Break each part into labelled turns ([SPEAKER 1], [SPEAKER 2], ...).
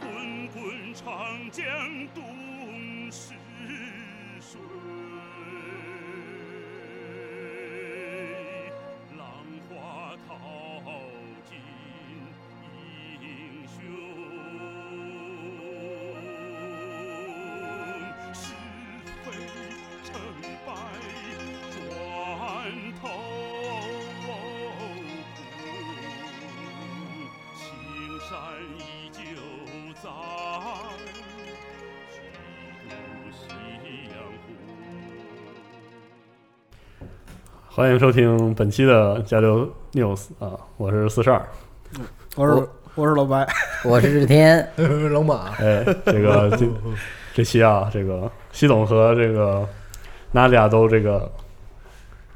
[SPEAKER 1] 滚滚长江东逝水，浪花淘尽英雄。是非成败转头空。青山依旧在，虚度夕阳红。
[SPEAKER 2] 欢迎收听本期的加流 news 啊，我是四十二，
[SPEAKER 3] 我是我是老白，
[SPEAKER 4] 我是日天，
[SPEAKER 5] 老马，
[SPEAKER 2] 哎，这个这这期啊，这个西总和这个娜姐都这个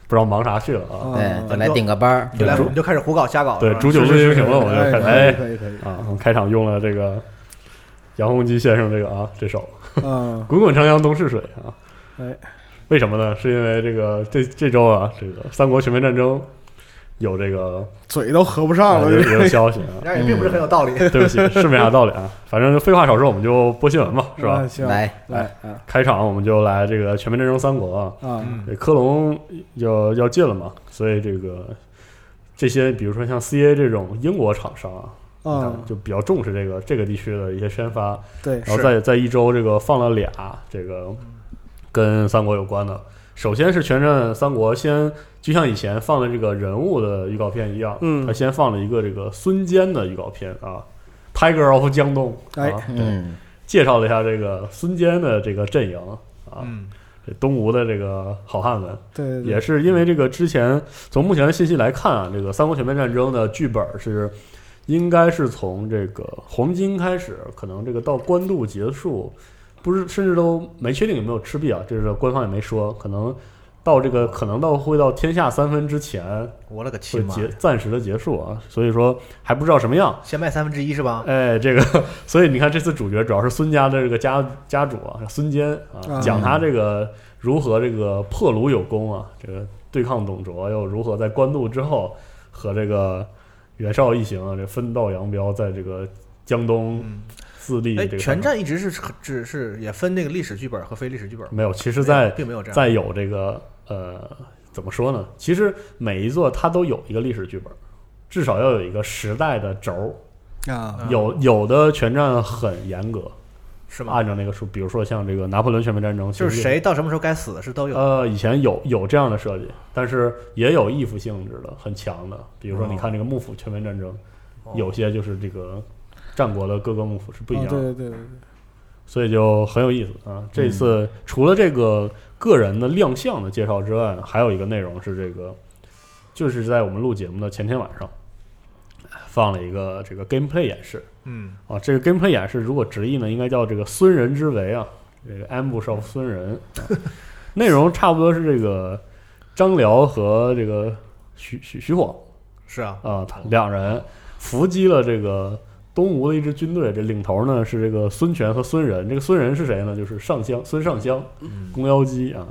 [SPEAKER 2] 不知道忙啥去了啊，
[SPEAKER 3] 哎
[SPEAKER 4] 对，哎本来顶个班儿，
[SPEAKER 2] 对
[SPEAKER 5] 本来
[SPEAKER 2] 煮
[SPEAKER 5] 我们就开始胡搞瞎搞，
[SPEAKER 2] 对
[SPEAKER 5] 啊是吧
[SPEAKER 2] 煮酒论英雄了，我就开始
[SPEAKER 3] 可以
[SPEAKER 2] 哎
[SPEAKER 3] 可以可以，
[SPEAKER 2] 啊，我们开场用了这个杨洪基先生这个啊这首
[SPEAKER 3] 嗯，
[SPEAKER 2] 《滚滚长江东逝水》啊，
[SPEAKER 3] 哎，
[SPEAKER 2] 为什么呢？是因为这个这这周啊，这个三国全面战争有这个
[SPEAKER 3] 嘴都合不
[SPEAKER 2] 啊
[SPEAKER 3] 上了，
[SPEAKER 2] 有有
[SPEAKER 3] 这
[SPEAKER 2] 消息啊，
[SPEAKER 5] 但是也并不是很有道理。
[SPEAKER 2] 对不起，是没啥道理啊，反正废话少说，我们就播新闻吧，是吧
[SPEAKER 3] 啊？行，来
[SPEAKER 4] 来，
[SPEAKER 3] 来啊
[SPEAKER 2] 开场我们就来这个全面战争三国啊，
[SPEAKER 3] 啊，
[SPEAKER 2] 这科隆要要进了嘛，所以这个这些比如说像 CA 这种英国厂商啊，
[SPEAKER 3] 嗯，
[SPEAKER 2] 就比较重视这个这个地区的一些宣发，
[SPEAKER 3] 对，
[SPEAKER 2] 然后在在一周这个放了俩这个跟三国有关的，首先是全战三国先就像以前放的这个人物的预告片一样，
[SPEAKER 3] 嗯
[SPEAKER 2] 他先放了一个这个孙坚的预告片啊。Tiger of 江东，
[SPEAKER 3] 哎
[SPEAKER 2] 啊，
[SPEAKER 4] 嗯，
[SPEAKER 2] 介绍了一下这个孙坚的这个阵营啊，
[SPEAKER 5] 嗯，
[SPEAKER 2] 这东吴的这个好汉们，
[SPEAKER 3] 对
[SPEAKER 2] 也是因为这个之前从目前的信息来看啊，这个三国全面战争的剧本是应该是从这个黄金开始，可能这个到官渡结束，不是甚至都没确定有没有赤壁啊，这是官方也没说，可能到这个可能到会到天下三分之前
[SPEAKER 5] 我了个亲
[SPEAKER 2] 会
[SPEAKER 5] 妈！
[SPEAKER 2] 结暂时的结束啊，所以说还不知道什么样。
[SPEAKER 5] 先卖三分之一是吧？
[SPEAKER 2] 哎，这个，所以你看，这次主角主要是孙家的这个家家主啊，孙坚啊，
[SPEAKER 3] 啊
[SPEAKER 2] 讲他这个如何这个破虏有功啊，这个对抗董卓，又如何在官渡之后和这个袁绍一行啊，这分道扬镳，在这个江东
[SPEAKER 5] 嗯，
[SPEAKER 2] 自立
[SPEAKER 5] 哎
[SPEAKER 2] 这，个
[SPEAKER 5] 全战一直是只是也分那个历史剧本和非历史剧本，哎
[SPEAKER 2] 没有，其实嗯在
[SPEAKER 5] 并没有这样。
[SPEAKER 2] 在有这个呃，怎么说呢？其实每一座它都有一个历史剧本，至少要有一个时代的轴儿。
[SPEAKER 3] 啊，
[SPEAKER 5] 嗯
[SPEAKER 2] 有有的全战很严格，
[SPEAKER 5] 是吗？
[SPEAKER 2] 按照那个数，比如说像这个拿破仑全面战争，
[SPEAKER 5] 就是
[SPEAKER 2] 其实
[SPEAKER 5] 谁到什么时候该死是都有。
[SPEAKER 2] 呃，以前有有这样的设计，但是也有义父性质的很强的，比如说
[SPEAKER 5] 哦
[SPEAKER 2] 你看这个幕府全面战争，
[SPEAKER 5] 哦
[SPEAKER 2] 有些就是这个战国的各个幕府是不一样
[SPEAKER 3] 啊
[SPEAKER 5] 哦
[SPEAKER 2] 的，
[SPEAKER 3] 对对对对，
[SPEAKER 2] 所以就很有意思
[SPEAKER 5] 嗯
[SPEAKER 2] 啊。这次除了这个个人的亮相的介绍之外，还有一个内容是这个，就是在我们录节目的前天晚上放了一个这个 gameplay 演示，
[SPEAKER 5] 嗯，
[SPEAKER 2] 啊，这个 gameplay 演示如果直译呢，应该叫这个“孙人之围”啊，这个 ambush of 孙人、啊内容差不多是这个张辽和这个徐徐徐晃
[SPEAKER 5] 是啊，
[SPEAKER 2] 啊，他两人伏击了这个东吴的一支军队，这领头呢是这个孙权和孙仁。这个孙仁是谁呢？就是上香孙尚香，公幺鸡啊。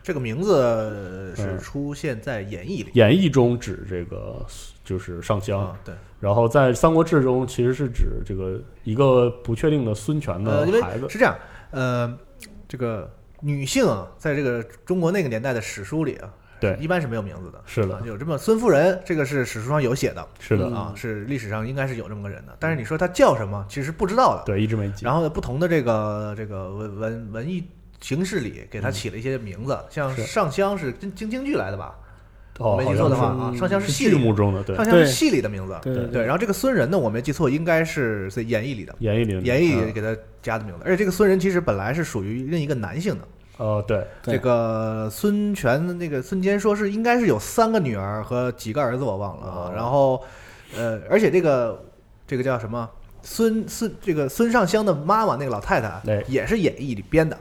[SPEAKER 5] 这个名字是
[SPEAKER 2] 嗯
[SPEAKER 5] 出现在演义里
[SPEAKER 2] 演义中指这个就是上香，
[SPEAKER 5] 啊，对，
[SPEAKER 2] 然后在《三国志》中其实是指这个一个不确定的孙权的
[SPEAKER 5] 呃，因为
[SPEAKER 2] 孩子。
[SPEAKER 5] 是这样，呃，这个女性啊，在这个中国那个年代的史书里啊，
[SPEAKER 2] 对
[SPEAKER 5] 一般是没有名字的。
[SPEAKER 2] 是
[SPEAKER 5] 啊
[SPEAKER 2] 的，
[SPEAKER 5] 有这么孙夫人，这个是史书上有写的
[SPEAKER 2] 是的，
[SPEAKER 3] 嗯
[SPEAKER 5] 啊，是历史上应该是有这么个人的。但是你说她叫什么，其实不知道的。
[SPEAKER 2] 嗯对，一直没记。
[SPEAKER 5] 然后不同的这个这个文文文艺形式里，给她起了一些名字，像
[SPEAKER 2] 嗯是
[SPEAKER 5] 上香是京京京剧来的吧？
[SPEAKER 2] 哦，
[SPEAKER 5] 我没
[SPEAKER 2] 好
[SPEAKER 5] 记错
[SPEAKER 2] 像
[SPEAKER 5] 的话
[SPEAKER 2] 是
[SPEAKER 5] 啊，
[SPEAKER 3] 是
[SPEAKER 5] 上香
[SPEAKER 2] 是嗯
[SPEAKER 5] 戏
[SPEAKER 2] 剧
[SPEAKER 5] 里
[SPEAKER 2] 目
[SPEAKER 5] 的，
[SPEAKER 2] 中的对
[SPEAKER 5] 上，香是
[SPEAKER 3] 对
[SPEAKER 5] 戏里的名字。
[SPEAKER 3] 对对
[SPEAKER 5] 对，然后这个孙仁呢，我没记错，应该是在演义里的。
[SPEAKER 2] 演绎里的
[SPEAKER 5] 演义
[SPEAKER 2] 嗯
[SPEAKER 5] 里给他加的名字。而且这个孙仁其实本来是属于另一个男性的。
[SPEAKER 2] 哦对，
[SPEAKER 3] 对
[SPEAKER 5] 这个孙权的那个孙坚说是应该是有三个女儿和几个儿子，我忘了啊
[SPEAKER 2] 哦。
[SPEAKER 5] 然后，呃，而且这个这个叫什么？孙孙这个孙尚香的妈妈那个老太太啊
[SPEAKER 2] 对，
[SPEAKER 5] 也是演义里编的。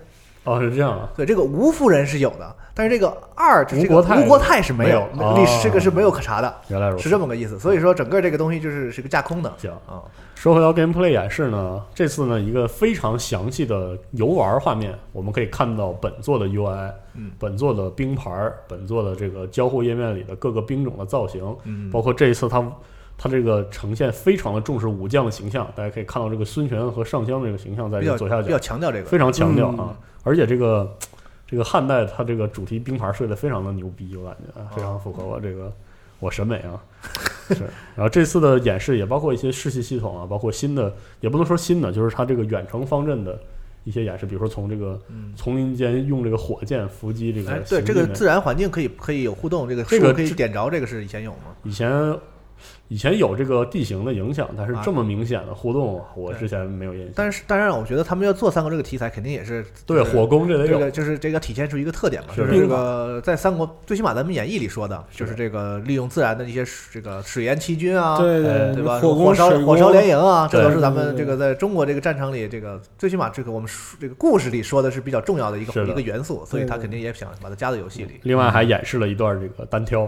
[SPEAKER 2] 哦，是这样啊，
[SPEAKER 5] 对，这个吴夫人是有的，但是这个二这
[SPEAKER 2] 吴
[SPEAKER 5] 个
[SPEAKER 2] 国泰
[SPEAKER 5] 吴国泰是没有
[SPEAKER 2] 没有
[SPEAKER 5] 历
[SPEAKER 2] 哦
[SPEAKER 5] 史，这个是没有可查的，
[SPEAKER 2] 原来如此。
[SPEAKER 5] 是这么个意思。所以说，整个这个东西就是是个架空的
[SPEAKER 2] 行，
[SPEAKER 5] 啊。
[SPEAKER 2] 说回到 gameplay 演示呢，这次呢一个非常详细的游玩画面，我们可以看到本作的 UI，
[SPEAKER 5] 嗯
[SPEAKER 2] 本作的兵牌儿，本作的这个交互页面里的各个兵种的造型，
[SPEAKER 5] 嗯
[SPEAKER 2] 包括这一次它它这个呈现非常的重视武将的形象，大家可以看到这个孙权和上香这个形象在
[SPEAKER 5] 比
[SPEAKER 2] 这
[SPEAKER 5] 较
[SPEAKER 2] 个左下
[SPEAKER 5] 比
[SPEAKER 2] 角
[SPEAKER 5] 较，强调这个
[SPEAKER 2] 非常强调
[SPEAKER 3] 嗯
[SPEAKER 2] 啊，而且这个这个汉代它这个主题兵牌设计的非常的牛逼，我感觉啊
[SPEAKER 5] 啊
[SPEAKER 2] 非常符合我这个我审美 啊。是，然后这次的演示也包括一些士气系统啊，包括新的，也不能说新的，就是它这个远程方阵的一些演示，比如说从这个
[SPEAKER 5] 嗯
[SPEAKER 2] 丛林间用这个火箭伏击这
[SPEAKER 5] 哎
[SPEAKER 2] 个，
[SPEAKER 5] 对，
[SPEAKER 2] 行
[SPEAKER 5] 这个
[SPEAKER 2] 进的
[SPEAKER 5] 自然环境可以可以有互动，这个
[SPEAKER 2] 这个
[SPEAKER 5] 树可以
[SPEAKER 2] 这
[SPEAKER 5] 点着，这个是以前有吗？
[SPEAKER 2] 以前以前有这个地形的影响，但是
[SPEAKER 5] 啊
[SPEAKER 2] 这么明显的互动，我
[SPEAKER 5] 对
[SPEAKER 2] 之前没有印象。
[SPEAKER 5] 但是当然，我觉得他们要做三国这个题材，肯定也是
[SPEAKER 2] 对
[SPEAKER 5] 就是
[SPEAKER 2] 火攻这得
[SPEAKER 5] 这
[SPEAKER 2] 有
[SPEAKER 5] 个就是这个体现出一个特点嘛，
[SPEAKER 2] 是
[SPEAKER 5] 就是
[SPEAKER 2] 兵
[SPEAKER 5] 这个在三国，最起码咱们演义里说的，
[SPEAKER 2] 是
[SPEAKER 5] 就是这个利用自然的一些水这个水淹七军啊，
[SPEAKER 3] 对
[SPEAKER 2] 哎
[SPEAKER 5] 对吧？
[SPEAKER 3] 火
[SPEAKER 5] 火
[SPEAKER 3] 攻
[SPEAKER 5] 烧
[SPEAKER 3] 水
[SPEAKER 5] 火烧连营啊，这
[SPEAKER 2] 对
[SPEAKER 5] 都是咱们
[SPEAKER 3] 对对
[SPEAKER 5] 这
[SPEAKER 3] 对
[SPEAKER 5] 个在中国这个战场里，这个最起码这个我们说这个故事里说的是比较重要的一
[SPEAKER 2] 是
[SPEAKER 5] 个
[SPEAKER 2] 的
[SPEAKER 5] 一个元素，所以
[SPEAKER 3] 对
[SPEAKER 5] 他
[SPEAKER 3] 对
[SPEAKER 5] 肯定也想把它加到游戏里。
[SPEAKER 2] 另外还演示了一段这个单挑，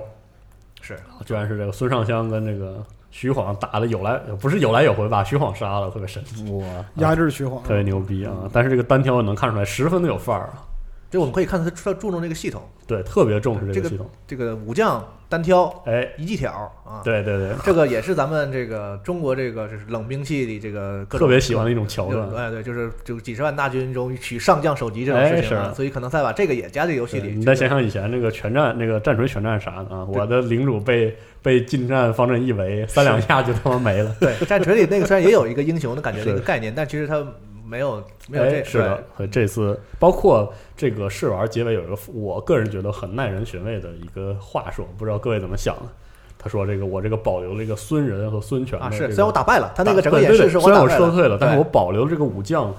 [SPEAKER 5] 是
[SPEAKER 2] 居然是这个孙尚香跟这个徐晃打的有来，不是有来有回，把徐晃杀了，特别神奇，
[SPEAKER 4] 我
[SPEAKER 3] 压制徐晃
[SPEAKER 2] 特，别牛逼啊！但是这个单挑能看出来十分的有范儿啊，
[SPEAKER 5] 这我们可以看他注注重这个系统，
[SPEAKER 2] 对，特别重视这
[SPEAKER 5] 这个
[SPEAKER 2] 个系统。
[SPEAKER 5] 这个武将单挑
[SPEAKER 2] 哎，
[SPEAKER 5] 一技挑啊，
[SPEAKER 2] 对对对，
[SPEAKER 5] 这个也是咱们这个中国这个就是冷兵器里这个各种
[SPEAKER 2] 特别喜欢的一种桥
[SPEAKER 5] 就
[SPEAKER 2] 段。
[SPEAKER 5] 哎，对，就是就几十万大军中取上将首级这种
[SPEAKER 2] 哎
[SPEAKER 5] 事情、
[SPEAKER 2] 是
[SPEAKER 5] 啊，
[SPEAKER 2] 啊
[SPEAKER 5] 所以可能再把这个也加进游戏
[SPEAKER 2] 对
[SPEAKER 5] 里。
[SPEAKER 2] 你
[SPEAKER 5] 这
[SPEAKER 2] 再
[SPEAKER 5] 个
[SPEAKER 2] 想想以前那个全战，那个战锤全战啥的啊，
[SPEAKER 5] 对
[SPEAKER 2] 我的领主被被近战方阵一围，三两下就他妈没了。
[SPEAKER 5] 对战锤里那个虽然也有一个英雄的感觉的一个
[SPEAKER 2] 是
[SPEAKER 5] 概念，但其实它没有没有这嗯
[SPEAKER 2] 哎，是的，所以这次包括这个试玩结尾有一个我个人觉得很耐人寻味的一个话术，不知道各位怎么想的。他说：“这个我这个保留了一个孙仁和孙权
[SPEAKER 5] 啊，
[SPEAKER 2] 的、这
[SPEAKER 5] 是
[SPEAKER 2] 个
[SPEAKER 5] 虽然我打败了他那个整个
[SPEAKER 2] 对
[SPEAKER 5] 演
[SPEAKER 2] 对
[SPEAKER 5] 示
[SPEAKER 2] 对
[SPEAKER 5] 是
[SPEAKER 2] 虽然
[SPEAKER 5] 打
[SPEAKER 2] 我
[SPEAKER 5] 败
[SPEAKER 2] 撤
[SPEAKER 5] 了，
[SPEAKER 2] 退了，但是
[SPEAKER 5] 对嗯
[SPEAKER 2] 我保留这个武将，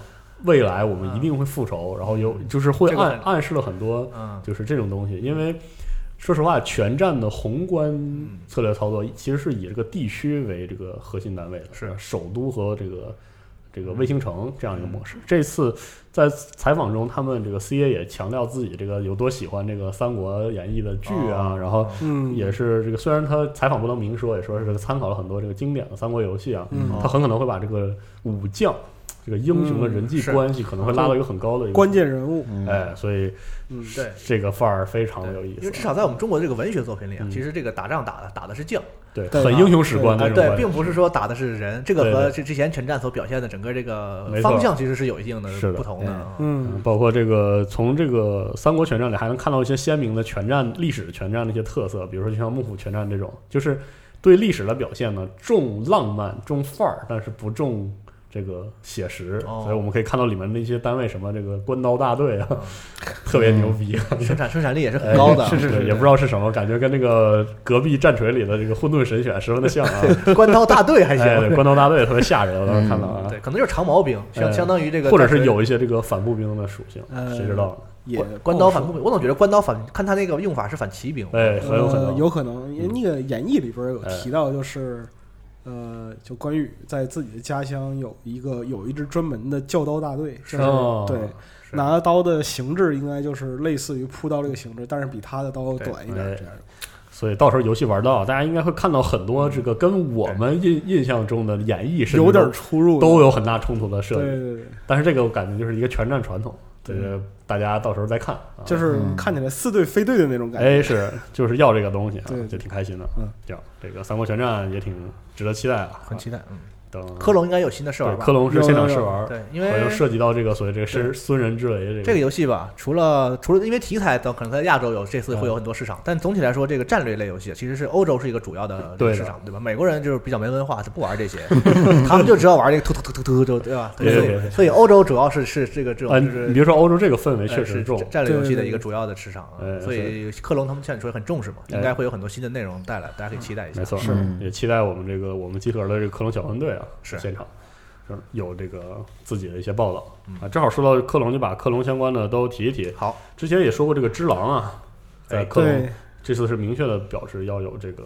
[SPEAKER 2] 未来我们一定会复仇，然后有就是会
[SPEAKER 5] 这个
[SPEAKER 2] 暗
[SPEAKER 5] 很
[SPEAKER 2] 暗示了很多，
[SPEAKER 5] 嗯，
[SPEAKER 2] 就是这种东西。因为说实话，全战的宏观
[SPEAKER 5] 嗯
[SPEAKER 2] 策略操作其实是以这个地区为这个核心单位的，
[SPEAKER 5] 是嗯
[SPEAKER 2] 首都和这个这个卫星城这样一个模式。这次在采访中，他们这个 CA 也强调自己这个有多喜欢这个《三国演义》的剧啊，
[SPEAKER 5] 哦
[SPEAKER 2] 然后
[SPEAKER 3] 嗯，
[SPEAKER 2] 也是这个，虽然他采访不能明说，也说是参考了很多这个经典的三国游戏啊，
[SPEAKER 3] 嗯
[SPEAKER 2] 他很可能会把这个武将、这个英雄的人际
[SPEAKER 5] 哦嗯是
[SPEAKER 2] 关系可能会拉到一个很高的一个
[SPEAKER 3] 关，键人物，
[SPEAKER 2] 哎，所以
[SPEAKER 3] 嗯，
[SPEAKER 5] 对。
[SPEAKER 2] 这个范儿非常的有
[SPEAKER 5] 对
[SPEAKER 2] 意
[SPEAKER 5] 因为
[SPEAKER 2] 思
[SPEAKER 5] 至，少在我们中国这个文学作品里啊，
[SPEAKER 2] 嗯
[SPEAKER 5] 其实这个打仗打的打的是将，
[SPEAKER 2] 对，
[SPEAKER 3] 对
[SPEAKER 2] 很英雄史观
[SPEAKER 5] 哎
[SPEAKER 2] 那种
[SPEAKER 5] 对，
[SPEAKER 2] 关系，
[SPEAKER 5] 并不是说打的是人，这个
[SPEAKER 2] 对
[SPEAKER 5] 和
[SPEAKER 2] 对
[SPEAKER 5] 这之前全战所表现的整个这个
[SPEAKER 2] 没错
[SPEAKER 5] 方向其实是有一定的
[SPEAKER 2] 是的
[SPEAKER 5] 不同的
[SPEAKER 4] 对
[SPEAKER 5] 啊。
[SPEAKER 2] 嗯
[SPEAKER 3] 嗯，
[SPEAKER 2] 包括这个从这个三国全战里还能看到一些鲜明的全战历史全战的一些特色，比如说就像幕府全战这种，就是对历史的表现呢重浪漫、重范儿，但是不重这个写实，
[SPEAKER 5] 哦
[SPEAKER 2] 所以我们可以看到里面的一些单位，什么这个关刀大队啊，
[SPEAKER 5] 嗯
[SPEAKER 2] 特别牛逼啊。
[SPEAKER 5] 生产生产力也是很高的，
[SPEAKER 2] 哎是是是，也不知道是什么，感觉跟那个隔壁战锤里的这个混沌神犬十分的像啊！
[SPEAKER 5] 道关刀大队还行，
[SPEAKER 2] 哎，对关刀大队特别吓人，我当时看到啊，
[SPEAKER 5] 对，可能就是长矛兵，
[SPEAKER 2] 哎
[SPEAKER 5] 相相当于这个，
[SPEAKER 2] 或者是有一些这个反步兵的属性，
[SPEAKER 3] 呃
[SPEAKER 2] 谁知道呢？
[SPEAKER 3] 也
[SPEAKER 5] 关关刀反步兵，我总觉得关刀反，看他那个用法是反骑兵，
[SPEAKER 2] 哎，很有可
[SPEAKER 3] 呃
[SPEAKER 2] 能，嗯
[SPEAKER 3] 有可能，因为那个演义里边有
[SPEAKER 2] 哎
[SPEAKER 3] 提到，就是呃，就关羽在自己的家乡有一个有一支专门的教刀大队，就是
[SPEAKER 2] 哦
[SPEAKER 3] 对
[SPEAKER 5] 是
[SPEAKER 3] 拿刀的形制应该就是类似于朴刀这个形制，但是比他的刀
[SPEAKER 5] 对
[SPEAKER 3] 短一点
[SPEAKER 2] 哎，
[SPEAKER 3] 这样。
[SPEAKER 2] 所以到时候游戏玩到，大家应该会看到很多这个跟我们印印象中的演绎是
[SPEAKER 3] 有点出入的，
[SPEAKER 2] 都有很大冲突的设
[SPEAKER 3] 对
[SPEAKER 2] 计，啊
[SPEAKER 3] 对对，
[SPEAKER 2] 但是这个我感觉就是一个全战传统，这个大家到时候再看，啊
[SPEAKER 3] 就是
[SPEAKER 4] 嗯
[SPEAKER 3] 看起来似对非对的那种感觉。
[SPEAKER 2] 哎是就是要这个东西啊
[SPEAKER 3] 对，对
[SPEAKER 2] 就挺开心的，
[SPEAKER 3] 嗯，
[SPEAKER 2] 行，这个三国全战也挺值得期待啊，
[SPEAKER 5] 很期待。嗯，
[SPEAKER 2] 等
[SPEAKER 5] 科隆应该有新的试
[SPEAKER 2] 对
[SPEAKER 5] 玩吧？
[SPEAKER 2] 科隆是
[SPEAKER 3] 有
[SPEAKER 2] 现场
[SPEAKER 3] 有
[SPEAKER 2] 试
[SPEAKER 3] 有哎
[SPEAKER 2] 玩，
[SPEAKER 5] 对，因
[SPEAKER 2] 好像
[SPEAKER 5] 为
[SPEAKER 2] 涉及到这个所谓这个是
[SPEAKER 5] 对
[SPEAKER 2] 孙人之围
[SPEAKER 5] 这个
[SPEAKER 2] 这个
[SPEAKER 5] 游戏吧，除了除了因为题材等可能在亚洲有这次会有
[SPEAKER 2] 嗯
[SPEAKER 5] 很多市场，但总体来说，这个战略类游戏其实是欧洲是一个主要的这
[SPEAKER 2] 对的
[SPEAKER 5] 个市场，对吧？美国人就是比较没文化，就不玩这些， 他们就知道玩这个突突突突突就对吧？
[SPEAKER 2] 对对
[SPEAKER 5] 所
[SPEAKER 2] 对对
[SPEAKER 5] 以所以欧洲主要是是这个这
[SPEAKER 3] 嗯
[SPEAKER 2] 啊，
[SPEAKER 5] 种就
[SPEAKER 2] 你
[SPEAKER 5] 是
[SPEAKER 2] 别说欧洲这个氛
[SPEAKER 5] 呃
[SPEAKER 2] 围
[SPEAKER 3] 哎
[SPEAKER 2] 确实
[SPEAKER 5] 是
[SPEAKER 2] 重，
[SPEAKER 5] 战略游戏的
[SPEAKER 3] 对对
[SPEAKER 5] 一个主要的市场啊
[SPEAKER 2] 哎，
[SPEAKER 5] 所以克隆他们现在说很重视嘛，
[SPEAKER 2] 哎
[SPEAKER 5] 应该会有很多新的内容带来，大家可以期待一下。
[SPEAKER 2] 没错，
[SPEAKER 4] 是嗯
[SPEAKER 2] 也期待我们这个我们集合的这个克隆小分队啊，
[SPEAKER 5] 是
[SPEAKER 2] 现场是有这个自己的一些报道
[SPEAKER 5] 嗯
[SPEAKER 2] 啊。正好说到克隆，就把克隆相关的都提一提。
[SPEAKER 5] 好，
[SPEAKER 2] 之前也说过这个只狼啊，在
[SPEAKER 5] 哎
[SPEAKER 2] 克隆
[SPEAKER 3] 对，嗯
[SPEAKER 2] 这次是明确的表示要有这个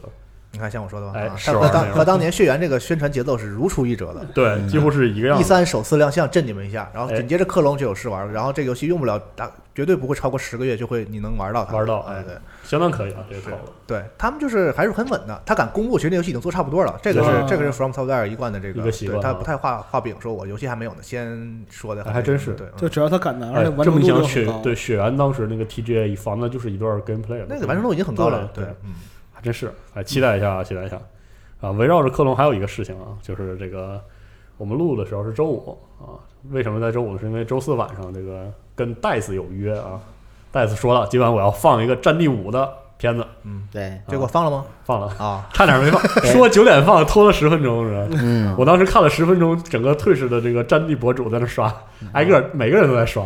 [SPEAKER 5] 你看，像我说的吧，
[SPEAKER 2] 哎
[SPEAKER 5] 啊
[SPEAKER 2] 是
[SPEAKER 5] 它和
[SPEAKER 2] 玩那
[SPEAKER 5] 当
[SPEAKER 2] 种
[SPEAKER 5] 和当年《血缘》这个宣传节奏是如出一辙的。
[SPEAKER 2] 对，几乎是一个样
[SPEAKER 5] E
[SPEAKER 2] 子。
[SPEAKER 5] 三首次亮相震你们一下，然后
[SPEAKER 2] 哎
[SPEAKER 5] 紧接着克隆就有试玩了，然后这个游戏用不了大，绝对不会超过十个月就会你能玩到它。
[SPEAKER 2] 玩到
[SPEAKER 5] 哎
[SPEAKER 2] 哎
[SPEAKER 5] 对
[SPEAKER 2] 相当可以啊，这个套路。
[SPEAKER 5] 对，他们就是还是很稳的，他敢公布，其实那游戏已经做差不多了。这个
[SPEAKER 3] 对啊
[SPEAKER 5] 是这个是 From Software 一贯的这
[SPEAKER 2] 一
[SPEAKER 5] 个
[SPEAKER 2] 个习惯
[SPEAKER 5] 对他
[SPEAKER 2] 啊
[SPEAKER 5] 不太画画饼，说我游戏还没有呢，先说的。
[SPEAKER 2] 哎还真是
[SPEAKER 5] 对，嗯
[SPEAKER 3] 就只要他敢拿，而
[SPEAKER 2] 哎
[SPEAKER 3] 且，完
[SPEAKER 2] 这么
[SPEAKER 3] 成
[SPEAKER 2] 一想，
[SPEAKER 3] 度就
[SPEAKER 2] 雪
[SPEAKER 3] 很高。
[SPEAKER 2] 对雪原当时那个 TGA 一放，那就是一段 gameplay 了。
[SPEAKER 5] 那个完成度已经很高了。
[SPEAKER 2] 对
[SPEAKER 5] 对，嗯，
[SPEAKER 2] 还真是，哎，期待一下啊，期待一下啊！围绕着克隆还有一个事情啊，就是这个我们录的时候是周五啊，为什么在周五呢？是因为周四晚上这个跟戴斯有约啊，戴斯说了，今晚我要放一个《战地五》的片子，
[SPEAKER 4] 对，
[SPEAKER 2] 啊
[SPEAKER 5] 结果放了吗？
[SPEAKER 2] 放了，
[SPEAKER 5] 啊，
[SPEAKER 2] 差点没放，
[SPEAKER 4] 对
[SPEAKER 2] 说九点放，拖了十分钟是吧？
[SPEAKER 4] 嗯，
[SPEAKER 2] 我当时看了十分钟，整个退市的这个战地博主在那刷，
[SPEAKER 4] 嗯
[SPEAKER 2] 挨个每个人都在刷，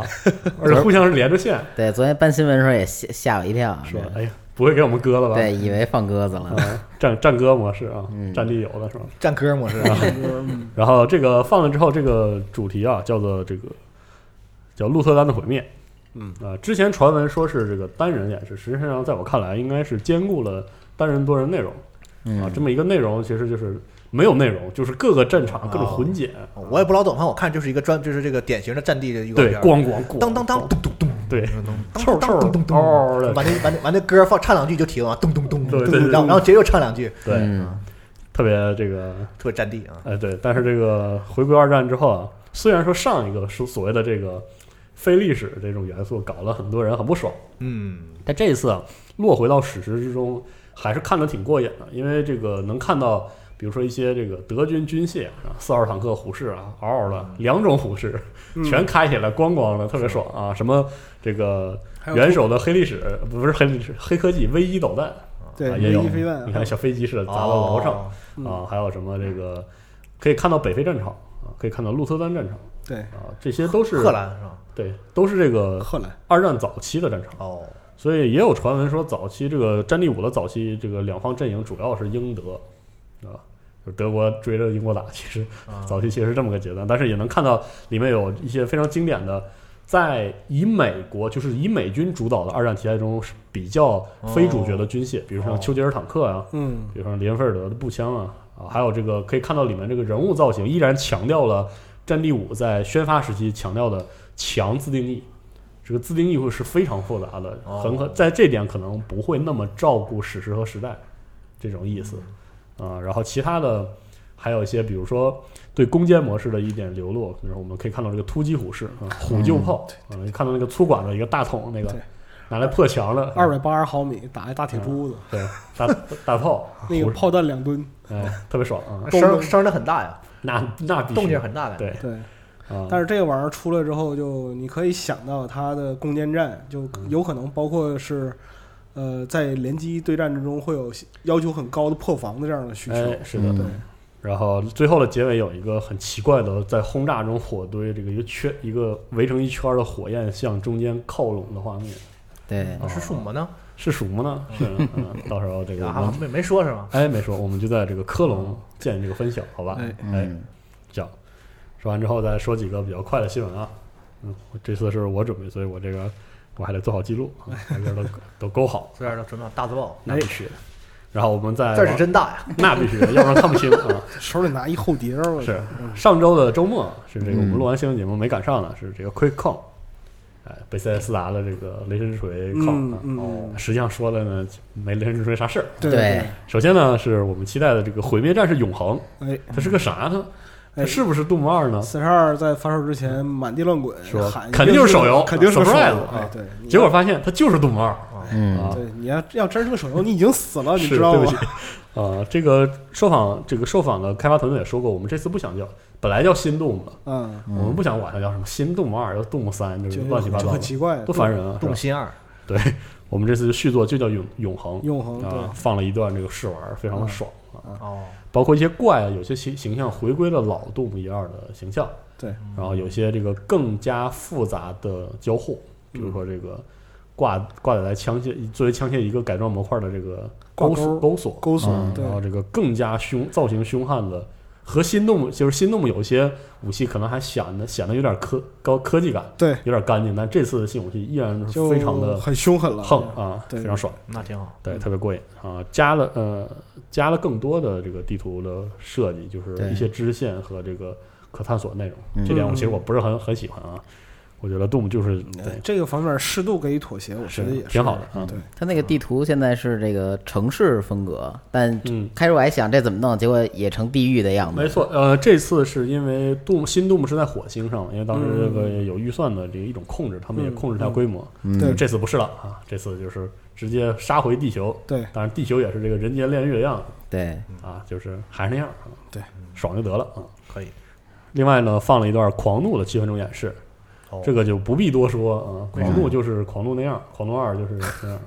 [SPEAKER 2] 而且互相是连着线，
[SPEAKER 4] 对，昨天搬新闻的时候也吓吓我一跳，
[SPEAKER 2] 说哎呀，不会给我们割了吧？
[SPEAKER 4] 对，以为放鸽子了，
[SPEAKER 2] 啊，战战歌模式啊，
[SPEAKER 4] 嗯
[SPEAKER 2] 战地有的是吧？
[SPEAKER 5] 战歌模式，
[SPEAKER 3] 嗯
[SPEAKER 2] 然后这个放了之后，这个主题啊叫做这个叫鹿特丹的毁灭。
[SPEAKER 3] 嗯
[SPEAKER 2] 啊、之前传闻说是这个单人演示，实际上在我看来应该是兼顾了单人多人内容啊
[SPEAKER 4] 嗯，
[SPEAKER 2] 这么一个内容其实就是没有内容，就是各个战场
[SPEAKER 5] 啊
[SPEAKER 2] 各种混剪，
[SPEAKER 5] 我也不老懂，反正我看就是一个专，就是这个典型的战地的预告
[SPEAKER 2] 对
[SPEAKER 5] 片，
[SPEAKER 2] 咣咣咣，
[SPEAKER 5] 啊当当当
[SPEAKER 2] 咣，
[SPEAKER 5] 咚咚咚，
[SPEAKER 2] 对，
[SPEAKER 5] 咚
[SPEAKER 2] 臭臭
[SPEAKER 5] 咚咚
[SPEAKER 2] 嗷
[SPEAKER 5] 咚，
[SPEAKER 2] 嗷的，
[SPEAKER 5] 把那把那把那歌放唱两句就停啊，咚咚咚，咚
[SPEAKER 2] 对对
[SPEAKER 5] 咚，
[SPEAKER 2] 对
[SPEAKER 5] 然后然后接着又唱两句，
[SPEAKER 2] 对，
[SPEAKER 4] 嗯
[SPEAKER 2] 特别这个
[SPEAKER 5] 特别战地啊。
[SPEAKER 2] 哎，对，但是这个回归二战之后啊，虽然说上一个是所谓的这个非历史这种元素搞了很多人很不爽，
[SPEAKER 5] 嗯，
[SPEAKER 2] 但这一次啊，落回到史实之中，还是看得挺过瘾的，因为这个能看到，比如说一些这个德军军械啊，四号坦克虎式啊，嗷嗷的两种虎式
[SPEAKER 3] 嗯
[SPEAKER 2] 全开起来，咣咣的，特别爽啊！什么这个
[SPEAKER 3] 还有
[SPEAKER 2] 元首的黑历史，不是黑历史，黑科技 V 一导弹，
[SPEAKER 3] 对
[SPEAKER 2] 啊也有
[SPEAKER 3] 一飞 弹，
[SPEAKER 2] 你看小飞机似的砸到
[SPEAKER 5] 哦
[SPEAKER 2] 楼上，
[SPEAKER 3] 嗯
[SPEAKER 2] 啊，还有什么这个可以看到北非战场啊，可以看到鹿特丹战场
[SPEAKER 3] 对，
[SPEAKER 2] 啊，这些都是
[SPEAKER 5] 荷兰是吧？
[SPEAKER 2] 对，都是这个
[SPEAKER 3] 荷兰
[SPEAKER 2] 二战早期的战场，
[SPEAKER 5] 哦，
[SPEAKER 2] 所以也有传闻说早期这个战地五的早期这个两方阵营主要是英德啊，就是德国追着英国打，其实
[SPEAKER 5] 啊
[SPEAKER 2] 早期其实是这么个阶段，但是也能看到里面有一些非常经典的。在以美国就是以美军主导的二战题材中，是比较非主角的军械，比如像丘吉尔坦克啊，
[SPEAKER 3] 嗯，
[SPEAKER 2] 比如说林菲尔德的步枪啊，啊，还有这个可以看到里面这个人物造型依然强调了《战地五》在宣发时期强调的强自定义，这个自定义会是非常复杂的，
[SPEAKER 5] 哦
[SPEAKER 2] 很可在这点可能不会那么照顾史实和时代这种意思
[SPEAKER 3] 嗯
[SPEAKER 2] 啊。然后其他的还有一些，比如说对攻坚模式的一点流露，就是我们可以看到这个突击虎式啊，虎臼
[SPEAKER 3] 嗯
[SPEAKER 2] 炮啊，可以看到那个粗管子一个大桶那个
[SPEAKER 3] 对
[SPEAKER 2] 拿来破墙的
[SPEAKER 3] 二百八十毫米打一大
[SPEAKER 2] 嗯
[SPEAKER 3] 铁珠子，
[SPEAKER 2] 对大大炮，
[SPEAKER 3] 那个
[SPEAKER 2] 虎
[SPEAKER 3] 炮弹两吨，
[SPEAKER 2] 哎特别爽啊。
[SPEAKER 3] 咚
[SPEAKER 5] 声
[SPEAKER 3] 咚
[SPEAKER 5] 声的很大呀，
[SPEAKER 2] 那那必须
[SPEAKER 5] 动静很大的。
[SPEAKER 2] 对
[SPEAKER 3] 对。
[SPEAKER 2] 啊，
[SPEAKER 3] 但
[SPEAKER 2] 是
[SPEAKER 3] 是这个玩意儿出来之后，就你可以想到它的攻坚战，
[SPEAKER 2] 嗯
[SPEAKER 3] 就有可能包括是，呃，在联机对战之中会有要求很高的破防的这样的需求。
[SPEAKER 2] 哎是的，
[SPEAKER 4] 嗯
[SPEAKER 3] 对，
[SPEAKER 2] 然后最后的结尾有一个很奇怪的，在轰炸中火堆这个一个圈一个围成一圈的火焰向中间靠拢的画面，
[SPEAKER 4] 对，
[SPEAKER 5] 啊是什么呢？
[SPEAKER 2] 是什么呢？是嗯，到时候这个我
[SPEAKER 5] 啊
[SPEAKER 2] 们，
[SPEAKER 5] 没没说是吗？
[SPEAKER 2] 哎没说，我们就在这个科隆见这个分享，好吧？
[SPEAKER 3] 哎
[SPEAKER 2] 哎
[SPEAKER 4] 嗯，
[SPEAKER 2] 讲说完之后再说几个比较快的新闻啊。嗯，我这次是我准备，所以我这个我还得做好记录， 啊挨个都都勾好，
[SPEAKER 5] 虽然说准备大字报，
[SPEAKER 2] 那必须。然后我们再
[SPEAKER 5] 哎字儿是真大呀。
[SPEAKER 2] 那必须，要不然看不清 啊。
[SPEAKER 3] 手里拿一厚碟儿，我
[SPEAKER 2] 是
[SPEAKER 3] 嗯
[SPEAKER 2] 上周的周末是这个我们
[SPEAKER 4] 嗯
[SPEAKER 2] 录完新闻节目没赶上的，是这个 QuickCon，哎，贝塞斯达的这个雷神之锤 Con
[SPEAKER 3] 嗯
[SPEAKER 2] 啊，
[SPEAKER 3] 嗯，
[SPEAKER 2] 实际上说的呢没雷神之锤啥事儿。
[SPEAKER 3] 对
[SPEAKER 4] 对
[SPEAKER 2] 首先呢，是我们期待的这个毁灭战士永恒，
[SPEAKER 3] 对，
[SPEAKER 2] 它是个啥呢？它
[SPEAKER 3] 哎，
[SPEAKER 2] 是不是 Doom 二呢？
[SPEAKER 3] 四十二在发售之前满地乱滚
[SPEAKER 2] 是吧，
[SPEAKER 3] 喊
[SPEAKER 2] 肯定
[SPEAKER 3] 就是
[SPEAKER 2] 手游
[SPEAKER 3] 肯定是个手
[SPEAKER 2] surprise
[SPEAKER 3] 游，
[SPEAKER 2] 啊
[SPEAKER 3] 哎，对，你
[SPEAKER 2] 结果发现它就是 Doom 二
[SPEAKER 4] 嗯
[SPEAKER 2] 啊，
[SPEAKER 3] 对，你要要真是个手游，你已经死了，你
[SPEAKER 2] 是
[SPEAKER 3] 知道
[SPEAKER 2] 对不
[SPEAKER 3] 吗
[SPEAKER 2] 起？，呃，这个受访这个受访的开发团队也说过，我们这次不想叫，本来叫新 Doom 的，
[SPEAKER 3] 嗯，
[SPEAKER 2] 我们不想管它叫什么新 Doom 二，叫 Doom 三，就是
[SPEAKER 3] 就
[SPEAKER 2] 嗯乱七八
[SPEAKER 3] 就
[SPEAKER 2] 糟
[SPEAKER 3] 很
[SPEAKER 2] 的，
[SPEAKER 3] 奇怪，
[SPEAKER 2] 多烦人啊！是吧
[SPEAKER 5] 动心二，
[SPEAKER 2] 我们这次续作就叫永永恒
[SPEAKER 3] 永恒
[SPEAKER 2] 啊，
[SPEAKER 3] 对，嗯
[SPEAKER 2] 放了一段这个试玩，非常的爽啊。
[SPEAKER 5] 哦，
[SPEAKER 2] 包括一些怪啊，有些形形象回归了老杜姆一二的形象，
[SPEAKER 3] 对，
[SPEAKER 2] 然后有些这个更加复杂的交互，比
[SPEAKER 3] 嗯
[SPEAKER 2] 如说这个挂挂载在枪械作为枪械一个改装模块的这个
[SPEAKER 3] 挂
[SPEAKER 2] 钩啊
[SPEAKER 3] 钩
[SPEAKER 2] 锁钩锁，
[SPEAKER 3] 钩锁
[SPEAKER 4] 嗯
[SPEAKER 3] 对
[SPEAKER 2] 然后这个更加凶造型凶悍的和心动就是心动有些武器可能还显得显得有点科高科技感，
[SPEAKER 3] 对，
[SPEAKER 2] 有点干净，但这次的新武器依然是
[SPEAKER 3] 就
[SPEAKER 2] 非常的
[SPEAKER 3] 很凶狠了，
[SPEAKER 2] 横啊，
[SPEAKER 3] 对嗯
[SPEAKER 2] 非常爽，
[SPEAKER 5] 那挺好。
[SPEAKER 2] 对，特别过瘾啊！加了呃，加了更多的这个地图的设计，就是
[SPEAKER 4] 对
[SPEAKER 2] 一些支线和这个可探索内容，
[SPEAKER 4] 嗯
[SPEAKER 2] 这点我其实我不是很很喜欢啊。我觉得 Doom 就是对
[SPEAKER 3] 嗯对，这个方面适度给予妥协，我觉得也是
[SPEAKER 2] 挺好的嗯
[SPEAKER 3] 对，
[SPEAKER 4] 它那个地图现在是这个城市风格，但
[SPEAKER 2] 嗯
[SPEAKER 4] 开始我还想这怎么弄，结果也成地狱的样
[SPEAKER 2] 没
[SPEAKER 4] 子。
[SPEAKER 2] 错，呃，这次是因为杜新杜牧是在火星上嘛，因为当时这个
[SPEAKER 3] 嗯
[SPEAKER 2] 有预算的这个一种控制，他们也
[SPEAKER 3] 嗯
[SPEAKER 2] 控制它规模。
[SPEAKER 4] 嗯
[SPEAKER 3] 对
[SPEAKER 2] 这次不是了啊，这次就是直接杀回地球。
[SPEAKER 3] 对，
[SPEAKER 2] 当然，地球也是这个人间炼狱的样子
[SPEAKER 4] 对，
[SPEAKER 2] 啊，就是还是那样啊。
[SPEAKER 3] 对，
[SPEAKER 2] 爽就得了啊。
[SPEAKER 5] 可以。
[SPEAKER 2] 另外呢，放了一段狂怒的七分钟演示，
[SPEAKER 5] 哦
[SPEAKER 2] 这个就不必多说啊。狂怒就是狂怒那样，狂怒二就是那样，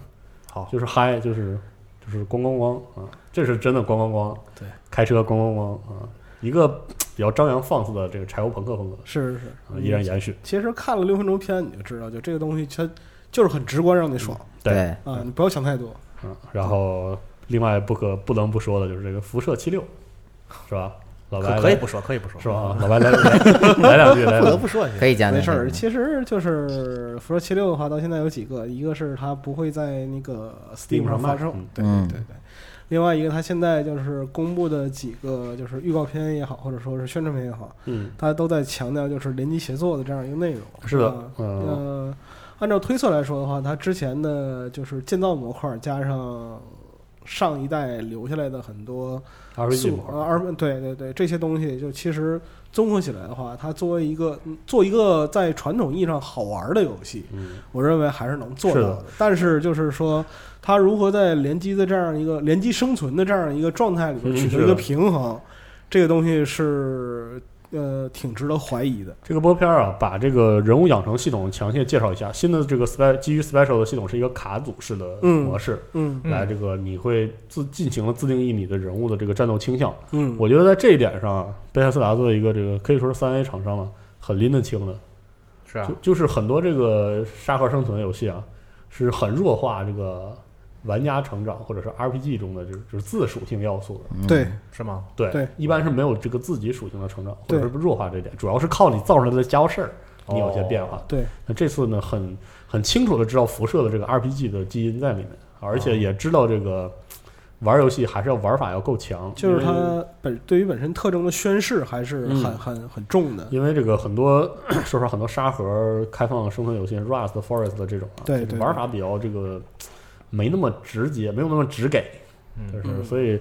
[SPEAKER 5] 好，
[SPEAKER 2] 就是嗨，就是就是咣咣咣啊，这是真的咣咣咣，
[SPEAKER 3] 对，
[SPEAKER 2] 开车咣咣咣啊，一个比较张扬放肆的这个柴油朋克风格、
[SPEAKER 3] 是是是
[SPEAKER 2] 啊，依然延续。
[SPEAKER 3] 其实看了六分钟片，你就知道，就这个东西它就是很直观，让你爽
[SPEAKER 4] 对，
[SPEAKER 3] 啊！你不要想太多，
[SPEAKER 2] 嗯，然后另外不可不能不说的就是这个辐射七六，是吧？老白
[SPEAKER 5] 可可以
[SPEAKER 2] 来
[SPEAKER 5] 不说，可以不说，
[SPEAKER 2] 是吧？啊？老白来来来两句，来
[SPEAKER 5] 不
[SPEAKER 2] 两
[SPEAKER 5] 得
[SPEAKER 2] 句。
[SPEAKER 5] 不说一下。嗯
[SPEAKER 4] 可以讲
[SPEAKER 3] 没
[SPEAKER 4] 讲
[SPEAKER 3] 事
[SPEAKER 4] 这
[SPEAKER 3] 儿。
[SPEAKER 4] 个
[SPEAKER 3] 其实就是辐射七六的话，到现在有几个，一个是它不会在那个 Steam 上发售
[SPEAKER 2] 嗯，
[SPEAKER 3] 对
[SPEAKER 4] 嗯
[SPEAKER 3] 对对对。另外一个，它现在就是公布的几个，就是预告片也好，或者说是宣传片也好，
[SPEAKER 2] 嗯，
[SPEAKER 3] 它都在强调就是联机协作的这样一个内容。
[SPEAKER 2] 是的
[SPEAKER 3] 啊，
[SPEAKER 2] 嗯，
[SPEAKER 3] 呃，按照推测来说的话，它之前的就是建造模块加上上一代留下来的很多
[SPEAKER 2] 二十一
[SPEAKER 3] 素呃二对对对这些东西，就其实综合起来的话，它作为一个嗯做一个在传统意义上好玩的游戏，
[SPEAKER 2] 嗯，
[SPEAKER 3] 我认为还是能做
[SPEAKER 2] 是
[SPEAKER 3] 到
[SPEAKER 2] 的
[SPEAKER 3] 的。但是就是说，它如何在联机的这样一个联机生存的这样一个状态里
[SPEAKER 2] 嗯
[SPEAKER 3] 面取
[SPEAKER 2] 是
[SPEAKER 3] 得一个
[SPEAKER 2] 的
[SPEAKER 3] 平衡，这个东西是呃挺值得怀疑的。
[SPEAKER 2] 这个播片儿啊，把这个人物养成系统强烈介绍一下。新的这个 spec 基于 special 的系统是一个卡组式的
[SPEAKER 3] 嗯
[SPEAKER 2] 模式，
[SPEAKER 3] 嗯
[SPEAKER 5] 嗯
[SPEAKER 2] 来这个你会自进行了自定义你的人物的这个战斗倾向。
[SPEAKER 3] 嗯，
[SPEAKER 2] 我觉得在这一点上啊，贝塞斯达作为一个这个可以说是三 A 厂商了，很拎得清的。
[SPEAKER 5] 是啊
[SPEAKER 2] 就，就是很多这个沙盒生存游戏啊，是很弱化这个玩家成长或者是 RPG 中的这就是自属性要素的。
[SPEAKER 3] 对
[SPEAKER 5] 是吗？
[SPEAKER 2] 对，
[SPEAKER 3] 对
[SPEAKER 2] 一般是没有这个自己属性的成长，或
[SPEAKER 3] 对哦
[SPEAKER 2] 者是弱化这点，主要是靠你造出来的家伙事儿，你有些变化。
[SPEAKER 3] 对，
[SPEAKER 2] 那这次呢，很很清楚的知道辐射的这个 RPG 的基因在里面，而且也知道这个玩游戏还是要玩法要够强，
[SPEAKER 3] 就是
[SPEAKER 2] 因为
[SPEAKER 3] 它本对于本身特征的宣示还是
[SPEAKER 2] 嗯
[SPEAKER 3] 很、很很重的。
[SPEAKER 2] 因为这个很多 说实话，很多沙盒开放生存游戏，Rust、Forest 的这种啊，
[SPEAKER 3] 对
[SPEAKER 2] 这个
[SPEAKER 3] 对
[SPEAKER 2] 玩法比较这个没那么直接，没有那么直给，就
[SPEAKER 5] 嗯，
[SPEAKER 2] 是
[SPEAKER 3] 嗯
[SPEAKER 2] 所以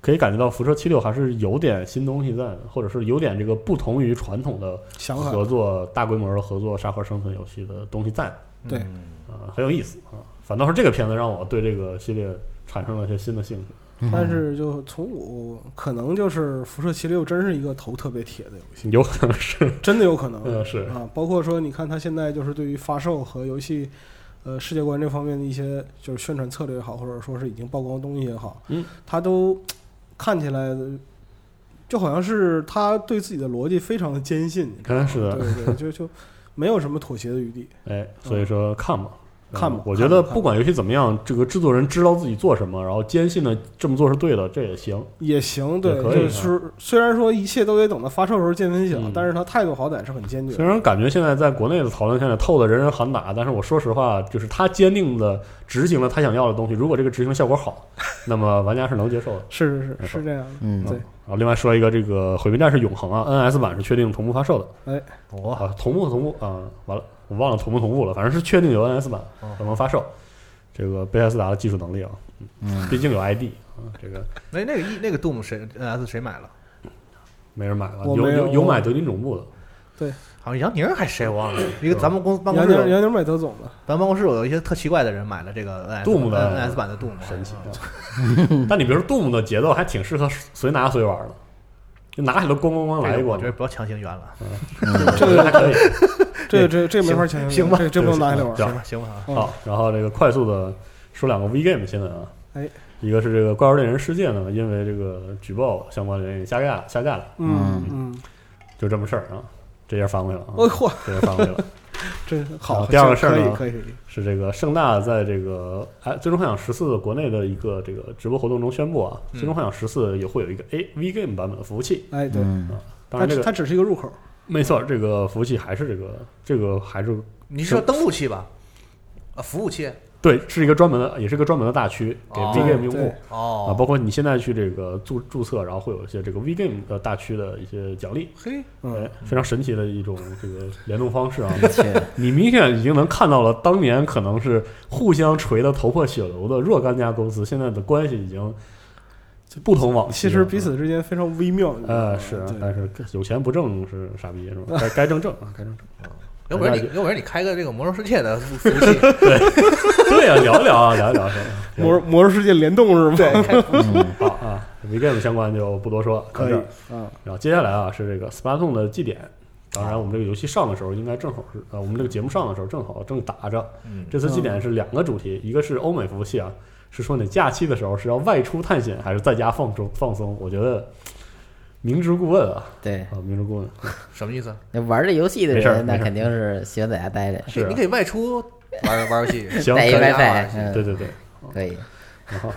[SPEAKER 2] 可以感觉到辐射七六还是有点新东西在的，或者是有点这个不同于传统的
[SPEAKER 3] 想法
[SPEAKER 2] 合作大规模的合作沙盒生存游戏的东西在的
[SPEAKER 3] 对
[SPEAKER 5] 嗯
[SPEAKER 2] 啊、很有意思啊。反倒是这个片子让我对这个系列产生了一些新的兴趣。
[SPEAKER 3] 但是就从我可能就是辐射七六真是一个头特别铁的游戏，
[SPEAKER 2] 有可能是，
[SPEAKER 3] 真的有可能、
[SPEAKER 2] 嗯，是，
[SPEAKER 3] 啊。包括说你看它现在就是对于发售和游戏。呃，世界观这方面的一些就是宣传策略也好，或者说是已经曝光的东西也好，
[SPEAKER 2] 嗯，
[SPEAKER 3] 它都看起来就好像是他对自己的逻辑非常的坚信，你知道
[SPEAKER 2] 嗯，是
[SPEAKER 3] 吗
[SPEAKER 2] 的，
[SPEAKER 3] 对对，就就没有什么妥协的余地。
[SPEAKER 2] 哎，所以说看吧，
[SPEAKER 3] 看吧
[SPEAKER 2] 嗯我
[SPEAKER 3] 看
[SPEAKER 2] 觉
[SPEAKER 3] 吧
[SPEAKER 2] 得
[SPEAKER 3] 看
[SPEAKER 2] 不
[SPEAKER 3] 吧
[SPEAKER 2] 管游戏怎么样，这个制作人知道自己做什么，然后坚信的这么做是对的，这也行。
[SPEAKER 3] 也行，对，
[SPEAKER 2] 也可以
[SPEAKER 3] 就
[SPEAKER 2] 啊
[SPEAKER 3] 是虽然说一切都得等到发售时候见分晓，
[SPEAKER 2] 嗯
[SPEAKER 3] 但是他态度好歹是很坚决
[SPEAKER 2] 虽
[SPEAKER 3] 的。
[SPEAKER 2] 然感觉现在在国内的讨论现在透的人人喊打，但是我说实话，就是他坚定的执行了他想要的东西。如果这个执行效果好，那么玩家是能接受的。
[SPEAKER 3] 是
[SPEAKER 2] 没
[SPEAKER 3] 是是
[SPEAKER 2] 错
[SPEAKER 3] 是这样的，
[SPEAKER 4] 嗯，
[SPEAKER 3] 对
[SPEAKER 2] 然后啊另外说一个，这个《毁灭战士：永恒》啊，NS 版是确定同步发售的。
[SPEAKER 3] 哎
[SPEAKER 5] 我
[SPEAKER 2] 啊，同步同步啊，完了，我忘了同不同步了，反正是确定有 NS 版
[SPEAKER 5] 哦
[SPEAKER 2] 可能发售。这个贝塞斯达的技术能力啊，
[SPEAKER 4] 嗯
[SPEAKER 2] 毕竟有 ID 啊，这个
[SPEAKER 5] 那那个一那个 Doom 谁 NS 谁买了？
[SPEAKER 2] 没人买了，
[SPEAKER 3] 我
[SPEAKER 2] 有
[SPEAKER 3] 没有
[SPEAKER 2] 有有买德军总部的。
[SPEAKER 5] 好像杨宁还是谁我忘了。一个
[SPEAKER 2] 嗯
[SPEAKER 5] 咱们公司办公
[SPEAKER 3] 杨
[SPEAKER 5] 室
[SPEAKER 3] 宁
[SPEAKER 5] 有，
[SPEAKER 3] 杨宁买德总了，
[SPEAKER 5] 咱们办公室有一些特奇怪的人买了这个 NS
[SPEAKER 2] Doom 的
[SPEAKER 5] NS 版的 Doom，啊
[SPEAKER 2] 神奇。
[SPEAKER 5] 嗯
[SPEAKER 2] 但你别说 Doom 的节奏还挺适合随拿随玩的，就拿起来咣咣咣来一
[SPEAKER 5] 哎我
[SPEAKER 2] 波，
[SPEAKER 5] 觉得不要强行圆了，
[SPEAKER 3] 这
[SPEAKER 2] 这还
[SPEAKER 3] 个
[SPEAKER 2] 可以。
[SPEAKER 3] 这个这个这个没法强行
[SPEAKER 5] 行吧
[SPEAKER 3] 这个这不能拿下来玩
[SPEAKER 2] 对
[SPEAKER 3] 儿。
[SPEAKER 5] 行吧行吧。
[SPEAKER 3] 嗯
[SPEAKER 2] 好，然后这个快速的说两个 V game 新闻啊，
[SPEAKER 3] 哎，
[SPEAKER 2] 一个是这个《怪物猎人世界》呢，因为这个举报相关人员下架下架了，
[SPEAKER 3] 嗯嗯，
[SPEAKER 2] 就这么事儿啊，这下翻过去了啊，
[SPEAKER 3] 哦嚯，
[SPEAKER 2] 这下翻过去了。
[SPEAKER 3] 这
[SPEAKER 2] 然
[SPEAKER 3] 好，
[SPEAKER 2] 后嗯第二个事儿
[SPEAKER 3] 可以
[SPEAKER 2] 呢
[SPEAKER 3] 可以，可以
[SPEAKER 2] 是这个盛大在这个哎《最终幻想十四》国内的一个这个直播活动中宣布啊，
[SPEAKER 5] 嗯
[SPEAKER 2] 最终幻想十四》也会有一个 A V Game 版本的服务器。
[SPEAKER 3] 哎，对，
[SPEAKER 4] 嗯，
[SPEAKER 2] 当
[SPEAKER 3] 它
[SPEAKER 2] 然，这
[SPEAKER 3] 只
[SPEAKER 2] 个
[SPEAKER 3] 它只是一个入口，
[SPEAKER 2] 没错，这个服务器还是这个这个还是
[SPEAKER 5] 你是说登录器吧？啊，服务器
[SPEAKER 2] 对，是一个专门的，也是一个专门的大区给
[SPEAKER 5] 哦
[SPEAKER 2] V Game
[SPEAKER 3] 对
[SPEAKER 2] 用户
[SPEAKER 3] 对
[SPEAKER 2] 啊，
[SPEAKER 5] 哦，
[SPEAKER 2] 包括你现在去这个注注册，然后会有一些这个 V Game 的大区的一些奖励，
[SPEAKER 3] 嘿，
[SPEAKER 2] 哎
[SPEAKER 3] 嗯，，
[SPEAKER 2] 非常神奇的一种这个联动方式啊。
[SPEAKER 4] 切，
[SPEAKER 2] 你明显已经能看到了，当年可能是互相锤得头破血流的若干家公司，现在的关系已经就不同往昔
[SPEAKER 3] 其
[SPEAKER 2] 了。啊
[SPEAKER 3] 实彼此之间非常微妙，你知道吗
[SPEAKER 2] 呃是啊，
[SPEAKER 3] 对
[SPEAKER 2] 但是有钱不挣是傻逼是吧？该该挣挣啊，该挣挣。
[SPEAKER 5] 要不然你
[SPEAKER 2] 大家
[SPEAKER 5] 要不然你开个这个魔兽世界的服务 器，
[SPEAKER 2] 对啊，聊一聊啊，聊一聊是吧？
[SPEAKER 3] 魔魔兽世界联动是吗？
[SPEAKER 5] 对，开
[SPEAKER 4] 嗯
[SPEAKER 2] 好啊 v g a m e 相关就不多说，
[SPEAKER 3] 可
[SPEAKER 2] 到这
[SPEAKER 3] 以
[SPEAKER 2] 儿
[SPEAKER 3] 啊，
[SPEAKER 2] 然后接下来啊是这个 Splatoon 的祭典，当然我们这个游戏上的时候应该正好是呃我们这个节目上的时候正好正打着，
[SPEAKER 5] 嗯
[SPEAKER 2] 这次祭典是两个主题，一个是欧美服务器啊，是说你假期的时候是要外出探险还是在家放松放松？我觉得明知故问啊
[SPEAKER 4] 对，
[SPEAKER 2] 啊，明知故问
[SPEAKER 5] 什么意思？
[SPEAKER 4] 那玩这游戏的
[SPEAKER 2] 没事儿
[SPEAKER 4] 人，那
[SPEAKER 2] 没事儿
[SPEAKER 4] 肯定是喜欢在家待着，
[SPEAKER 2] 是
[SPEAKER 5] 你
[SPEAKER 2] 啊
[SPEAKER 5] 可以外出玩玩游戏，
[SPEAKER 2] 行
[SPEAKER 4] 带一
[SPEAKER 2] 可以
[SPEAKER 4] WiFi，嗯
[SPEAKER 2] 对对 对，
[SPEAKER 4] 可以，
[SPEAKER 2] 然后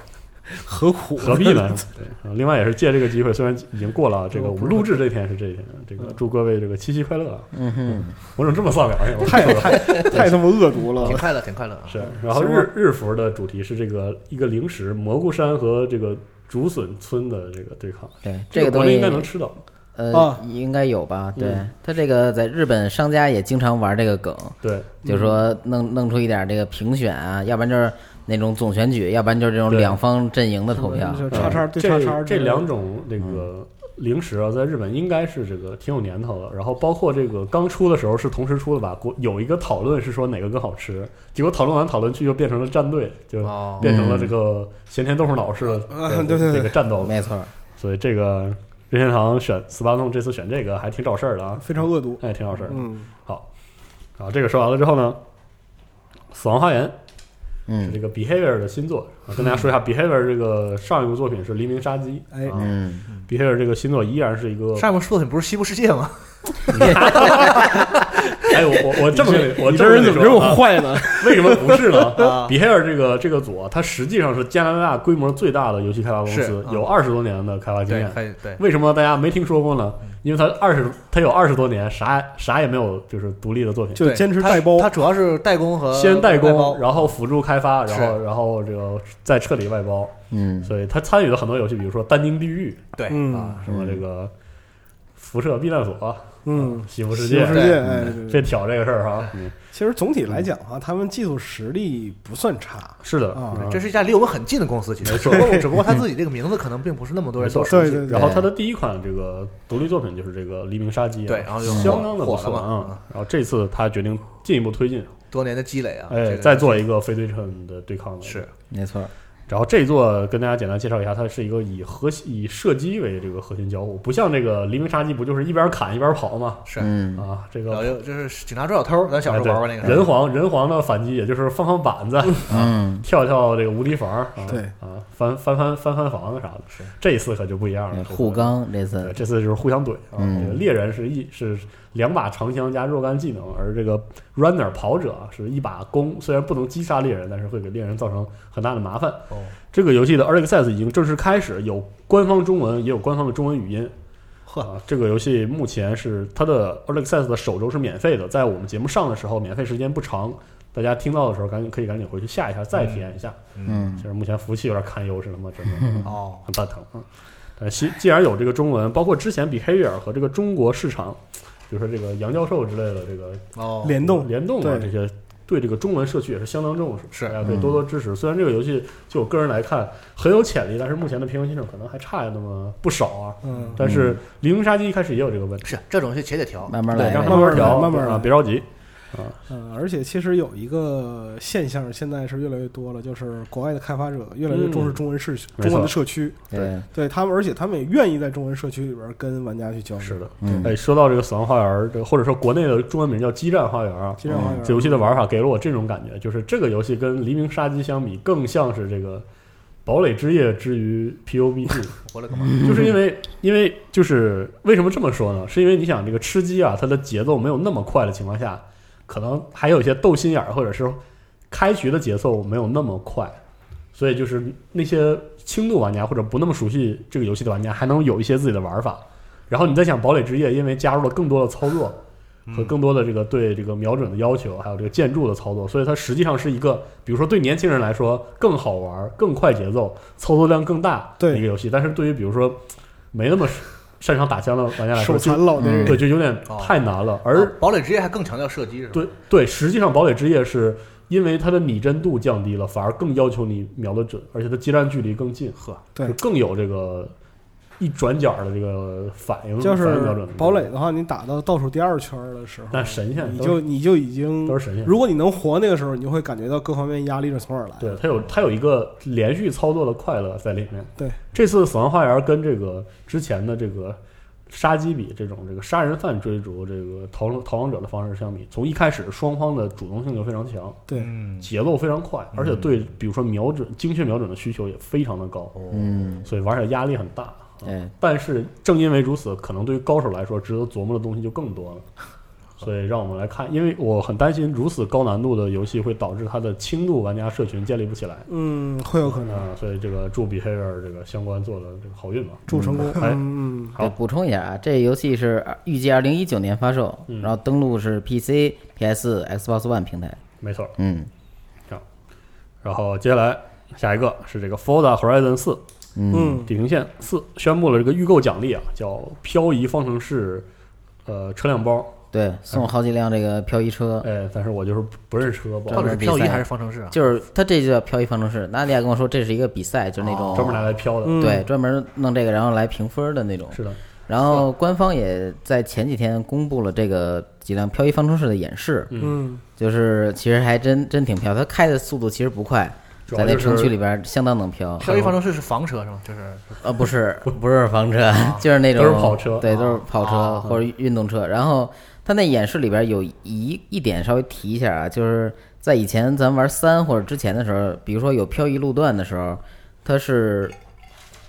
[SPEAKER 3] 何苦
[SPEAKER 2] 何必呢？对，然后另外也是借这个机会，虽然已经过了啊这个
[SPEAKER 4] 哦
[SPEAKER 2] 我们录制这天是这一天，这个祝各位这个七夕快乐啊！
[SPEAKER 4] 嗯哼，
[SPEAKER 2] 我怎么这么丧呀？哎呀我
[SPEAKER 3] 太 太太他妈恶毒了
[SPEAKER 5] 挺，快乐，挺快乐啊！
[SPEAKER 2] 哦是，然后
[SPEAKER 3] 行吧
[SPEAKER 2] 日日服的主题是这个一个零食蘑菇山和这个竹笋村的这个对抗，
[SPEAKER 4] 对，这个
[SPEAKER 2] 国
[SPEAKER 4] 东
[SPEAKER 2] 内
[SPEAKER 4] 西
[SPEAKER 2] 应该能吃到。
[SPEAKER 4] 呃
[SPEAKER 3] 啊
[SPEAKER 4] 应该有吧？对
[SPEAKER 2] 哦嗯，
[SPEAKER 4] 他这个在日本商家也经常玩这个梗，
[SPEAKER 2] 对，
[SPEAKER 4] 就是说弄弄出一点这个评选啊，要不然就是那种总选举，要不然就是这种
[SPEAKER 2] 对
[SPEAKER 4] 两方阵营的投票。
[SPEAKER 3] 就叉叉对叉
[SPEAKER 2] 呃这
[SPEAKER 3] 叉之
[SPEAKER 2] 这
[SPEAKER 3] 类的
[SPEAKER 2] 两种这
[SPEAKER 3] 嗯
[SPEAKER 2] 个零食啊，在日本应该是这个挺有年头的。然后包括这个刚出的时候是同时出的吧？国有一个讨论是说哪个更好吃，结果讨论完讨论去就变成了战队，就
[SPEAKER 5] 哦，
[SPEAKER 2] 变成了这个咸甜豆腐脑式的
[SPEAKER 3] 啊
[SPEAKER 2] 这个
[SPEAKER 3] 对对对
[SPEAKER 2] 这个战斗。
[SPEAKER 4] 没错，
[SPEAKER 2] 所以这个任天堂选斯巴弄这次选这个还挺找事儿的啊，
[SPEAKER 3] 非常恶毒，
[SPEAKER 2] 哎，挺找事儿。
[SPEAKER 3] 嗯，
[SPEAKER 2] 啊，这个说完了之后呢，《死亡花园》是
[SPEAKER 4] 嗯
[SPEAKER 2] 这个 Behavior 的新作，啊、跟大家说一下，Behavior 这个上一部作品是《黎明杀机
[SPEAKER 3] 哎》，
[SPEAKER 2] 啊
[SPEAKER 4] 嗯，
[SPEAKER 2] ，Behavior 这个新作依然是一个，
[SPEAKER 5] 上一部作品不是西部世界吗？
[SPEAKER 2] 哎，我我我 这么跟你我
[SPEAKER 3] 你这
[SPEAKER 2] 么
[SPEAKER 3] 人
[SPEAKER 2] 跟
[SPEAKER 3] 怎
[SPEAKER 2] 你
[SPEAKER 3] 么这
[SPEAKER 2] 说
[SPEAKER 3] 么
[SPEAKER 2] 啊，
[SPEAKER 3] 坏呢？
[SPEAKER 2] 为什么不是呢
[SPEAKER 5] 啊
[SPEAKER 2] ？Behavior 这个这个组，啊它实际上是加拿大规模最大的游戏开发公
[SPEAKER 5] 是
[SPEAKER 2] 司，
[SPEAKER 5] 啊
[SPEAKER 2] 有二十多年的开发经
[SPEAKER 5] 对，
[SPEAKER 2] 验。
[SPEAKER 5] 还对，
[SPEAKER 2] 为什么大家没听说过呢？因为它二十，它有二十多年啥啥也没有，就是独立的作品。
[SPEAKER 3] 就
[SPEAKER 5] 对
[SPEAKER 3] 坚持
[SPEAKER 5] 它
[SPEAKER 3] 带包
[SPEAKER 5] 它主要是代工和
[SPEAKER 2] 先代
[SPEAKER 5] 包
[SPEAKER 2] 工，然后辅助开发，然后
[SPEAKER 5] 是
[SPEAKER 2] 然后这个再彻底外包。
[SPEAKER 4] 嗯，
[SPEAKER 2] 所以他参与了很多游戏，比如说《丹丁地狱
[SPEAKER 5] 对
[SPEAKER 3] 嗯》
[SPEAKER 5] 啊，
[SPEAKER 2] 什么这个《辐射避难所》《
[SPEAKER 3] 嗯，
[SPEAKER 2] 西部世
[SPEAKER 3] 西
[SPEAKER 2] 界
[SPEAKER 3] 部世》，界，哎，对对
[SPEAKER 2] 啊这挑这个事儿哈，嗯
[SPEAKER 3] 其实总体来讲哈，他们技术实力不算差，
[SPEAKER 2] 是的
[SPEAKER 3] 啊，
[SPEAKER 2] 嗯
[SPEAKER 5] 这是一家离我们很近的公司，其实只不过只不过他自己这个名字可能并不是那么多
[SPEAKER 2] 没
[SPEAKER 5] 人都
[SPEAKER 2] 错。
[SPEAKER 5] 熟
[SPEAKER 3] 对
[SPEAKER 5] 悉，
[SPEAKER 3] 对
[SPEAKER 2] 然后他的第一款这个独立作品就是这个《黎明杀机》，啊
[SPEAKER 5] 对，，然后就
[SPEAKER 2] 相当的不
[SPEAKER 5] 火了嘛，
[SPEAKER 2] 错啊
[SPEAKER 5] 嗯。
[SPEAKER 2] 然后这次他决定进一步推进，
[SPEAKER 5] 多年的积累啊，这
[SPEAKER 2] 哎，
[SPEAKER 5] 个
[SPEAKER 2] 再做一个非对称的对抗的
[SPEAKER 5] 是。
[SPEAKER 4] 没错，
[SPEAKER 2] 然后这一座跟大家简单介绍一下，它是一个以核心以射击为这个核心交互，不像这个《黎明杀机》不就是一边砍一边跑吗？
[SPEAKER 5] 是，
[SPEAKER 4] 嗯，
[SPEAKER 2] 啊，这
[SPEAKER 5] 然后
[SPEAKER 2] 个
[SPEAKER 5] 又就是警察抓小偷，咱小时候玩过那个
[SPEAKER 2] 哎对人皇人皇的反击，也就是放放板子、
[SPEAKER 4] 嗯，
[SPEAKER 2] 跳跳这个无敌房，啊
[SPEAKER 3] 对
[SPEAKER 2] 啊，翻翻翻翻翻房子啥的。
[SPEAKER 5] 是
[SPEAKER 2] 这一次可就不一样了，
[SPEAKER 4] 护
[SPEAKER 2] 刚，
[SPEAKER 4] 刚这
[SPEAKER 2] 对，
[SPEAKER 4] 次，
[SPEAKER 2] 这次就是互相怼啊。
[SPEAKER 4] 嗯
[SPEAKER 2] 这个猎人是一是两把长枪加若干技能，而这个 runner 跑者啊是一把弓，虽然不能击杀猎人，但是会给猎人造成很大的麻烦。
[SPEAKER 5] 哦，
[SPEAKER 2] 这个游戏的 Early Access 已经正式开始，有官方中文，也有官方的中文语音。
[SPEAKER 5] 呵，
[SPEAKER 2] 啊，这个游戏目前是它的 Early Access 的首周是免费的，在我们节目上的时候，免费时间不长，大家听到的时候赶紧可以赶紧回去下一下，再体验一下。
[SPEAKER 4] 嗯
[SPEAKER 2] 就是目前服务器有点堪忧，是他妈真的
[SPEAKER 5] 哦，
[SPEAKER 2] 很蛋疼啊。但既既然有这个中文，包括之前 Behavior 和这个中国市场，比如说这个杨教授之类的这个
[SPEAKER 5] 哦，
[SPEAKER 3] 联动，
[SPEAKER 2] 联动啊，这
[SPEAKER 3] 对
[SPEAKER 2] 些对这个中文社区也是相当重视，
[SPEAKER 5] 是
[SPEAKER 2] 大家可以
[SPEAKER 4] 嗯
[SPEAKER 2] 多多支持。虽然这个游戏就我个人来看很有潜力，但是目前的平衡系统可能还差那么不少啊。
[SPEAKER 3] 嗯，
[SPEAKER 2] 但是《黎明杀机》一开始也有这个问题，
[SPEAKER 5] 是这种是且得调，
[SPEAKER 4] 慢慢
[SPEAKER 2] 对，
[SPEAKER 4] 来呗，
[SPEAKER 2] 让他
[SPEAKER 3] 慢慢
[SPEAKER 2] 慢聊，
[SPEAKER 3] 慢慢
[SPEAKER 2] 对啊，
[SPEAKER 3] 来
[SPEAKER 2] 别着急。
[SPEAKER 3] 嗯，而且其实有一个现象，现在是越来越多了，就是国外的开发者越来越重视中文社区、
[SPEAKER 2] 嗯
[SPEAKER 3] 中文
[SPEAKER 2] 没错
[SPEAKER 3] 的社区，
[SPEAKER 4] 对，
[SPEAKER 3] 对他们，而且他们也愿意在中文社区里边跟玩家去交流。
[SPEAKER 2] 是的，
[SPEAKER 4] 嗯
[SPEAKER 2] 哎，说到这个《死亡花园》，这个或者说国内的中文名叫《激战花园》啊，
[SPEAKER 3] 激战花园
[SPEAKER 2] 这游戏的玩法给了我这种感觉，就是这个游戏跟《黎明杀机》相比，更像是这个《堡垒之夜》之于 PUBG。
[SPEAKER 5] 我勒个妈，
[SPEAKER 2] 就是因为，因为就是为什么这么说呢？是因为你想这个吃鸡啊，它的节奏没有那么快的情况下，可能还有一些斗心眼儿或者是开局的节奏没有那么快，所以就是那些轻度玩家或者不那么熟悉这个游戏的玩家，还能有一些自己的玩法。然后你再想《堡垒之夜》，因为加入了更多的操作和更多的这个对这个瞄准的要求，还有这个建筑的操作，所以它实际上是一个，比如说对年轻人来说更好玩、更快节奏、操作量更大的
[SPEAKER 3] 对
[SPEAKER 2] 一个游戏。但是对于比如说没那么擅长打枪的玩家来说，
[SPEAKER 3] 手
[SPEAKER 2] 就
[SPEAKER 3] 残老年人
[SPEAKER 2] 对，就有点
[SPEAKER 5] 哦
[SPEAKER 2] 太难了。而
[SPEAKER 5] 堡垒之夜还更强调射击是吧？
[SPEAKER 2] 对对，实际上《堡垒之夜》是因为它的拟真度降低了，反而更要求你瞄得准，而且它接战距离更近，呵，
[SPEAKER 3] 对
[SPEAKER 2] 就更有这个一转角的这个反应，
[SPEAKER 3] 就
[SPEAKER 2] 嗯反应
[SPEAKER 3] 是
[SPEAKER 2] 瞄准的
[SPEAKER 3] 堡垒，的话，你打到倒数第二圈儿的时候，
[SPEAKER 2] 那神仙
[SPEAKER 3] 你
[SPEAKER 2] 都
[SPEAKER 3] 就你就已经
[SPEAKER 2] 都是神仙。
[SPEAKER 3] 如果你能活那个时候，你就会感觉到各方面压力是从哪儿来的。
[SPEAKER 2] 对，它有它有一个连续操作的快乐在里面。
[SPEAKER 3] 对，
[SPEAKER 2] 这次《死亡花园》跟这个之前的这个杀鸡比这种这个杀人犯追逐这个逃逃亡者的方式相比，从一开始双方的主动性就非常强，
[SPEAKER 5] 嗯，
[SPEAKER 2] 节奏非常快，而且
[SPEAKER 5] 嗯
[SPEAKER 2] 对比如说瞄准、精确瞄准的需求也非常的高，
[SPEAKER 4] 嗯，
[SPEAKER 2] 所以玩起来压力很大。啊
[SPEAKER 5] 哎
[SPEAKER 4] 对，
[SPEAKER 2] 但是正因为如此，可能对于高手来说，值得琢磨的东西就更 多了。所以让我们来看，因为我很担心如此高难度的游戏会导致它的轻度玩家社群建立不起来。
[SPEAKER 3] 嗯，会有可能
[SPEAKER 2] 啊，所以这个祝 Behavior 这个相关做的这个好运吧。
[SPEAKER 3] 祝成功。
[SPEAKER 2] 哎
[SPEAKER 3] 嗯，嗯
[SPEAKER 2] 好
[SPEAKER 4] 对，补充一下啊，这游戏是呃预计二零一九年发售，
[SPEAKER 2] 嗯
[SPEAKER 4] 然后登陆是 PC、PS、Xbox One 平台。
[SPEAKER 2] 没错。
[SPEAKER 4] 嗯
[SPEAKER 2] 然后接下来下一个是这个 Forza Horizon 四
[SPEAKER 4] 嗯
[SPEAKER 3] 嗯，
[SPEAKER 2] 地平线四宣布了这个预购奖励啊，叫漂移方程式呃车辆包。
[SPEAKER 4] 对，送好几辆这个漂移车，
[SPEAKER 2] 哎，但是我就是不认车，不好
[SPEAKER 5] 到
[SPEAKER 2] 意
[SPEAKER 4] 专
[SPEAKER 5] 底
[SPEAKER 4] 门
[SPEAKER 5] 是
[SPEAKER 4] 比
[SPEAKER 5] 漂移
[SPEAKER 4] 赛
[SPEAKER 5] 还是方程式啊？
[SPEAKER 4] 就是它这就叫漂移方程式。娜迪亚跟我说这是一个比赛，就是那
[SPEAKER 2] 思
[SPEAKER 4] 种
[SPEAKER 2] 哦专门拿来飘的。
[SPEAKER 3] 嗯
[SPEAKER 4] 对，专门弄这个，然后来评分的那种。
[SPEAKER 2] 是的，
[SPEAKER 4] 然后官方也在前几天公布了这个几辆漂移方程式的演示，
[SPEAKER 3] 嗯，
[SPEAKER 4] 就是其实还真真挺飘，它开的速度其实不快，
[SPEAKER 2] 主
[SPEAKER 4] 在
[SPEAKER 2] 要
[SPEAKER 4] 那
[SPEAKER 2] 就是
[SPEAKER 4] 城区里边相当能飘。
[SPEAKER 5] 漂移方程式是房车是吗？就是
[SPEAKER 4] 呃，不是，不是房车，就是那种
[SPEAKER 2] 啊都是跑车
[SPEAKER 4] 对，都是跑车
[SPEAKER 5] 啊
[SPEAKER 4] 或者运动车。然后他那演示里边有一一点稍微提一下啊，就是在以前咱玩三或者之前的时候，比如说有漂移路段的时候，它是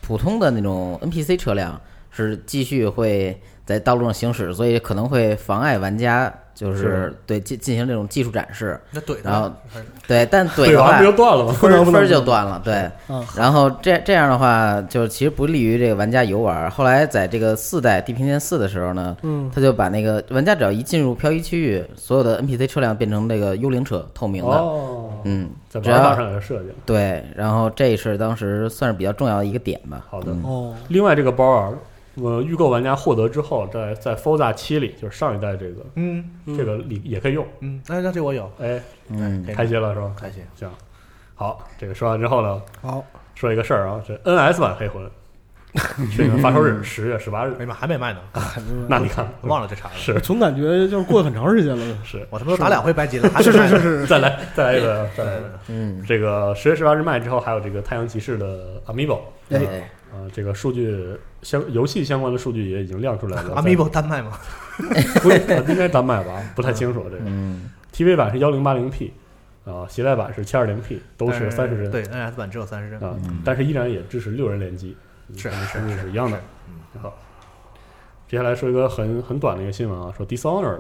[SPEAKER 4] 普通的那种 NPC 车辆是继续会在道路上行驶，所以可能会妨碍玩家就是
[SPEAKER 2] 是
[SPEAKER 4] 对进进行这种技术展示。
[SPEAKER 5] 那怼
[SPEAKER 4] 然后
[SPEAKER 5] 的，还是
[SPEAKER 4] 对，但 怼
[SPEAKER 2] 对
[SPEAKER 4] 的
[SPEAKER 2] 完
[SPEAKER 4] 话
[SPEAKER 2] 啊不就断了吗？
[SPEAKER 4] 分
[SPEAKER 3] 不能
[SPEAKER 4] 儿
[SPEAKER 3] 不
[SPEAKER 4] 分
[SPEAKER 3] 能
[SPEAKER 4] 儿就断了，对
[SPEAKER 3] 嗯。
[SPEAKER 4] 然后这这样的话，就其实不利于这个玩家游玩儿。后来在这个四代《地平线四》的时候呢，
[SPEAKER 3] 嗯，
[SPEAKER 4] 他就把那个玩家只要一进入漂移区域，所有的 NPC 车辆变成这个幽灵车，透明的，
[SPEAKER 2] 哦，
[SPEAKER 4] 嗯，
[SPEAKER 2] 在
[SPEAKER 4] 只
[SPEAKER 2] 玩法
[SPEAKER 4] 要
[SPEAKER 2] 上有设计。
[SPEAKER 4] 对。然后这是当时算是比较重要的一个点吧。
[SPEAKER 2] 好的
[SPEAKER 4] 嗯
[SPEAKER 3] 哦，
[SPEAKER 2] 另外，这个包啊，呃，预购玩家获得之后，在在 Forza 七里，就是上一代这个
[SPEAKER 5] 嗯
[SPEAKER 3] 嗯
[SPEAKER 2] 这个里也可以用。
[SPEAKER 5] 嗯，那那这我有，
[SPEAKER 2] 哎，
[SPEAKER 4] 嗯，
[SPEAKER 2] 开心了是吧？
[SPEAKER 5] 开心。
[SPEAKER 2] 行，好，这个说完之后呢，
[SPEAKER 3] 好，
[SPEAKER 2] 说一个事儿啊，这 NS 版黑魂，去年发售日十月十八日
[SPEAKER 5] 哎，呀妈，还没卖呢，
[SPEAKER 2] 那你看
[SPEAKER 5] 我忘了这茬了。
[SPEAKER 2] 是
[SPEAKER 3] 总感觉就是过了很长时间了。
[SPEAKER 2] 是，
[SPEAKER 5] 我他妈都打两回白金了，还没
[SPEAKER 3] 是是
[SPEAKER 5] 卖呢呃
[SPEAKER 3] 是是，
[SPEAKER 2] 再来再来一个，再
[SPEAKER 5] 哎
[SPEAKER 2] 来一个。
[SPEAKER 4] 嗯，
[SPEAKER 2] 这个十月十八日卖之后，还有这个太阳骑士的 Amiibo，
[SPEAKER 4] 对，
[SPEAKER 2] 啊，这个数据相游戏相关的数据也已经亮出 来了。
[SPEAKER 5] ，Amiibo 单卖吗？
[SPEAKER 2] 不是呃应该单卖吧？不太清楚这个。
[SPEAKER 4] 嗯，
[SPEAKER 2] TV 版是幺零八零 P，啊，携带版是七二零 P，都是三十帧。
[SPEAKER 5] 对，NS 版只有三十帧。
[SPEAKER 2] 啊，但是依然也支持六人联机，
[SPEAKER 5] 是
[SPEAKER 2] 跟
[SPEAKER 5] 是嗯
[SPEAKER 2] 跟是一样的。好，接下来说一个很很短的一个新闻啊，说 Dishonored，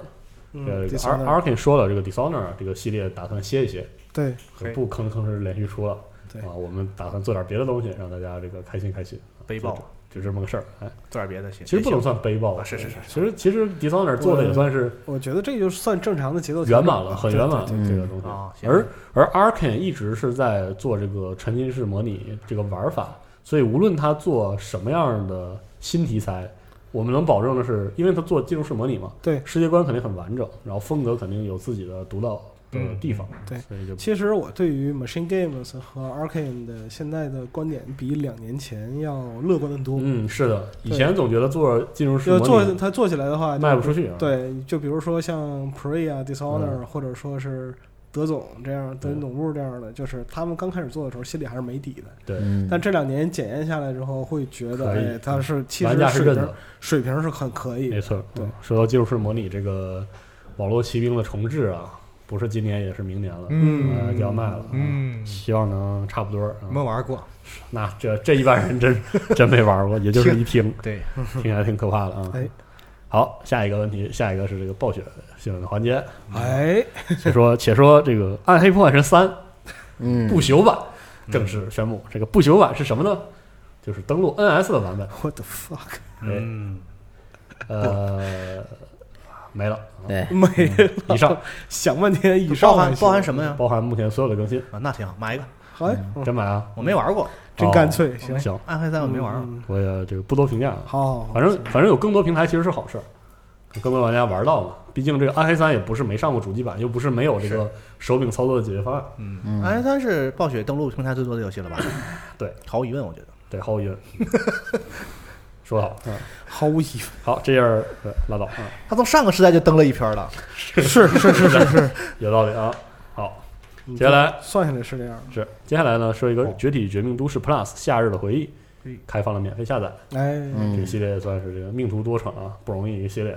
[SPEAKER 2] 呃
[SPEAKER 3] 嗯，第三
[SPEAKER 2] Ar
[SPEAKER 3] 代
[SPEAKER 2] Arkin 说了，这个 Dishonored 这个系列打算歇一歇，
[SPEAKER 3] 对，
[SPEAKER 5] 可以
[SPEAKER 2] 不吭吭是连续出了。
[SPEAKER 3] 对
[SPEAKER 2] 啊，我们打算做点别的东西，让大家这个开心开心。
[SPEAKER 5] 背包
[SPEAKER 2] 就这么个事儿，哎，
[SPEAKER 5] 做点别的行。
[SPEAKER 2] 其实不能算背包，
[SPEAKER 5] 啊是是是
[SPEAKER 2] 其实其实 Dishonored 做的也算是
[SPEAKER 3] 我觉得这就算正常的节奏
[SPEAKER 2] 圆
[SPEAKER 3] 调整
[SPEAKER 2] 满了，很圆满了
[SPEAKER 3] 对对
[SPEAKER 4] 对
[SPEAKER 2] 这个东西
[SPEAKER 5] 啊。行
[SPEAKER 2] 而而 Arkane 一直是在做这个沉浸式模拟这个玩法，所以无论他做什么样的新题材，我们能保证的是，因为他做进入式模拟嘛，
[SPEAKER 3] 对
[SPEAKER 2] 世界观肯定很完整，然后风格肯定有自己的独到的呃地方，
[SPEAKER 3] 嗯对
[SPEAKER 2] 所以就
[SPEAKER 3] 其实我对于 Machine Games 和 Arkane 的现在的观点比两年前要乐观的多。
[SPEAKER 2] 嗯，是的，以
[SPEAKER 3] 对
[SPEAKER 2] 前总觉得做进入式
[SPEAKER 3] 要
[SPEAKER 2] 模
[SPEAKER 3] 做
[SPEAKER 2] 拟
[SPEAKER 3] 它做起来的话，
[SPEAKER 2] 卖不出去啊，，
[SPEAKER 3] 对，就比如说像 Prey 啊、Dishonor，、或者说是德总这样、德云总部这样的，就是他们刚开始做的时候心里还是没底的，
[SPEAKER 4] 嗯
[SPEAKER 3] 但这两年检验下来之后，会觉得
[SPEAKER 2] 可以
[SPEAKER 3] 哎，它是其
[SPEAKER 2] 玩
[SPEAKER 3] 实
[SPEAKER 2] 家是
[SPEAKER 3] 水
[SPEAKER 2] 认的
[SPEAKER 3] 平。水平是很可以
[SPEAKER 2] 没
[SPEAKER 3] 的。
[SPEAKER 2] 错，
[SPEAKER 3] 对
[SPEAKER 2] 嗯，说到进入式模拟这个网络骑兵的重置啊，不是今年也是明年了，呃就要卖了，
[SPEAKER 5] 嗯，
[SPEAKER 2] 希望能差不多。啊
[SPEAKER 5] 没玩过，
[SPEAKER 2] 那 这这一般人真真没玩过，也就是一听，
[SPEAKER 5] 对，
[SPEAKER 2] 听起来挺可怕的啊。
[SPEAKER 3] 哎
[SPEAKER 2] 好，下一个问题，下一个是这个暴雪新闻的环节。
[SPEAKER 3] 哎，
[SPEAKER 2] 且说且说这个《暗黑破坏神三》
[SPEAKER 4] 嗯，
[SPEAKER 2] 不朽版正式宣布，这个不朽版是什么呢？就是登录 NS 的版本。
[SPEAKER 3] 我的 fuck，
[SPEAKER 6] 嗯，
[SPEAKER 2] 呃，没了，啊嗯
[SPEAKER 4] 对，
[SPEAKER 3] 没
[SPEAKER 2] 以上
[SPEAKER 3] 想半天以上
[SPEAKER 5] 包含
[SPEAKER 3] 还是
[SPEAKER 5] 包含什么
[SPEAKER 3] 嗯
[SPEAKER 5] 呀？
[SPEAKER 2] 包含目前所有的更新，
[SPEAKER 5] 啊，那挺好，买一个，
[SPEAKER 3] 好呀，嗯
[SPEAKER 2] 真买啊！
[SPEAKER 5] 我没玩过，
[SPEAKER 3] 真干脆，行
[SPEAKER 2] 哦，，行，
[SPEAKER 5] 暗黑三我没玩儿，啊
[SPEAKER 3] 嗯，
[SPEAKER 2] 我也这个不多评价啊。
[SPEAKER 3] 好好好，
[SPEAKER 2] 反正反正有更多平台其实是好事儿，有更多玩家玩到嘛。毕竟这个《暗黑三》也不是没上过主机版，又不是没有这个手柄操作的解决方案。
[SPEAKER 5] 嗯，
[SPEAKER 4] 嗯
[SPEAKER 5] 暗黑三是暴雪登陆平台最多的游戏了吧？
[SPEAKER 2] 对，
[SPEAKER 5] 毫无疑问，我觉得。
[SPEAKER 2] 对，毫无疑问， 说得好，嗯，
[SPEAKER 3] 毫无疑
[SPEAKER 2] 好，这样儿呃拉倒啊，
[SPEAKER 5] 他从上个时代就登了一篇了，
[SPEAKER 3] 问，是是是是是，
[SPEAKER 2] 有道理啊。好，
[SPEAKER 3] 嗯
[SPEAKER 2] 接下来
[SPEAKER 3] 算下来是这样
[SPEAKER 2] 是接下来呢，说一个《绝体绝命都市 Plus》夏日的回忆
[SPEAKER 5] 嗯，
[SPEAKER 2] 开放了免费下载。
[SPEAKER 3] 的，哎，
[SPEAKER 2] 这个
[SPEAKER 4] 嗯
[SPEAKER 2] 系列也算是这个命途多舛啊，不容易一个系列。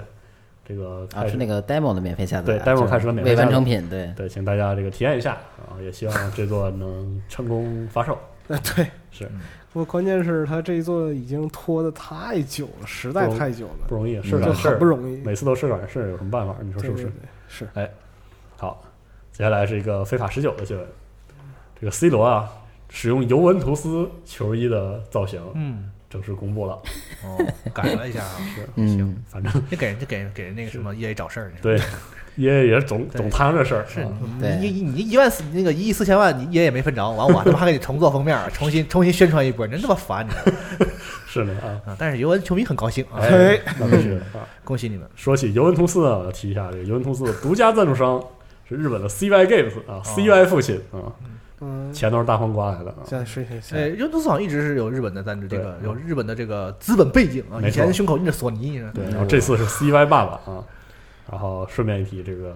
[SPEAKER 2] 这个
[SPEAKER 4] 啊
[SPEAKER 2] 开
[SPEAKER 4] 是
[SPEAKER 2] 始
[SPEAKER 4] 那个 demo 的免费下载
[SPEAKER 2] 对
[SPEAKER 4] 啊，
[SPEAKER 2] ，demo
[SPEAKER 4] 就是
[SPEAKER 2] 开始了免费
[SPEAKER 4] 未完
[SPEAKER 2] 下载
[SPEAKER 4] 成品，对，
[SPEAKER 2] 对，请大家这个体验一下啊，也希望这座能成功发售。
[SPEAKER 3] 哎对，
[SPEAKER 2] 是
[SPEAKER 3] 我关键是他这一座已经拖的太久了，实在
[SPEAKER 2] 不容
[SPEAKER 3] 太久
[SPEAKER 2] 不
[SPEAKER 3] 了，
[SPEAKER 2] 容易，是
[SPEAKER 3] 这
[SPEAKER 2] 赶事
[SPEAKER 3] 很不
[SPEAKER 2] 儿，
[SPEAKER 3] 容易，
[SPEAKER 2] 每次都是赶事儿，有什么办法？你说是不是
[SPEAKER 3] 嗯对？？对对是，
[SPEAKER 2] 好，接下来是一个非法十九的新闻，这个 C 罗啊，使用尤文图斯球衣的造型
[SPEAKER 5] 嗯，
[SPEAKER 2] 正式公布了。
[SPEAKER 5] 哦，改了一下 啊，
[SPEAKER 4] 嗯，
[SPEAKER 2] 反正
[SPEAKER 5] 你给人家给人给人那个什么 EA 找事儿，你说
[SPEAKER 2] 对，也也总
[SPEAKER 5] 对
[SPEAKER 2] 总摊上这事儿，
[SPEAKER 5] 是
[SPEAKER 2] 啊
[SPEAKER 4] 对
[SPEAKER 5] 你你你一万四那个一亿四千万，你也也没分着，完我他妈还给你重做封面，重新重新宣传一波，真他妈烦你知道吗
[SPEAKER 2] 是呢啊。
[SPEAKER 5] 啊！但是尤文球迷很高兴啊，
[SPEAKER 2] 哎，那必须的啊！
[SPEAKER 5] 恭喜你们！
[SPEAKER 2] 说起尤文图斯呢，我要提一下这个尤文图斯的独家赞助商是日本的 CY Games 啊，CY 父亲啊，
[SPEAKER 3] 嗯，
[SPEAKER 2] 钱都是大黄瓜来的啊。
[SPEAKER 3] 现在是是
[SPEAKER 5] 呃，尤文图斯好像一直是有日本的赞助，这个
[SPEAKER 2] 对嗯
[SPEAKER 5] 有日本的这个资本背景啊，
[SPEAKER 2] 没
[SPEAKER 5] 以
[SPEAKER 2] 错
[SPEAKER 5] 前胸口印着索尼，啊
[SPEAKER 2] 对，然后这次是 CY 爸爸啊，然后顺便一提这个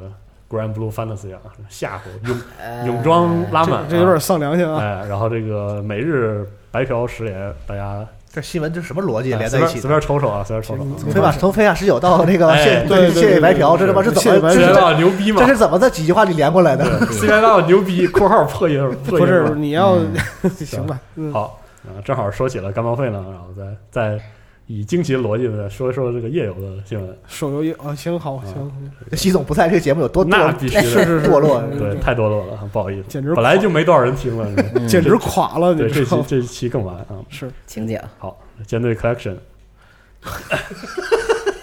[SPEAKER 2] Grand Blue Fantasy 啊，吓唬泳
[SPEAKER 4] 呃
[SPEAKER 2] 泳装拉满啊，
[SPEAKER 3] 这这有点丧良心啊，
[SPEAKER 2] 哎，然后这个每日白嫖十连，大家
[SPEAKER 5] 这新闻这什么逻辑
[SPEAKER 2] 哎
[SPEAKER 5] 连在
[SPEAKER 2] 随
[SPEAKER 5] 一
[SPEAKER 2] 便
[SPEAKER 5] 起
[SPEAKER 2] 随
[SPEAKER 5] 的？
[SPEAKER 2] 便瞅瞅啊，随便瞅瞅啊。
[SPEAKER 5] 从非法从非法十九到那个
[SPEAKER 2] 哎
[SPEAKER 5] 谢
[SPEAKER 3] 对对对
[SPEAKER 5] 谢谢白嫖，
[SPEAKER 3] 对
[SPEAKER 5] 这
[SPEAKER 3] 对
[SPEAKER 5] 他妈是
[SPEAKER 3] 对
[SPEAKER 5] 怎
[SPEAKER 3] 谢谢
[SPEAKER 5] 么
[SPEAKER 3] 白
[SPEAKER 2] ，CY
[SPEAKER 3] 嫖
[SPEAKER 5] 这
[SPEAKER 2] 爸
[SPEAKER 5] 这
[SPEAKER 2] 爸牛逼嘛
[SPEAKER 5] 这是怎么在几句话里连过来的？
[SPEAKER 2] ？CY 爸爸牛逼，括号破音儿，破
[SPEAKER 3] 不
[SPEAKER 2] 音儿
[SPEAKER 3] 是
[SPEAKER 2] 嘛
[SPEAKER 3] 你要 行吧，嗯，
[SPEAKER 2] 啊好啊，正好说起了干报废呢，然后再再以惊奇的逻辑呢说一说这个夜游的新闻，
[SPEAKER 3] 手游也啊，行好
[SPEAKER 2] 啊
[SPEAKER 3] 行，
[SPEAKER 5] 习总不哎在这个节目有多
[SPEAKER 2] 那
[SPEAKER 5] 多
[SPEAKER 2] 必须的
[SPEAKER 3] 是，是是
[SPEAKER 5] 堕落
[SPEAKER 2] 对，太堕落了，不好意思，
[SPEAKER 3] 简直
[SPEAKER 2] 本来就没多少人听 了，是吧
[SPEAKER 4] 嗯
[SPEAKER 3] 简直垮了，
[SPEAKER 2] 对，
[SPEAKER 3] 你
[SPEAKER 2] 这
[SPEAKER 3] 知
[SPEAKER 2] 期
[SPEAKER 3] 道吗？
[SPEAKER 2] 这期更完啊。
[SPEAKER 3] 是
[SPEAKER 4] 请讲
[SPEAKER 2] 好，舰队 Collection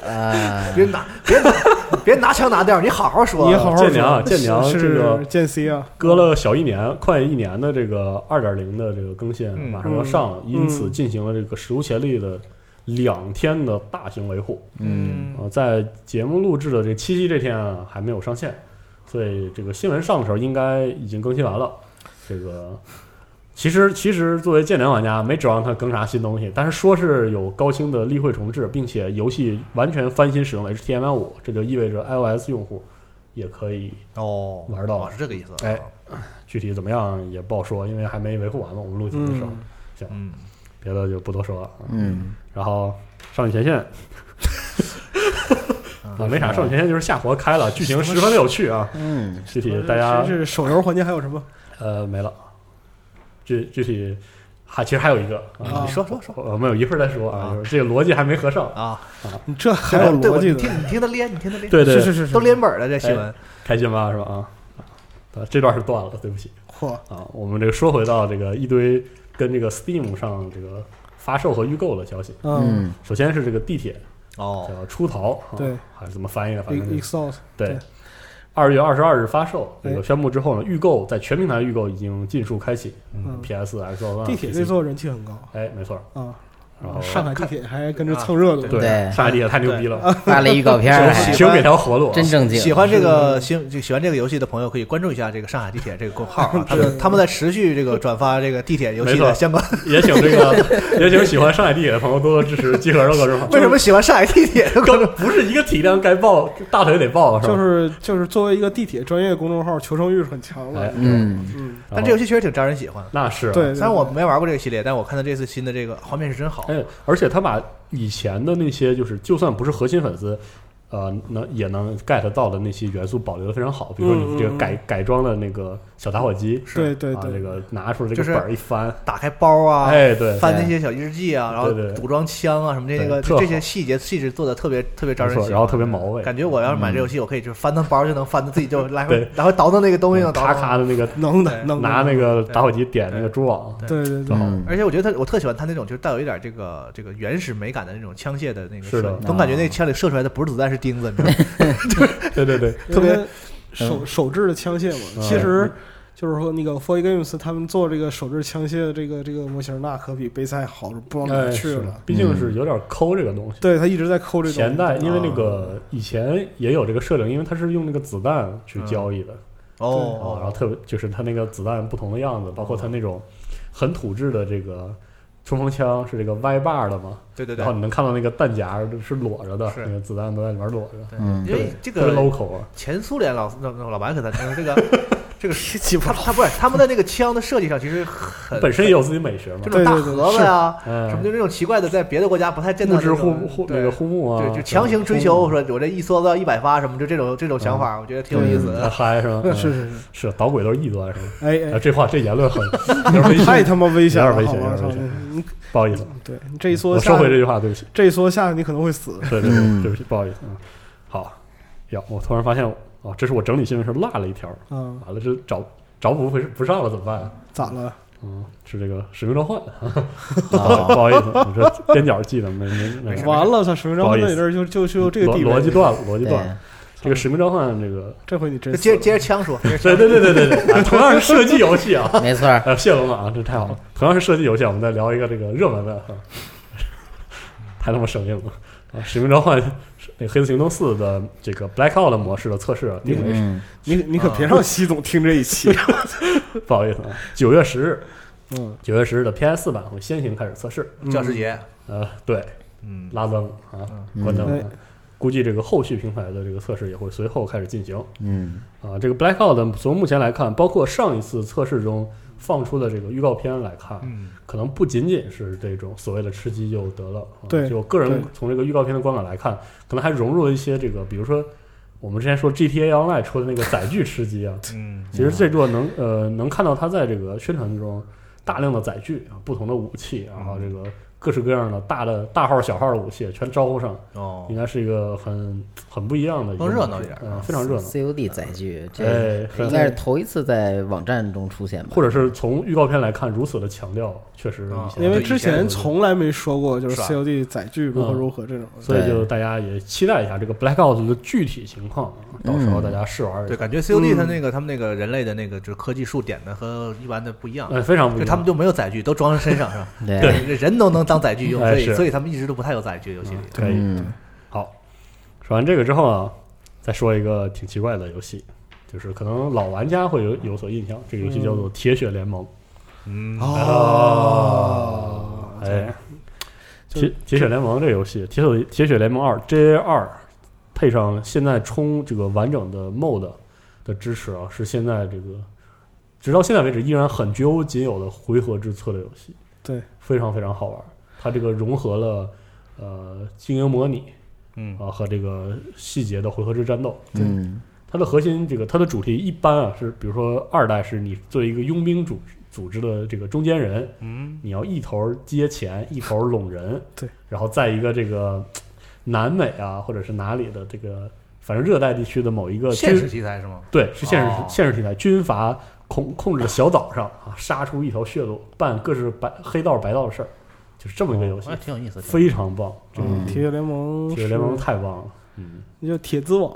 [SPEAKER 4] 啊，
[SPEAKER 5] 别拿别拿 别拿腔拿调，你好好说。
[SPEAKER 3] 你好好
[SPEAKER 2] 建
[SPEAKER 3] 说
[SPEAKER 2] 娘啊建娘
[SPEAKER 3] 是
[SPEAKER 2] 这个
[SPEAKER 3] 是建 C 啊，
[SPEAKER 2] 隔了小一年，快一年的这个二点零的这个更新
[SPEAKER 5] 嗯
[SPEAKER 2] 马上要上了，因此进行了这个史无前例的两天的大型维护。
[SPEAKER 4] 嗯，
[SPEAKER 2] 呃，在节目录制的这七夕这天啊，还没有上线，所以这个新闻上的时候应该已经更新完了。这个其实其实作为剑娘玩家，没指望它更啥新东西，但是说是有高清的例会重置，并且游戏完全翻新使用 HTML 五，这就意味着 iOS 用户也可以
[SPEAKER 5] 哦，
[SPEAKER 2] 玩到了
[SPEAKER 5] 哦是这个意思。
[SPEAKER 2] 哎，具体怎么样也不好说，因为还没维护完嘛。我们录节目的时候，
[SPEAKER 3] 嗯，
[SPEAKER 5] 嗯，
[SPEAKER 2] 别的就不多说了。啊。
[SPEAKER 4] 嗯，
[SPEAKER 2] 然后《少女前线》
[SPEAKER 5] 嗯
[SPEAKER 2] 啊，没啥，《少女前线》就是下活开了，剧情十分的有趣啊。
[SPEAKER 4] 嗯，
[SPEAKER 2] 具体大家
[SPEAKER 3] 是是手游环节还有什么？
[SPEAKER 2] 呃没了，具具体还其实还有一个啊
[SPEAKER 3] 啊
[SPEAKER 5] 你，说说说
[SPEAKER 2] 我们有一会儿再说
[SPEAKER 5] 啊
[SPEAKER 2] 啊，就是这个逻辑还没合上。
[SPEAKER 5] 啊，
[SPEAKER 3] 你这还有
[SPEAKER 5] 对
[SPEAKER 3] 逻辑
[SPEAKER 5] 我你
[SPEAKER 3] 的
[SPEAKER 5] 听，你听他连，你听他连，
[SPEAKER 2] 对哎对
[SPEAKER 3] 是，是是是，
[SPEAKER 5] 都连本儿了这新闻。
[SPEAKER 2] 开心吧是吧啊？啊，这段是断了，对不起。
[SPEAKER 3] 嚯，
[SPEAKER 2] 啊，我们这个说回到这个一堆跟这个 Steam 上这个发售和预购的消息。
[SPEAKER 3] 嗯，
[SPEAKER 4] 嗯，
[SPEAKER 2] 首先是这个地铁
[SPEAKER 5] 哦，
[SPEAKER 2] 叫出逃，啊
[SPEAKER 3] 对，
[SPEAKER 2] 还是怎么翻译的，反
[SPEAKER 3] e
[SPEAKER 2] 正
[SPEAKER 3] x
[SPEAKER 2] 就是
[SPEAKER 3] x o u s
[SPEAKER 2] 对
[SPEAKER 3] 对。
[SPEAKER 2] 二月二十二日发售，这个
[SPEAKER 3] 哎
[SPEAKER 2] 宣布之后呢，预购在全平台预购已经尽数开启
[SPEAKER 3] 嗯
[SPEAKER 2] ，PS、Xbox One、
[SPEAKER 3] 地铁这
[SPEAKER 2] PC
[SPEAKER 3] 座人气很高
[SPEAKER 2] 哎，没错，
[SPEAKER 3] 啊，
[SPEAKER 2] 然后啊
[SPEAKER 3] 上海地铁还跟着蹭热度，
[SPEAKER 2] 对
[SPEAKER 4] 对
[SPEAKER 2] 上海地铁太牛逼了，
[SPEAKER 4] 发了预告片
[SPEAKER 3] 哎
[SPEAKER 4] 儿，还
[SPEAKER 2] 请请给条活路啊，
[SPEAKER 4] 真正经，
[SPEAKER 5] 喜欢这个新就喜欢这个游戏的朋友可以关注一下这个上海地铁这个公号啊，他 们他们在持续这个转发这个地铁游戏
[SPEAKER 2] 没错
[SPEAKER 5] 的相关。
[SPEAKER 2] 也请这个也请喜欢上海地铁的朋友多多支持集合肉各种好，
[SPEAKER 5] 为什么喜欢上海地铁？
[SPEAKER 2] 跟不是一个体量该爆大腿得爆，吧
[SPEAKER 3] 就是就是作为一个地铁专业公众号，求生欲是很强
[SPEAKER 2] 哎
[SPEAKER 3] 的，，
[SPEAKER 4] 嗯，
[SPEAKER 3] 嗯，
[SPEAKER 2] 然
[SPEAKER 5] 但
[SPEAKER 2] 后
[SPEAKER 5] 这游戏确实挺招人喜欢。
[SPEAKER 2] 那是啊
[SPEAKER 3] 对，
[SPEAKER 5] 虽然我没玩过这个系列，但我看到这次新的
[SPEAKER 2] 哎
[SPEAKER 5] 这个画面是真好。
[SPEAKER 2] 哎，而且他把以前的那些，就是就算不是核心粉丝，呃，能也能 get 到的那些元素保留的非常好，比如说
[SPEAKER 3] 嗯
[SPEAKER 2] 你这
[SPEAKER 3] 嗯
[SPEAKER 2] 个
[SPEAKER 3] 嗯
[SPEAKER 2] 改改装的那个小打火机，
[SPEAKER 3] 对对
[SPEAKER 2] 啊，这
[SPEAKER 3] 对，
[SPEAKER 2] 个拿出来这
[SPEAKER 5] 就
[SPEAKER 2] 个
[SPEAKER 5] 是
[SPEAKER 2] 本儿一翻，
[SPEAKER 5] 打开包啊，
[SPEAKER 2] 哎，对，
[SPEAKER 5] 翻那些小日记啊，然后
[SPEAKER 2] 对对对
[SPEAKER 5] 组装枪啊什么这
[SPEAKER 2] 对
[SPEAKER 5] 个
[SPEAKER 2] 特好
[SPEAKER 5] 这些细节细致做的特别特别招人
[SPEAKER 2] 没
[SPEAKER 5] 喜
[SPEAKER 2] 错
[SPEAKER 5] 欢，啊
[SPEAKER 2] 然后特别毛味
[SPEAKER 5] 感觉我要是买这游戏，我可以就翻他包就能翻的自己就来回
[SPEAKER 2] 对
[SPEAKER 5] 来回倒腾那个东西，能倒
[SPEAKER 2] 嗯咔
[SPEAKER 5] 腾
[SPEAKER 2] 咔。的那个
[SPEAKER 3] 能的
[SPEAKER 5] 对
[SPEAKER 3] 能的
[SPEAKER 2] 哎拿那个
[SPEAKER 5] 对
[SPEAKER 2] 打火机点那个蛛网，
[SPEAKER 3] 对对对，
[SPEAKER 4] 嗯，
[SPEAKER 5] 而且我觉得他，我特喜欢他那种，就是带有一点这个这个原始美感的那种枪械的那个
[SPEAKER 2] 是的啊
[SPEAKER 5] 设计总感觉那枪里射出来的不是子弹是钉子，你知 道吗？
[SPEAKER 2] 对对对，
[SPEAKER 3] 特别手手制的枪械嘛，
[SPEAKER 2] 嗯
[SPEAKER 3] 其实。就是说，那个 Four Games 他们做这个手制枪械的这个这个模型，那可比杯赛好不到哪
[SPEAKER 2] 哎，
[SPEAKER 3] 儿去
[SPEAKER 2] 是
[SPEAKER 3] 了
[SPEAKER 2] 的。，毕竟
[SPEAKER 5] 嗯
[SPEAKER 2] 是有点抠这个东西。
[SPEAKER 3] 对他一直在抠这种
[SPEAKER 2] 前 代因为
[SPEAKER 5] 啊
[SPEAKER 2] 那个以前也有这个设定，因为它是用那个子弹
[SPEAKER 5] 嗯
[SPEAKER 2] 去交易的啊，然后
[SPEAKER 5] 哦，
[SPEAKER 2] 特别就是它那个子弹不同的样子，包括它那种很土质的这个冲锋枪是这个歪把儿的嘛，
[SPEAKER 5] 对对对
[SPEAKER 2] 然后，你能看到那个弹夹是裸着的，
[SPEAKER 5] 是
[SPEAKER 2] 那个子弹都在里面裸着，
[SPEAKER 5] 对
[SPEAKER 4] 嗯
[SPEAKER 5] 因为这
[SPEAKER 2] 特别
[SPEAKER 5] 个
[SPEAKER 2] local 啊，
[SPEAKER 5] 前苏联老老老白给咱这个 这个他他不是他们的那个枪的设计上其实很
[SPEAKER 2] 本身也有自己美学嘛
[SPEAKER 5] 这，种大
[SPEAKER 3] 对对对
[SPEAKER 5] 盒子呀，
[SPEAKER 2] 嗯
[SPEAKER 5] 呃什么就那种奇怪的，在别的国家不太见到
[SPEAKER 2] 木
[SPEAKER 5] 的
[SPEAKER 2] 质
[SPEAKER 5] 这
[SPEAKER 2] 护
[SPEAKER 5] 种
[SPEAKER 2] 护那
[SPEAKER 5] 对
[SPEAKER 2] 个护木啊，
[SPEAKER 5] 对，就强行追求说，我这一梭子要一百发什么，就这种这种想法，我觉得挺有意思
[SPEAKER 2] 很
[SPEAKER 5] 的。
[SPEAKER 2] 嗨是吧？嗯
[SPEAKER 3] 是是是，
[SPEAKER 2] 是导轨都是异端是吧？
[SPEAKER 3] 哎
[SPEAKER 2] 啊，这话这言 论很
[SPEAKER 3] 哎，太他妈危险
[SPEAKER 2] 有
[SPEAKER 3] 了，
[SPEAKER 2] 点危
[SPEAKER 3] 好
[SPEAKER 2] 险有点
[SPEAKER 3] 吧？操
[SPEAKER 2] 危险
[SPEAKER 3] 你
[SPEAKER 2] 不好意思，嗯
[SPEAKER 3] 对你这一
[SPEAKER 2] 我
[SPEAKER 3] 缩
[SPEAKER 2] 收
[SPEAKER 3] 下，
[SPEAKER 2] 回这句话， 对不起，
[SPEAKER 3] 这一缩下，你可能会死。
[SPEAKER 2] 对对对，
[SPEAKER 4] 嗯
[SPEAKER 2] 对不起，不好意思。嗯，好，呀，我突然发现我，啊，这是我整理新闻时候落了一条，
[SPEAKER 3] 嗯，
[SPEAKER 2] 完了这找找补回不上了怎么办啊？
[SPEAKER 3] 咋了？
[SPEAKER 2] 嗯，是这个《使命召唤》 啊，不好意思，我这边角记的没没没
[SPEAKER 5] 没事
[SPEAKER 2] 事，
[SPEAKER 3] 完了，操！水
[SPEAKER 2] 不
[SPEAKER 3] 平章
[SPEAKER 2] 好意
[SPEAKER 3] 在
[SPEAKER 2] 思
[SPEAKER 3] 你这儿就就就这个
[SPEAKER 2] 逻
[SPEAKER 3] 地位，
[SPEAKER 2] 逻辑断了，逻辑
[SPEAKER 4] 对，
[SPEAKER 2] 断了。这个《使命召唤》这个，
[SPEAKER 3] 这回你真
[SPEAKER 5] 接
[SPEAKER 3] 死
[SPEAKER 5] 接着枪说，接着
[SPEAKER 2] 对
[SPEAKER 5] 枪
[SPEAKER 2] 对对对对 对，啊同样是射击游戏啊，
[SPEAKER 4] 没错儿，
[SPEAKER 2] 呃，谢龙啊，这太好了。同样是射击游戏，啊我们再聊一个这个热门的，啊、 太他妈生硬了啊！《使命召唤》那个《黑色行动四》的这个 Blackout 的模式的测试啊定为 是、
[SPEAKER 4] 嗯，
[SPEAKER 3] 你你可别让习总听这一期。
[SPEAKER 2] 不好意思啊，九月十日，
[SPEAKER 3] 嗯，
[SPEAKER 2] 九月十日的 PS 四版会先行开始测试。
[SPEAKER 5] 教师节，
[SPEAKER 2] 呃，对，
[SPEAKER 5] 嗯，
[SPEAKER 2] 拉登啊，
[SPEAKER 4] 嗯
[SPEAKER 2] 关灯、
[SPEAKER 3] 哎
[SPEAKER 2] 啊估计这个后续平台的这个测试也会随后开始进行。
[SPEAKER 4] 嗯，
[SPEAKER 2] 啊，这个 Blackout 的从目前来看，包括上一次测试中放出的这个预告片来看，
[SPEAKER 5] 嗯，
[SPEAKER 2] 可能不仅仅是这种所谓的吃鸡就得了。啊、
[SPEAKER 3] 对
[SPEAKER 2] 就我个人
[SPEAKER 3] 对
[SPEAKER 2] 从这个预告片的观感来看，可能还融入了一些这个，比如说我们之前说 GTA Online 出的那个载具吃鸡 啊，
[SPEAKER 5] 嗯，
[SPEAKER 2] 其实这座能呃能看到它在这个宣传中大量的载具啊，不同的武器，然后这个各式各样的大的大号小号的武器全招呼上，
[SPEAKER 5] 哦
[SPEAKER 2] 应，该是一个很很不一样的一个
[SPEAKER 5] 更热闹一点啊
[SPEAKER 2] 嗯，非常热闹。
[SPEAKER 4] COD 载具，这
[SPEAKER 2] 哎，
[SPEAKER 4] 应该是头一次在网站中出现吧？
[SPEAKER 2] 或者是从预告片来看，如此的强调，确实
[SPEAKER 5] 啊
[SPEAKER 2] 以前嗯
[SPEAKER 3] 嗯因为
[SPEAKER 5] 对
[SPEAKER 3] 之
[SPEAKER 5] 以前
[SPEAKER 3] 前
[SPEAKER 2] 有
[SPEAKER 3] 从来没说过就是
[SPEAKER 5] 是吧
[SPEAKER 3] COD 载具如何如何这种。
[SPEAKER 2] 所以
[SPEAKER 4] 对
[SPEAKER 2] 就大家也期待一下这个 Blackout 的具体情况，啊到
[SPEAKER 4] 嗯
[SPEAKER 2] 时候大家试玩一
[SPEAKER 5] 对，
[SPEAKER 2] 下，
[SPEAKER 5] 感觉 COD 它那个他们那个人类的那个就是科技树点的和一般的不一样，
[SPEAKER 2] 哎，非常不一
[SPEAKER 5] 就
[SPEAKER 2] 样。
[SPEAKER 5] 他们就没有载具，都装在身上是吧？
[SPEAKER 4] 对，
[SPEAKER 5] 人都能当载具用，
[SPEAKER 2] 哎
[SPEAKER 5] 所以
[SPEAKER 2] 是
[SPEAKER 5] 所以他们一直都不太有载具游戏里
[SPEAKER 2] 嗯。可以
[SPEAKER 4] 嗯，
[SPEAKER 2] 好。说完这个之后啊，再说一个挺奇怪的游戏，就是可能老玩家会有有所印象，这个游戏叫做《铁血联盟》
[SPEAKER 5] 嗯，
[SPEAKER 2] 哦，哎，
[SPEAKER 3] 啊就
[SPEAKER 2] 铁铁血联盟这个游戏，铁手铁血联盟二 J 二，配上现在充这个完整的 MOD 的支持啊，是现在这个直到现在为止依然很绝无仅有的回合制策略游戏，
[SPEAKER 3] 对，
[SPEAKER 2] 非常非常好玩。它这个融合了呃经营模拟，
[SPEAKER 5] 嗯
[SPEAKER 2] 啊和这个细节的回合制战斗，
[SPEAKER 4] 嗯，
[SPEAKER 2] 它的核心这个它的主题一般啊是，比如说二代是你作为一个佣兵组组织的这个中间人，
[SPEAKER 5] 嗯，
[SPEAKER 2] 你要一头接钱，一头 拢人，
[SPEAKER 3] 对，
[SPEAKER 2] 然后在一个这个嘖南美啊或者是哪里的这个反正热带地区的某一个
[SPEAKER 5] 现实
[SPEAKER 2] 军
[SPEAKER 5] 题材是吗？
[SPEAKER 2] 对是现实、
[SPEAKER 5] 哦
[SPEAKER 2] 现实题材军阀控控制的小岛上啊，杀出一条血路，办各式白黑道白道的事儿，就是这么一个游戏，
[SPEAKER 5] 哎挺有意思，
[SPEAKER 2] 非常棒，这个
[SPEAKER 4] 嗯
[SPEAKER 3] 铁血联盟，
[SPEAKER 2] 铁血联盟，太棒了，嗯，
[SPEAKER 3] 就铁子网，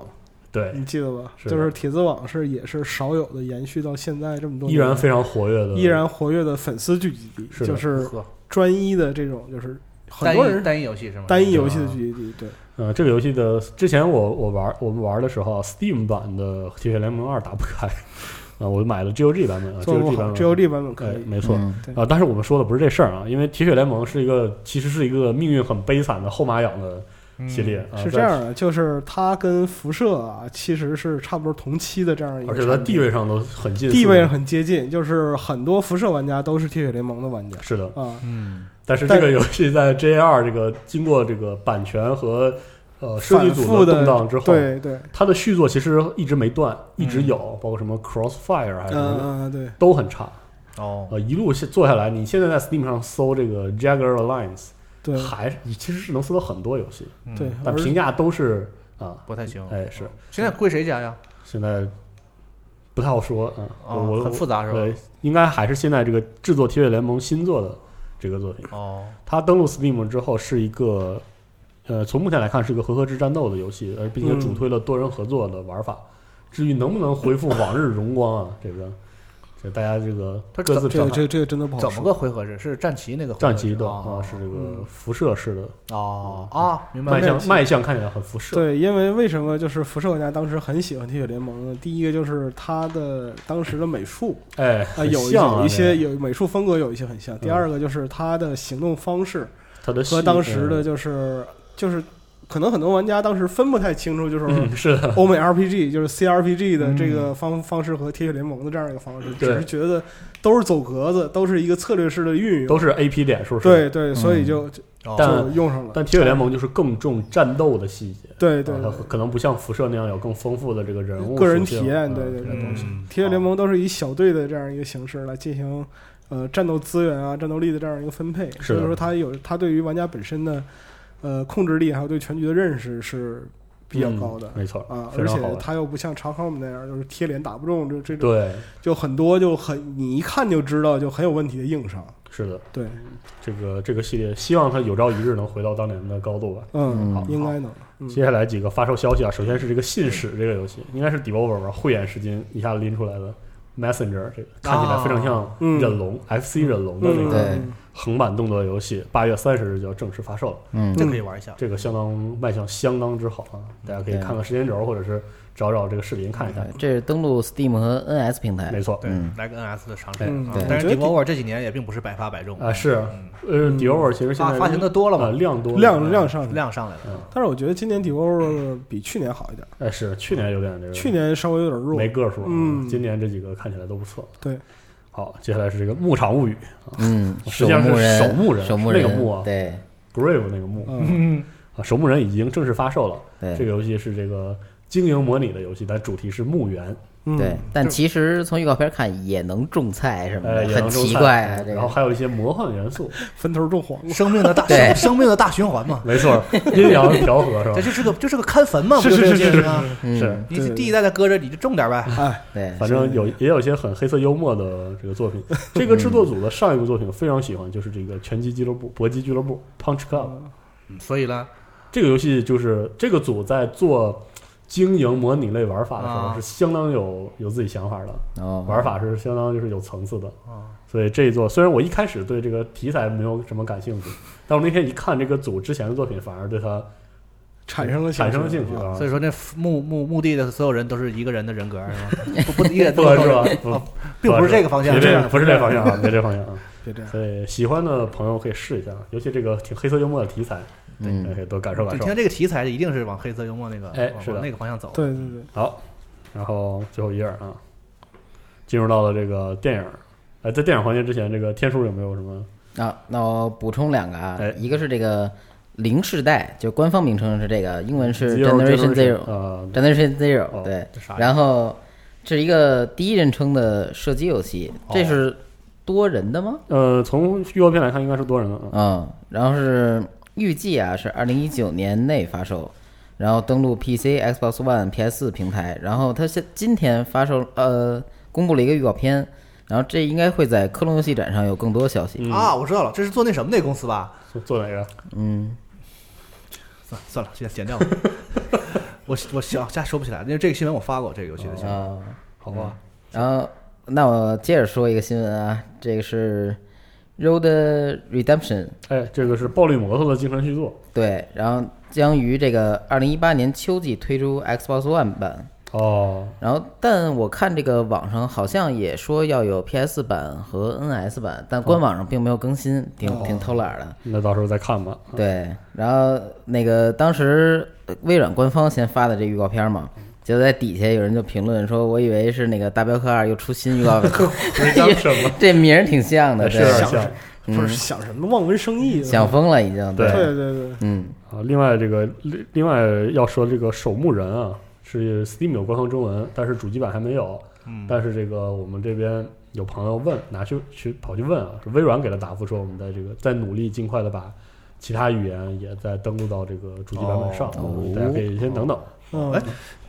[SPEAKER 2] 对，
[SPEAKER 5] 嗯
[SPEAKER 3] 你记得吧？
[SPEAKER 2] 是的
[SPEAKER 3] 就是铁子网是也是少有的延续到现在这么多
[SPEAKER 2] 依
[SPEAKER 3] 年，
[SPEAKER 2] 然非常活跃的，
[SPEAKER 3] 依然活跃的粉丝聚集地，
[SPEAKER 2] 是的
[SPEAKER 3] 就是
[SPEAKER 5] 呵
[SPEAKER 3] 专一的这种，就是很
[SPEAKER 5] 单
[SPEAKER 3] 多
[SPEAKER 5] 一
[SPEAKER 3] 人
[SPEAKER 5] 单一游戏是吗？哦
[SPEAKER 3] 单一游戏的聚集地。对，
[SPEAKER 2] 呃，这个游戏的之前我我玩我们玩的时候啊，Steam 版的《铁血联盟二》打不开，啊、我就买了 GOG 版本啊
[SPEAKER 3] 做不
[SPEAKER 2] ，GOG
[SPEAKER 3] 好
[SPEAKER 2] 版本
[SPEAKER 3] ，GOG 版本可
[SPEAKER 2] 哎
[SPEAKER 3] 以。
[SPEAKER 2] 没错啊、
[SPEAKER 4] 嗯
[SPEAKER 3] 对
[SPEAKER 2] 但是我们说的不是这事儿啊，因为《铁血联盟》是一个其实是一个命运很悲惨的后妈养的系列，啊
[SPEAKER 3] 嗯是这，样的，就是它跟辐射啊，其实是差不多同期的这样一
[SPEAKER 2] 在
[SPEAKER 3] 个
[SPEAKER 2] 而
[SPEAKER 3] 产
[SPEAKER 2] 且它
[SPEAKER 3] 品，
[SPEAKER 2] 地位上都很近似的，
[SPEAKER 3] 地位很接近，就是很多辐射玩家都是铁血联盟的玩家
[SPEAKER 2] 是的，
[SPEAKER 3] 啊，
[SPEAKER 5] 嗯，
[SPEAKER 2] 但是这
[SPEAKER 3] 但
[SPEAKER 2] 个游戏在 J R 这个经过这个版权和呃设计
[SPEAKER 3] 反
[SPEAKER 2] 组
[SPEAKER 3] 复
[SPEAKER 2] 的
[SPEAKER 3] 的
[SPEAKER 2] 动荡之后，
[SPEAKER 3] 对对，
[SPEAKER 2] 它的续作其实一直没断，一直
[SPEAKER 4] 嗯
[SPEAKER 2] 有，包括什么 Crossfire 还
[SPEAKER 3] 嗯
[SPEAKER 2] 是什么的，
[SPEAKER 3] 嗯嗯对，
[SPEAKER 2] 都很差。
[SPEAKER 5] 哦，
[SPEAKER 2] 呃，一路下做下来，你现在在 Steam 上搜这个 Jagger Alliance，
[SPEAKER 3] 对
[SPEAKER 2] 还是你其实是能搜到很多游戏，
[SPEAKER 5] 嗯
[SPEAKER 3] 对，
[SPEAKER 2] 但
[SPEAKER 3] 而
[SPEAKER 2] 评价都是啊，
[SPEAKER 5] 不太行。哦
[SPEAKER 2] 哎是，
[SPEAKER 5] 现在归谁家呀？
[SPEAKER 2] 现在不太好说啊。
[SPEAKER 5] 啊，
[SPEAKER 2] 我我
[SPEAKER 5] 很复杂是吧？
[SPEAKER 2] 对，应该还是现在这个制作《铁血联盟》新做的这个作品。
[SPEAKER 5] 哦，
[SPEAKER 2] 它登陆 Steam 之后是一个，呃，从目前来看是一个回合制战斗的游戏，而并且
[SPEAKER 3] 嗯
[SPEAKER 2] 主推了多人合作的玩法。至于能不能恢复往日荣光啊，这个这大家这个
[SPEAKER 5] 它
[SPEAKER 2] 各自
[SPEAKER 3] 这
[SPEAKER 2] 找
[SPEAKER 3] 个这个这个真的不好
[SPEAKER 5] 怎么
[SPEAKER 3] 说。
[SPEAKER 5] 个回合制？是战旗那个回合
[SPEAKER 2] 战
[SPEAKER 5] 制
[SPEAKER 2] 旗的
[SPEAKER 5] 哦
[SPEAKER 2] 啊，是这个
[SPEAKER 3] 嗯
[SPEAKER 2] 辐射式的
[SPEAKER 5] 哦啊，明白
[SPEAKER 2] 卖
[SPEAKER 5] 了。
[SPEAKER 2] 相，卖相看起来很辐射。
[SPEAKER 3] 对，因为为什么就是辐射玩家当时很喜欢《铁血联盟》呢？第一个就是它的当时的美术
[SPEAKER 2] 哎，
[SPEAKER 3] 啊，
[SPEAKER 2] 很
[SPEAKER 3] 有一
[SPEAKER 2] 像啊
[SPEAKER 3] 有一些
[SPEAKER 2] 这个
[SPEAKER 3] 有美术风格有一些很像。第二个就是它的行动方式
[SPEAKER 2] 它的
[SPEAKER 3] 和
[SPEAKER 2] 戏
[SPEAKER 3] 当时
[SPEAKER 2] 嗯
[SPEAKER 3] 的就是就是，可能很多玩家当时分不太清楚，就是
[SPEAKER 2] 嗯是的，
[SPEAKER 3] 欧美 RPG 就是 CRPG 的这个方方式和《铁血联盟》的这样一个方式，只
[SPEAKER 2] 嗯对
[SPEAKER 3] 是觉得都是走格子，都是一个策略式的运用
[SPEAKER 2] 都。是嗯 AP 点数是吧。
[SPEAKER 3] 对对，所以就就
[SPEAKER 5] 哦
[SPEAKER 2] 但
[SPEAKER 3] 就用上了。
[SPEAKER 2] 但铁血联盟就是更重战斗的细节，
[SPEAKER 3] 对对
[SPEAKER 2] 啊
[SPEAKER 3] 对
[SPEAKER 2] 它，可能不像辐射那样有更丰富的这个人物
[SPEAKER 3] 个人
[SPEAKER 2] 属性
[SPEAKER 3] 体验
[SPEAKER 2] 啊
[SPEAKER 3] 对对
[SPEAKER 2] 这
[SPEAKER 3] 对
[SPEAKER 2] 种东西。
[SPEAKER 5] 嗯
[SPEAKER 3] 铁血联盟都是以小队的这样一个形式来进行呃战斗资源啊、战斗力的这样一个分配，
[SPEAKER 2] 的
[SPEAKER 3] 所以说它有它对于玩家本身的呃控制力还有对全局的认识是比较高的
[SPEAKER 2] 嗯、。没错
[SPEAKER 3] 啊，
[SPEAKER 2] 非
[SPEAKER 3] 而
[SPEAKER 2] 常
[SPEAKER 3] 且
[SPEAKER 2] 好玩
[SPEAKER 3] 它又不像查考姆那样，就是贴脸打不中，就这种
[SPEAKER 2] 对，
[SPEAKER 3] 就很多就很你一看就知道就很有问题的硬伤。
[SPEAKER 2] 是的，
[SPEAKER 3] 对，
[SPEAKER 2] 这个这个系列，希望它有朝一日能回到当年的高度吧。
[SPEAKER 3] 嗯，
[SPEAKER 4] 嗯，
[SPEAKER 3] 应该能。嗯
[SPEAKER 2] 接下来几个发售消息啊，首先是这个《信使》这个游戏，应该是 Devolver 吧，慧眼识金一下拎出来的 Messenger，这个看起来非常像
[SPEAKER 3] 嗯
[SPEAKER 2] 忍龙、FC 忍龙的那
[SPEAKER 3] 嗯，
[SPEAKER 2] 个
[SPEAKER 4] 对
[SPEAKER 3] 嗯
[SPEAKER 2] 横版动作游戏，八月三十日就要正式发售了。
[SPEAKER 4] 嗯
[SPEAKER 5] 这可以玩一下。
[SPEAKER 2] 这个相当卖相相当之好啊，大家可以看看时间轴，或者是找找这个视频看一看。
[SPEAKER 4] 这是登录 Steam 和 NS 平台
[SPEAKER 2] 没，错，
[SPEAKER 5] 对
[SPEAKER 4] 嗯，
[SPEAKER 5] 来个 NS 的尝试
[SPEAKER 2] 对
[SPEAKER 5] 啊
[SPEAKER 3] 对。
[SPEAKER 5] 但是
[SPEAKER 3] 我觉得
[SPEAKER 5] Devolver 这几年也并不是百发百中
[SPEAKER 2] 啊是
[SPEAKER 5] 嗯
[SPEAKER 2] 呃，Devolver 其实现
[SPEAKER 5] 发
[SPEAKER 2] 在
[SPEAKER 5] 发行的多了
[SPEAKER 2] 呃
[SPEAKER 5] 嘛，
[SPEAKER 2] 量多了
[SPEAKER 3] 量量上去，
[SPEAKER 5] 量上来了。
[SPEAKER 3] 但是我觉得今年 d e v o l 比去年好一点，
[SPEAKER 2] 哎是去年有点这个
[SPEAKER 3] 去年稍微有点弱。
[SPEAKER 2] 没个数，啊
[SPEAKER 3] 嗯
[SPEAKER 2] 今年这几个看起来都不错。
[SPEAKER 3] 对，
[SPEAKER 2] 好，接下来是这个《牧场物语
[SPEAKER 4] 嗯，
[SPEAKER 2] 实
[SPEAKER 4] 守
[SPEAKER 2] 际上是
[SPEAKER 4] 墓人，
[SPEAKER 2] 守墓人
[SPEAKER 4] 守墓
[SPEAKER 2] 那
[SPEAKER 4] 人，
[SPEAKER 2] 个墓啊
[SPEAKER 4] 对》
[SPEAKER 2] Grave 那个墓
[SPEAKER 3] 嗯，
[SPEAKER 2] 啊，守墓人已经正式发售了。
[SPEAKER 4] 对
[SPEAKER 2] 这个游戏是这个经营模拟的游戏，但主题是墓园，
[SPEAKER 3] 嗯
[SPEAKER 4] 对，但其实从预告片看也能种菜什么
[SPEAKER 2] 呃，
[SPEAKER 4] 的，
[SPEAKER 2] 也能
[SPEAKER 4] 嗯很
[SPEAKER 2] 种
[SPEAKER 4] 奇
[SPEAKER 2] 菜
[SPEAKER 4] 怪啊，这
[SPEAKER 2] 然后
[SPEAKER 4] 个
[SPEAKER 2] 还有一些魔幻元素，
[SPEAKER 3] 嗯分头种黄瓜。
[SPEAKER 5] 生命的大
[SPEAKER 4] 对
[SPEAKER 5] 生命的大循环嘛，
[SPEAKER 2] 没错，阴阳调和是
[SPEAKER 5] 这
[SPEAKER 2] 吧？
[SPEAKER 5] 就是个就是个看坟嘛，
[SPEAKER 2] 是
[SPEAKER 5] 不
[SPEAKER 2] 是
[SPEAKER 5] 这
[SPEAKER 2] 是
[SPEAKER 5] 个啊
[SPEAKER 4] 嗯，
[SPEAKER 5] 你地一代在搁着，你就种点呗。
[SPEAKER 3] 哎，
[SPEAKER 4] 对，
[SPEAKER 2] 反正有也有一些很黑色幽默的这个作品。这个制作组的上一部作品我非常喜欢，就是这个拳击俱乐部、搏击俱乐部 Punch Club。
[SPEAKER 5] 所以呢，
[SPEAKER 2] 这个游戏就是这个组在做经营模拟类玩法的时候
[SPEAKER 5] 啊
[SPEAKER 2] 是相当有有自己想法的，
[SPEAKER 4] 哦，
[SPEAKER 2] 玩法是相当就是有层次的
[SPEAKER 5] 啊。
[SPEAKER 2] 所以这一作虽然我一开始对这个题材没有什么感兴趣，但我那天一看这个组之前的作品，反而对它
[SPEAKER 3] 产生了
[SPEAKER 2] 产生了兴趣
[SPEAKER 3] 啊
[SPEAKER 2] 啊
[SPEAKER 5] 所。以说那墓墓墓地的所有人都是一个人的人格是吧？不不，一人
[SPEAKER 2] 不
[SPEAKER 5] 都
[SPEAKER 2] 是吧？不
[SPEAKER 5] 啊并不是这个方向
[SPEAKER 2] 别
[SPEAKER 5] 这
[SPEAKER 2] 这
[SPEAKER 5] 样
[SPEAKER 2] 个不是这个方 向啊，别这个方向啊。
[SPEAKER 3] 别这样，
[SPEAKER 2] 所以喜欢的朋友可以试一下，尤其这个挺黑色幽默的题材，
[SPEAKER 4] 嗯
[SPEAKER 2] 可以多感受感
[SPEAKER 5] 你
[SPEAKER 2] 受
[SPEAKER 5] 听。这个题材，一定是往黑色幽默那个
[SPEAKER 2] 哎
[SPEAKER 5] 往
[SPEAKER 2] 是的
[SPEAKER 5] 往那个方向走。
[SPEAKER 3] 对对对，
[SPEAKER 2] 好，然后最后一页儿啊，进入到了这个电影儿。哎，在电影环节之前，这个天叔有没有什么？
[SPEAKER 4] 啊，那我补充两个啊
[SPEAKER 2] 哎，
[SPEAKER 4] 一个是这个零世代，就官方名称是这个，英文是
[SPEAKER 2] Zero
[SPEAKER 4] Generation Zero，
[SPEAKER 2] 啊，
[SPEAKER 4] Generation
[SPEAKER 2] 哦
[SPEAKER 4] Zero，对
[SPEAKER 5] 这啥，呀
[SPEAKER 4] 然后这是一个第一人称的射击游戏，这是多人的吗？
[SPEAKER 2] 呃，从预告片来看，应该是多人的啊。
[SPEAKER 4] 嗯，然后是预计啊是二零一九年内发售，然后登陆 PC、Xbox One、PS 4平台，然后它现今天发售呃公布了一个预告片，然后这应该会在科隆游戏展上有更多消息。
[SPEAKER 2] 嗯
[SPEAKER 5] 啊，我知道了，这是做那什么那公司吧？
[SPEAKER 2] 做做哪个？
[SPEAKER 4] 嗯，
[SPEAKER 5] 算算了，现在剪 掉吧。我我想现在说不起来，因为这个新闻我发过这个游戏
[SPEAKER 2] 哦
[SPEAKER 5] 的新闻，
[SPEAKER 4] 啊。
[SPEAKER 5] 好吧？
[SPEAKER 4] 然后，那我接着说一个新闻啊，这个是《Road Redemption》，
[SPEAKER 2] 哎，这个是暴力摩托的精神续作。
[SPEAKER 4] 对，然后将于这个二零一八年秋季推出 Xbox One 版。
[SPEAKER 2] 哦，
[SPEAKER 4] 然后，但我看这个网上好像也说要有 PS 版和 NS 版，但官网上并没有更新，挺挺偷懒的。
[SPEAKER 2] 那到时候再看吧。
[SPEAKER 4] 对，然后那个当时呃微软官方先发的这预告片嘛，结果在底下有人就评论说，我以为是那个《大镖客二》又出新预告片，
[SPEAKER 2] 什么？
[SPEAKER 4] 这名儿挺像的，
[SPEAKER 2] 是
[SPEAKER 4] 对
[SPEAKER 2] 有点
[SPEAKER 3] 想
[SPEAKER 2] 像
[SPEAKER 3] 不是想什么望文生义，
[SPEAKER 4] 想疯了已经。
[SPEAKER 2] 对
[SPEAKER 3] 对对对，
[SPEAKER 4] 嗯，
[SPEAKER 2] 啊，另外这个另另外要说这个守墓人啊，是 Steam 有官方中文，但是主机版还没有。
[SPEAKER 5] 嗯，
[SPEAKER 2] 但是这个我们这边有朋友问，拿去去跑去问啊，是微软给了答复说，我们在这个在努力尽快的把其他语言也在登录到这个主机版本上，
[SPEAKER 4] 哦
[SPEAKER 2] 大家可以先等等。
[SPEAKER 3] 嗯，
[SPEAKER 5] 哎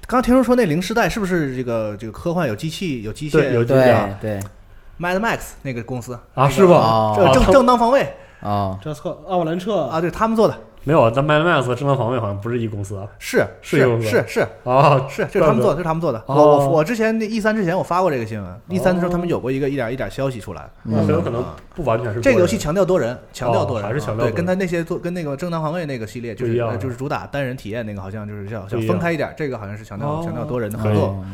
[SPEAKER 5] 刚刚听说说那零时代是不是这个这个科幻有机器有机
[SPEAKER 2] 对，有
[SPEAKER 5] 械
[SPEAKER 2] 这样
[SPEAKER 4] 对对
[SPEAKER 5] Mad Max 那个公司，
[SPEAKER 2] 啊，是吧？
[SPEAKER 4] 哦
[SPEAKER 5] 这正
[SPEAKER 2] 他
[SPEAKER 5] 正当防卫
[SPEAKER 4] 哦，
[SPEAKER 3] 这斯奥瓦兰彻
[SPEAKER 5] 啊，对他们做的，
[SPEAKER 2] 没有，咱 Mad Max 和正当防卫好像不是一公司啊。
[SPEAKER 5] 是
[SPEAKER 2] 是
[SPEAKER 5] 是
[SPEAKER 2] 有的
[SPEAKER 5] 是是
[SPEAKER 2] 啊，
[SPEAKER 5] 是，这是他们做的，这是他们做的。我
[SPEAKER 2] 哦
[SPEAKER 5] 我我之前那 E 三之前我发过这个新闻，E 三的时候他们有过一个一点一点消息出来。
[SPEAKER 2] 那很有
[SPEAKER 4] 嗯
[SPEAKER 2] 可能不完全是
[SPEAKER 5] 这个游戏
[SPEAKER 2] 个人
[SPEAKER 5] 强调多人，强调多人，
[SPEAKER 2] 哦还是
[SPEAKER 5] 啊
[SPEAKER 2] 强调多人
[SPEAKER 5] 对，跟他那些做跟那个正当防卫那个系列就
[SPEAKER 2] 不一
[SPEAKER 5] 是
[SPEAKER 2] 样啊
[SPEAKER 5] 呃就是主打单人体验那个，好像就是想
[SPEAKER 2] 不一
[SPEAKER 5] 想
[SPEAKER 2] 样
[SPEAKER 5] 分开一点，这个好像是强调
[SPEAKER 2] 哦
[SPEAKER 5] 强调多人的合
[SPEAKER 2] 可以
[SPEAKER 5] 作。
[SPEAKER 4] 哦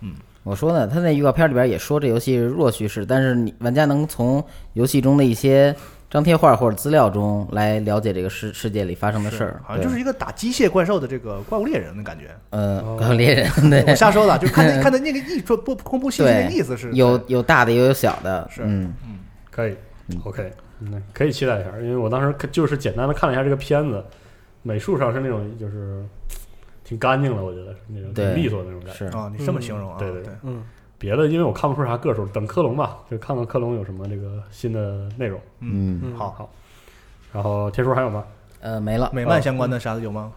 [SPEAKER 5] 嗯，
[SPEAKER 4] 我说呢，他那预告片里边也说这游戏是弱叙事，但是你玩家能从游戏中的一些张贴画或者资料中来了解这个世世界里发生的事儿，
[SPEAKER 5] 好像就
[SPEAKER 4] 对
[SPEAKER 5] 是一个打机械怪兽的这个怪物猎人的感觉。
[SPEAKER 4] 呃
[SPEAKER 2] 哦，
[SPEAKER 4] 钢猎人 对
[SPEAKER 5] 我，瞎说的，就看 那看的那个意说不公布信息那
[SPEAKER 4] 对
[SPEAKER 5] 个意思是
[SPEAKER 4] 有有大的也有小的，
[SPEAKER 5] 是
[SPEAKER 4] 嗯
[SPEAKER 2] 可以，OK，那可以期待一下，因为我当时看就是简单的看了一下这个片子，美术上是那种就是挺干净的，我觉得是那种
[SPEAKER 4] 对
[SPEAKER 2] 挺利索的那种感觉。
[SPEAKER 4] 是
[SPEAKER 5] 啊，你这么形容啊？
[SPEAKER 2] 对对
[SPEAKER 5] 对
[SPEAKER 2] 对
[SPEAKER 3] 嗯，
[SPEAKER 2] 别的因为我看不出啥个数，等科隆吧，就看看科隆有什么这个新的内容。
[SPEAKER 4] 嗯
[SPEAKER 3] 嗯
[SPEAKER 5] 好，
[SPEAKER 2] 然后天叔还有吗？
[SPEAKER 4] 呃没了，
[SPEAKER 5] 美
[SPEAKER 2] 啊
[SPEAKER 5] 漫相关的啥的有吗？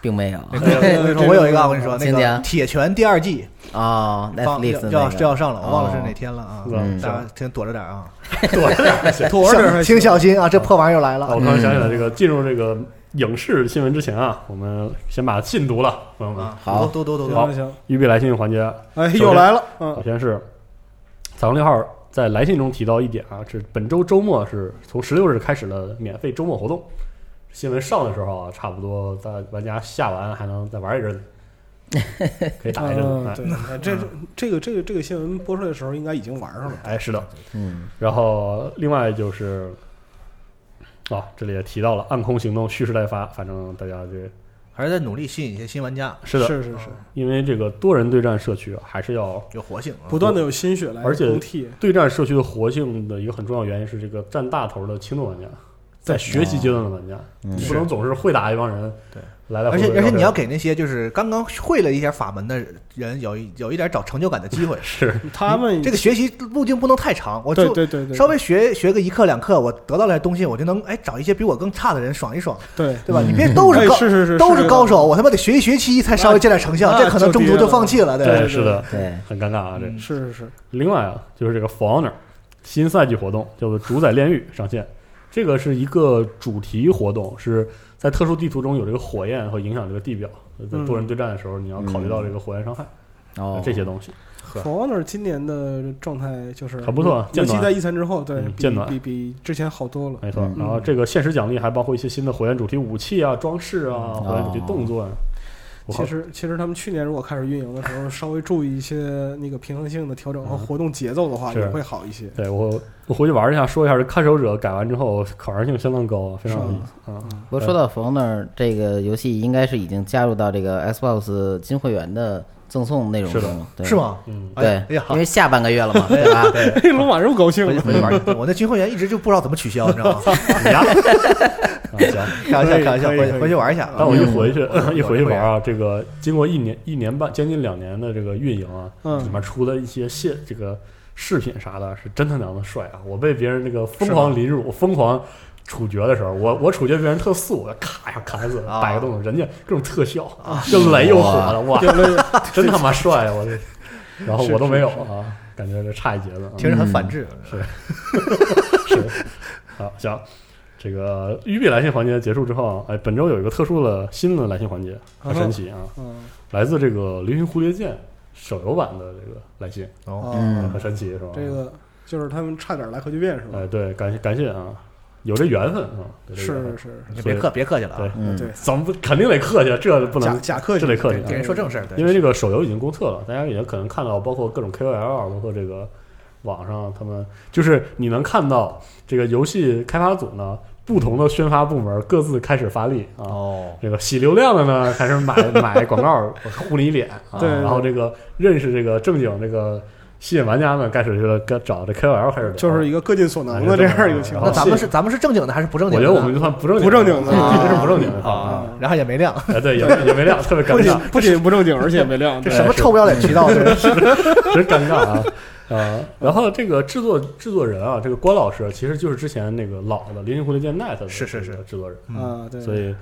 [SPEAKER 4] 并没有
[SPEAKER 5] 那个
[SPEAKER 3] 哎 呦
[SPEAKER 5] 我跟你说我有一个啊，我跟你说，那
[SPEAKER 4] 请
[SPEAKER 5] 个
[SPEAKER 4] 讲
[SPEAKER 5] 《铁拳》第二季
[SPEAKER 4] 哦
[SPEAKER 5] 放
[SPEAKER 4] ，Netflix
[SPEAKER 5] 要
[SPEAKER 4] 的
[SPEAKER 5] 就要
[SPEAKER 4] 那个
[SPEAKER 5] 就要上了，我忘了是哪
[SPEAKER 4] 哦
[SPEAKER 5] 天了啊，
[SPEAKER 4] 嗯
[SPEAKER 5] 大 家先躲着点啊，
[SPEAKER 2] 躲着点儿 行。
[SPEAKER 3] 妥着点儿还
[SPEAKER 5] 请
[SPEAKER 3] 行
[SPEAKER 5] 小心啊，这破玩意儿来了
[SPEAKER 2] 我突然想起来，这个进入这个影视新闻之前啊，我们先把信读了，朋友们，
[SPEAKER 5] 啊！
[SPEAKER 4] 好
[SPEAKER 5] 读读读读
[SPEAKER 2] 好
[SPEAKER 5] 读，
[SPEAKER 3] 行行，
[SPEAKER 2] 预备来信环节。
[SPEAKER 3] 哎，
[SPEAKER 2] 首先
[SPEAKER 3] 又来了，嗯
[SPEAKER 2] 首，先是彩虹六号在来信中提到一点啊，是本周周末是从十六日开始的免费周末活动。新闻上的时候啊，差不多在玩家下完还能再玩一阵子，可以打一阵子。
[SPEAKER 3] 嗯
[SPEAKER 2] 哎
[SPEAKER 3] 对，哎这这个这个这个新闻播出来的时候，应该已经玩上了。
[SPEAKER 2] 哎，是的。
[SPEAKER 4] 嗯
[SPEAKER 2] 然后另外就是啊，这里也提到了《暗空行动》蓄势待发，反正大家这
[SPEAKER 5] 还是在努力吸引一些新玩家，
[SPEAKER 2] 是的，
[SPEAKER 3] 是是是，
[SPEAKER 2] 因为这个多人对战社区啊，还是要
[SPEAKER 5] 有活性啊
[SPEAKER 3] 不。断的有新血来
[SPEAKER 2] 而且
[SPEAKER 3] 更替，
[SPEAKER 2] 对战社区的活性的一个很重要原因是这个占大头的轻度玩家，在学习阶段的玩家，
[SPEAKER 4] 嗯
[SPEAKER 2] 你不能总是会打一帮人，
[SPEAKER 5] 对，
[SPEAKER 2] 来来
[SPEAKER 5] 而
[SPEAKER 2] 回
[SPEAKER 5] 且
[SPEAKER 2] 回，。
[SPEAKER 5] 而且你要给那些就是刚刚会了一些法门的人有一有一点找成就感的机会
[SPEAKER 2] 是
[SPEAKER 3] 他们
[SPEAKER 5] 这个学习路径不能太长，我
[SPEAKER 3] 对
[SPEAKER 5] 就
[SPEAKER 3] 对对对，
[SPEAKER 5] 稍微学学个一课两课，我得到了点东西，我就能哎找一些比我更差的人爽一爽，
[SPEAKER 3] 对
[SPEAKER 5] 对吧？
[SPEAKER 4] 嗯
[SPEAKER 5] 你别都 是
[SPEAKER 3] 哎
[SPEAKER 5] 高
[SPEAKER 3] 是是是
[SPEAKER 5] 都是
[SPEAKER 3] 是
[SPEAKER 5] 高手，我他妈得学一学期才稍微见点成效，
[SPEAKER 3] 那
[SPEAKER 5] 这可能中途就放弃了，
[SPEAKER 3] 对
[SPEAKER 5] 吧？
[SPEAKER 3] 对
[SPEAKER 2] 是的，
[SPEAKER 4] 对，
[SPEAKER 2] 很尴尬啊这。
[SPEAKER 5] 嗯
[SPEAKER 3] 是是是，
[SPEAKER 2] 另外啊，就是这个 f o n o r 新赛季活动叫做“主宰炼狱”上线，这个是一个主题活动，是在特殊地图中有这个火焰会影响这个地表，在
[SPEAKER 5] 嗯
[SPEAKER 2] 多人对战的时候，你要考虑到这个火焰伤害
[SPEAKER 4] 哦
[SPEAKER 2] 这些东西。
[SPEAKER 5] 对
[SPEAKER 3] For Honor 今年的状态就是
[SPEAKER 2] 很不错啊
[SPEAKER 3] 尤
[SPEAKER 2] 渐
[SPEAKER 3] 其
[SPEAKER 2] 暖
[SPEAKER 3] 在一三之后，对
[SPEAKER 2] 嗯
[SPEAKER 3] 比
[SPEAKER 2] 渐暖
[SPEAKER 3] 比比之前好多了。
[SPEAKER 2] 没错，
[SPEAKER 4] 嗯
[SPEAKER 2] 然后这个限时奖励还包括一些新的火焰主题武器啊、装饰啊、火焰主题动作啊。我
[SPEAKER 3] 其实其实他们去年如果开始运营的时候，稍微注意一些那个平衡性的调整和活动节奏的
[SPEAKER 2] 嗯
[SPEAKER 3] 话，
[SPEAKER 2] 是
[SPEAKER 3] 也会好 一些。
[SPEAKER 2] 对我我回去玩一下，说一下这看守者改完之后可玩性相当高，非常有意思啊。
[SPEAKER 4] 不过说到《For Honor》这个游戏，应该是已经加入到这个 Xbox 金会员的赠送内容
[SPEAKER 2] 是的
[SPEAKER 4] 中了，对
[SPEAKER 5] 是？吗？
[SPEAKER 2] 嗯，
[SPEAKER 5] 哎呀
[SPEAKER 4] 对
[SPEAKER 5] 哎呀，，
[SPEAKER 4] 因为下半个月了嘛，对吧？
[SPEAKER 3] 嘿，龙哎马这么高兴
[SPEAKER 5] 我就
[SPEAKER 3] 了，
[SPEAKER 5] 回去玩一 玩。我那军会员一直就不知道怎么取消，你知道吗？
[SPEAKER 2] 你呀，啊
[SPEAKER 5] 开玩
[SPEAKER 2] 行，
[SPEAKER 5] 笑，开玩笑，
[SPEAKER 3] 可以
[SPEAKER 5] 回
[SPEAKER 3] 可以
[SPEAKER 5] 回去玩一下啊。
[SPEAKER 2] 但我一回去
[SPEAKER 5] 嗯
[SPEAKER 2] 一回去玩啊，这个经过一年一年半将近两年的这个运营啊，
[SPEAKER 3] 嗯
[SPEAKER 2] 里面出的一些现这个饰品啥的，是真他娘的帅啊！我被别人那个疯狂凌辱、疯狂处决的时候，我我处决别人特素，我咔一下砍死，
[SPEAKER 5] 啊
[SPEAKER 2] 摆个动作，人家各种特效，又雷又火的，啊哇，真他妈帅啊！我这，然后我都没有啊，感觉这差一截子啊。
[SPEAKER 5] 听着很反智。
[SPEAKER 2] 是，好，行，这个玉璧来信环节结束之后啊，哎，本周有一个特殊的新的来信环节，很神奇啊，
[SPEAKER 3] 嗯，
[SPEAKER 2] 来自这个《流星蝴蝶剑》手游版的这个来信，
[SPEAKER 5] 哦，
[SPEAKER 3] 哦，
[SPEAKER 4] 嗯
[SPEAKER 2] 很神奇是吧？
[SPEAKER 3] 这，个就是他们差点来核聚变是吧
[SPEAKER 2] 哎，？对，感谢感谢啊，有这缘分啊，有这缘分
[SPEAKER 3] 是是，
[SPEAKER 5] 你别客别客气了
[SPEAKER 2] 对
[SPEAKER 5] 啊，，
[SPEAKER 4] 嗯，
[SPEAKER 3] 对
[SPEAKER 2] 咱们不肯定得客气，这不
[SPEAKER 3] 假
[SPEAKER 2] 能，
[SPEAKER 3] 假客气，
[SPEAKER 2] 这得客气
[SPEAKER 3] 对
[SPEAKER 5] 给人说正事儿。对
[SPEAKER 2] 因为这个手游已经公测了，大家也可能看到，包括各种 KOL，包括啊这个网上他们，就是你能看到这个游戏开发组呢，不同的宣发部门各自开始发力啊，
[SPEAKER 5] 哦，
[SPEAKER 2] 这个洗流量的呢， 开始买买广告糊你脸啊，
[SPEAKER 3] 对对
[SPEAKER 2] 然后这个认识这个正经这个。吸引玩家们开始就该找这 KOL 开始聊，
[SPEAKER 3] 就是一个各尽所能的这样一个情
[SPEAKER 2] 哦
[SPEAKER 5] 那
[SPEAKER 3] 况。
[SPEAKER 5] 咱们是咱们是正经的还是不正
[SPEAKER 2] 啊我
[SPEAKER 5] 经
[SPEAKER 2] 觉
[SPEAKER 5] 的
[SPEAKER 2] 得
[SPEAKER 5] 呢？
[SPEAKER 2] 我们 就算不正经，
[SPEAKER 3] 不正经的
[SPEAKER 2] 一直是不正经的
[SPEAKER 5] 啊，然后也没亮，
[SPEAKER 2] 哎，对，也没也没亮，特别尴
[SPEAKER 3] 不仅
[SPEAKER 2] 尬，
[SPEAKER 3] 不仅不正经，而且 没亮。
[SPEAKER 5] 这
[SPEAKER 3] 对
[SPEAKER 5] 什么臭不要脸渠道？这是
[SPEAKER 2] 真尴尬啊。呃，然后这个制作制作人啊，这个关老师其实就是之前那个老的《林狐狸剑 Net》的
[SPEAKER 5] 是是是
[SPEAKER 2] 这个制作人，
[SPEAKER 5] 嗯
[SPEAKER 3] 啊，对，
[SPEAKER 2] 嗯所以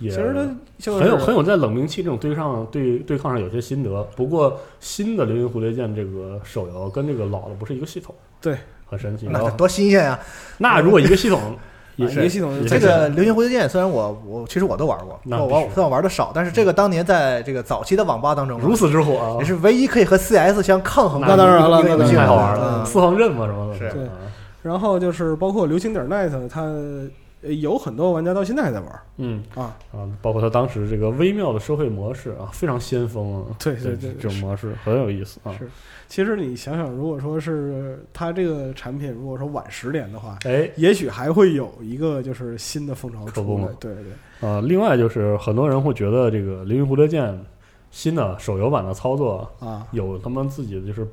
[SPEAKER 2] 也
[SPEAKER 3] 其实他就是
[SPEAKER 2] 很有很有在冷兵器这种对上对对抗上有些心得，不过新的《流云蝴蝶剑》这个手游跟这个老的不是一个系统，
[SPEAKER 3] 对，
[SPEAKER 2] 很神奇。
[SPEAKER 5] 那
[SPEAKER 2] 然后
[SPEAKER 5] 得多新鲜啊！
[SPEAKER 2] 那如果一个系统也
[SPEAKER 3] 啊一个系统
[SPEAKER 2] 也
[SPEAKER 3] 这
[SPEAKER 5] 这
[SPEAKER 2] 是
[SPEAKER 5] 个《流星蝴蝶剑》虽然我我其实我都玩过，
[SPEAKER 2] 那
[SPEAKER 5] 我
[SPEAKER 2] 必须
[SPEAKER 5] 玩虽然我玩的少，但是这个当年在这个早期的网吧当中，
[SPEAKER 2] 如此之火啊
[SPEAKER 5] 也，是唯一可以和 CS 相抗衡的
[SPEAKER 2] 那当
[SPEAKER 3] 然了
[SPEAKER 5] 一个游戏
[SPEAKER 2] 太好
[SPEAKER 5] 嗯
[SPEAKER 2] 玩了，四方阵嘛什么的，
[SPEAKER 5] 是
[SPEAKER 2] 啊
[SPEAKER 3] 对然后就是包括流行点 net，它呃有很多玩家到现在还在玩儿
[SPEAKER 2] 嗯
[SPEAKER 3] 啊。
[SPEAKER 2] 啊，包括他当时这个微妙的社会模式啊，非常先锋啊，
[SPEAKER 3] 对对
[SPEAKER 2] 这
[SPEAKER 3] 对
[SPEAKER 2] 这种模式很有意思啊。
[SPEAKER 3] 是其实你想想，如果说是它这个产品，如果说晚十年的话，
[SPEAKER 2] 哎
[SPEAKER 3] 也许还会有一个就是新的风潮
[SPEAKER 2] 可不
[SPEAKER 3] 出来
[SPEAKER 2] 嘛。
[SPEAKER 3] 对对，
[SPEAKER 2] 啊，另外就是很多人会觉得这个《流云蝴蝶剑》新的手游版的操作
[SPEAKER 3] 啊，
[SPEAKER 2] 有他们自己的就是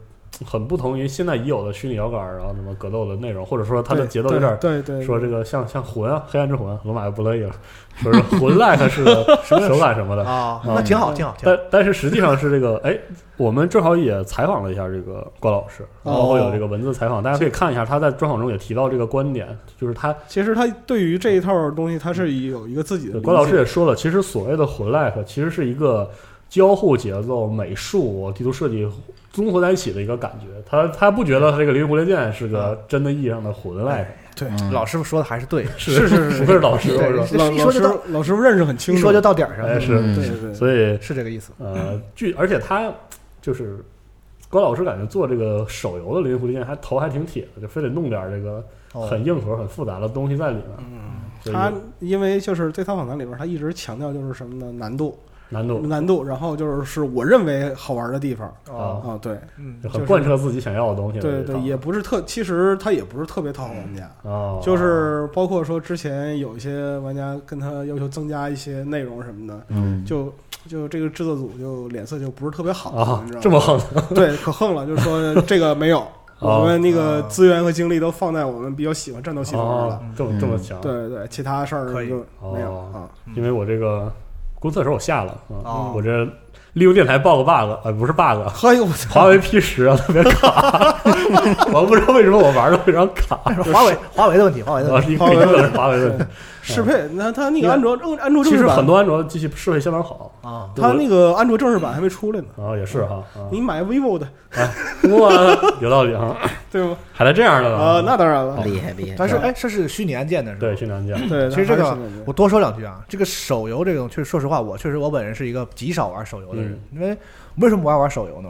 [SPEAKER 2] 很不同于现在已有的虚拟摇杆儿，然后什么格斗的内容，或者说它的
[SPEAKER 3] 对
[SPEAKER 2] 节奏有点儿
[SPEAKER 3] 对对，对
[SPEAKER 2] 说这个像像魂啊，黑暗之魂啊，罗马又不乐意了，说是魂 like 似的手感 什么的。
[SPEAKER 5] 啊，
[SPEAKER 2] 嗯
[SPEAKER 5] 那挺好，挺好，挺好
[SPEAKER 2] 但。但是实际上是这个，哎，我们正好也采访了一下这个关
[SPEAKER 3] 哦
[SPEAKER 2] 老师，然后会有这个文字采访，大家可以看一下，他在专访中也提到这个观点，就是他
[SPEAKER 3] 其实他对于这一套东西，他是有一个自己的
[SPEAKER 2] 对，关老
[SPEAKER 3] 理
[SPEAKER 2] 师
[SPEAKER 3] 解
[SPEAKER 2] 也说了，其实所谓的魂 life 其实是一个交互节奏、美术、地图设计综合在一起的一个感觉。他他不觉得他这个《灵魂蝴蝶剑》是个
[SPEAKER 3] 嗯
[SPEAKER 2] 真的意义上的魂 life，
[SPEAKER 3] 哎
[SPEAKER 4] 嗯
[SPEAKER 5] 老师傅说的还是对，
[SPEAKER 2] 是是 是，不愧是老师，我说，
[SPEAKER 5] 对
[SPEAKER 3] 老
[SPEAKER 5] 一说就
[SPEAKER 3] 老师
[SPEAKER 5] 到
[SPEAKER 3] 老师傅认识很清
[SPEAKER 5] 一
[SPEAKER 3] 楚，
[SPEAKER 5] 说就到点儿上
[SPEAKER 2] 哎
[SPEAKER 5] 了，
[SPEAKER 2] 是，
[SPEAKER 4] 嗯
[SPEAKER 3] 对对对，
[SPEAKER 2] 所以
[SPEAKER 5] 是这个意思。
[SPEAKER 2] 呃，据而且他就是关老师感觉做这个手游的《灵魂蝴蝶剑》还头还挺铁的，就非得弄点这个
[SPEAKER 5] 哦
[SPEAKER 2] 很硬核、很复杂的东西在里面，所以
[SPEAKER 3] 他嗯因为就是对他访谈里边，他一直强调就是什么呢？难度，
[SPEAKER 2] 难度
[SPEAKER 3] 难度，然后就是是我认为好玩的地方
[SPEAKER 5] 哦，
[SPEAKER 3] 啊，对
[SPEAKER 5] 嗯
[SPEAKER 2] 就
[SPEAKER 3] 就
[SPEAKER 2] 很
[SPEAKER 3] 是
[SPEAKER 2] 贯彻自己想要的东西的
[SPEAKER 3] 对
[SPEAKER 2] 这
[SPEAKER 3] 对，
[SPEAKER 2] 套
[SPEAKER 3] 也不是特，其实他也不是特别讨好玩家，
[SPEAKER 2] 哦，
[SPEAKER 3] 就是包括说之前有一些玩家跟他要求增加一些内容什么的，
[SPEAKER 4] 嗯，
[SPEAKER 3] 就就这个制作组就脸色就不是特别好，
[SPEAKER 2] 啊
[SPEAKER 3] 你知道吗？
[SPEAKER 2] 这么横。
[SPEAKER 3] 对，可横了，就是说这个没有，
[SPEAKER 2] 哦
[SPEAKER 3] 我们那个资源和精力都放在我们比较喜欢战斗系统上了。
[SPEAKER 2] 哦，这么
[SPEAKER 4] 嗯
[SPEAKER 2] 这么强，
[SPEAKER 3] 对，对对，其他事儿
[SPEAKER 5] 可以
[SPEAKER 3] 就没有
[SPEAKER 2] 哦
[SPEAKER 3] 啊。
[SPEAKER 2] 因为我这个公测的时候我下了啊
[SPEAKER 5] 哦，
[SPEAKER 2] 我这利用电台报个 bug，呃，不是 bug，
[SPEAKER 3] 嘿哎呦，我操
[SPEAKER 2] 华为 P 十啊特别卡， 我不知道为什么我玩的非常卡，
[SPEAKER 5] 华为华为的问题，华为的
[SPEAKER 2] 啊
[SPEAKER 5] 问题。，
[SPEAKER 2] 一个一个是华为的，
[SPEAKER 3] 适配，那它那个安卓安卓
[SPEAKER 2] 其
[SPEAKER 3] 正式
[SPEAKER 2] 实很
[SPEAKER 3] 版，
[SPEAKER 2] 多安卓机器适配相当好
[SPEAKER 5] 啊，
[SPEAKER 3] 它那个安卓正式版还没出来呢。
[SPEAKER 2] 啊，也是哈，啊
[SPEAKER 3] 你买 vivo 的，
[SPEAKER 2] 哇，有道理哈，
[SPEAKER 3] 对吗？
[SPEAKER 2] 还在这样的
[SPEAKER 5] 呃
[SPEAKER 3] 啊，
[SPEAKER 2] 呢，
[SPEAKER 3] 那当然了，
[SPEAKER 4] 厉害厉害，
[SPEAKER 5] 但是哎，这是虚拟按键的是吧？
[SPEAKER 2] 对，训练键，
[SPEAKER 3] 对。
[SPEAKER 5] 其实这
[SPEAKER 3] 还
[SPEAKER 5] 个
[SPEAKER 3] 是什么
[SPEAKER 5] 我多说两句啊，这个手游这个，确实说实话，我确实我本人是一个极少玩手游的人，因为为什么不爱玩手游呢？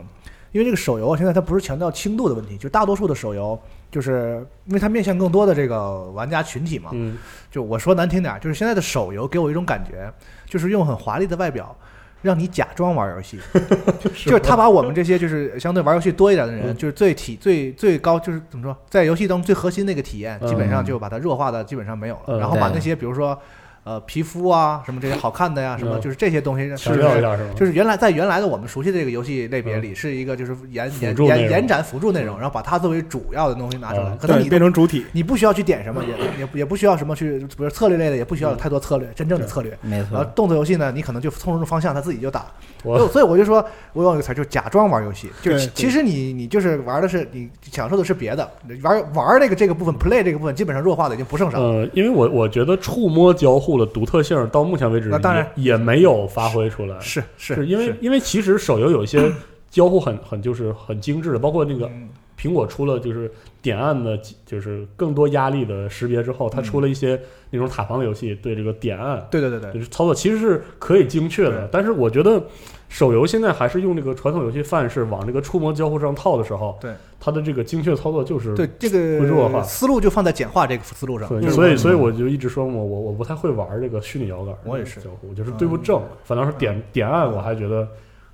[SPEAKER 5] 因为这个手游啊，现在它不是强调轻度的问题，就大多数的手游，就是因为它面向更多的这个玩家群体嘛。
[SPEAKER 2] 嗯，
[SPEAKER 5] 就我说难听点儿，就是现在的手游给我一种感觉，就是用很华丽的外表。让你假装玩游 戏，就是他把我们这些就是相对玩游戏多一点的人，
[SPEAKER 2] 嗯
[SPEAKER 5] 就是最体最最高就是怎么说，在游戏当中最核心那个体验，
[SPEAKER 2] 嗯
[SPEAKER 5] 基本上就把它弱化的基本上没有了，
[SPEAKER 2] 嗯
[SPEAKER 5] 然后把
[SPEAKER 4] 对
[SPEAKER 5] 那些比如说呃皮肤啊什么这些好看的呀、什么
[SPEAKER 2] 嗯
[SPEAKER 5] 就是这些东西，
[SPEAKER 2] 强调一下是吗？
[SPEAKER 5] 就是原来在原来的我们熟悉的这个游戏类别里，是一个就是延延
[SPEAKER 2] 辅助内
[SPEAKER 5] 延
[SPEAKER 2] 容
[SPEAKER 5] 延展辅助内容，然后把它作为主要的东西拿出来，
[SPEAKER 2] 嗯
[SPEAKER 5] 可能
[SPEAKER 3] 对
[SPEAKER 5] 你
[SPEAKER 3] 变成主体，
[SPEAKER 5] 你不需要去点什么，也也不也不需要什么去，比如策略类的，也不需
[SPEAKER 2] 嗯
[SPEAKER 5] 要太多策略，真正的策略。
[SPEAKER 4] 没
[SPEAKER 5] 然后
[SPEAKER 4] 错，
[SPEAKER 5] 动作游戏呢，你可能就冲着方向，它自己就打。
[SPEAKER 2] 我
[SPEAKER 5] 所以我就说，我有一个词儿，就假装玩游戏。就
[SPEAKER 3] 对
[SPEAKER 5] 其
[SPEAKER 3] 对
[SPEAKER 5] 其实你你就是玩的是你享受的是别的，玩玩这个这个部分 play 这个部分基本上弱化的已经不剩啥了。
[SPEAKER 2] 呃，因为我我觉得触摸交互的独特性到目前为止
[SPEAKER 5] 那当然
[SPEAKER 2] 也也没有发挥出来，
[SPEAKER 5] 是是
[SPEAKER 2] 嗯是因为因为其实手游有一 些交互很很就是很精致的，包括那个
[SPEAKER 5] 嗯
[SPEAKER 2] 苹果出了就是点按的，就是更多压力的识别之后，它
[SPEAKER 5] 嗯
[SPEAKER 2] 出了一些那种塔防游戏，对这个点按
[SPEAKER 5] 对对对对
[SPEAKER 2] 就是操作其实是可以精确的
[SPEAKER 5] 对，
[SPEAKER 2] 但是我觉得手游现在还是用这个传统游戏范式往这个触摸交互上套的时候，
[SPEAKER 5] 对
[SPEAKER 2] 它的这个精确操作就是
[SPEAKER 5] 对，这
[SPEAKER 2] 会弱化
[SPEAKER 5] 个思路就放在简化这个思路上。
[SPEAKER 2] 对，
[SPEAKER 3] 嗯
[SPEAKER 2] 所以
[SPEAKER 4] 嗯
[SPEAKER 2] 所以我就一直说嘛，我我不太会玩这个虚拟摇杆，
[SPEAKER 5] 我也是嗯
[SPEAKER 2] 交互，就是对不正，反倒是点点按我还觉得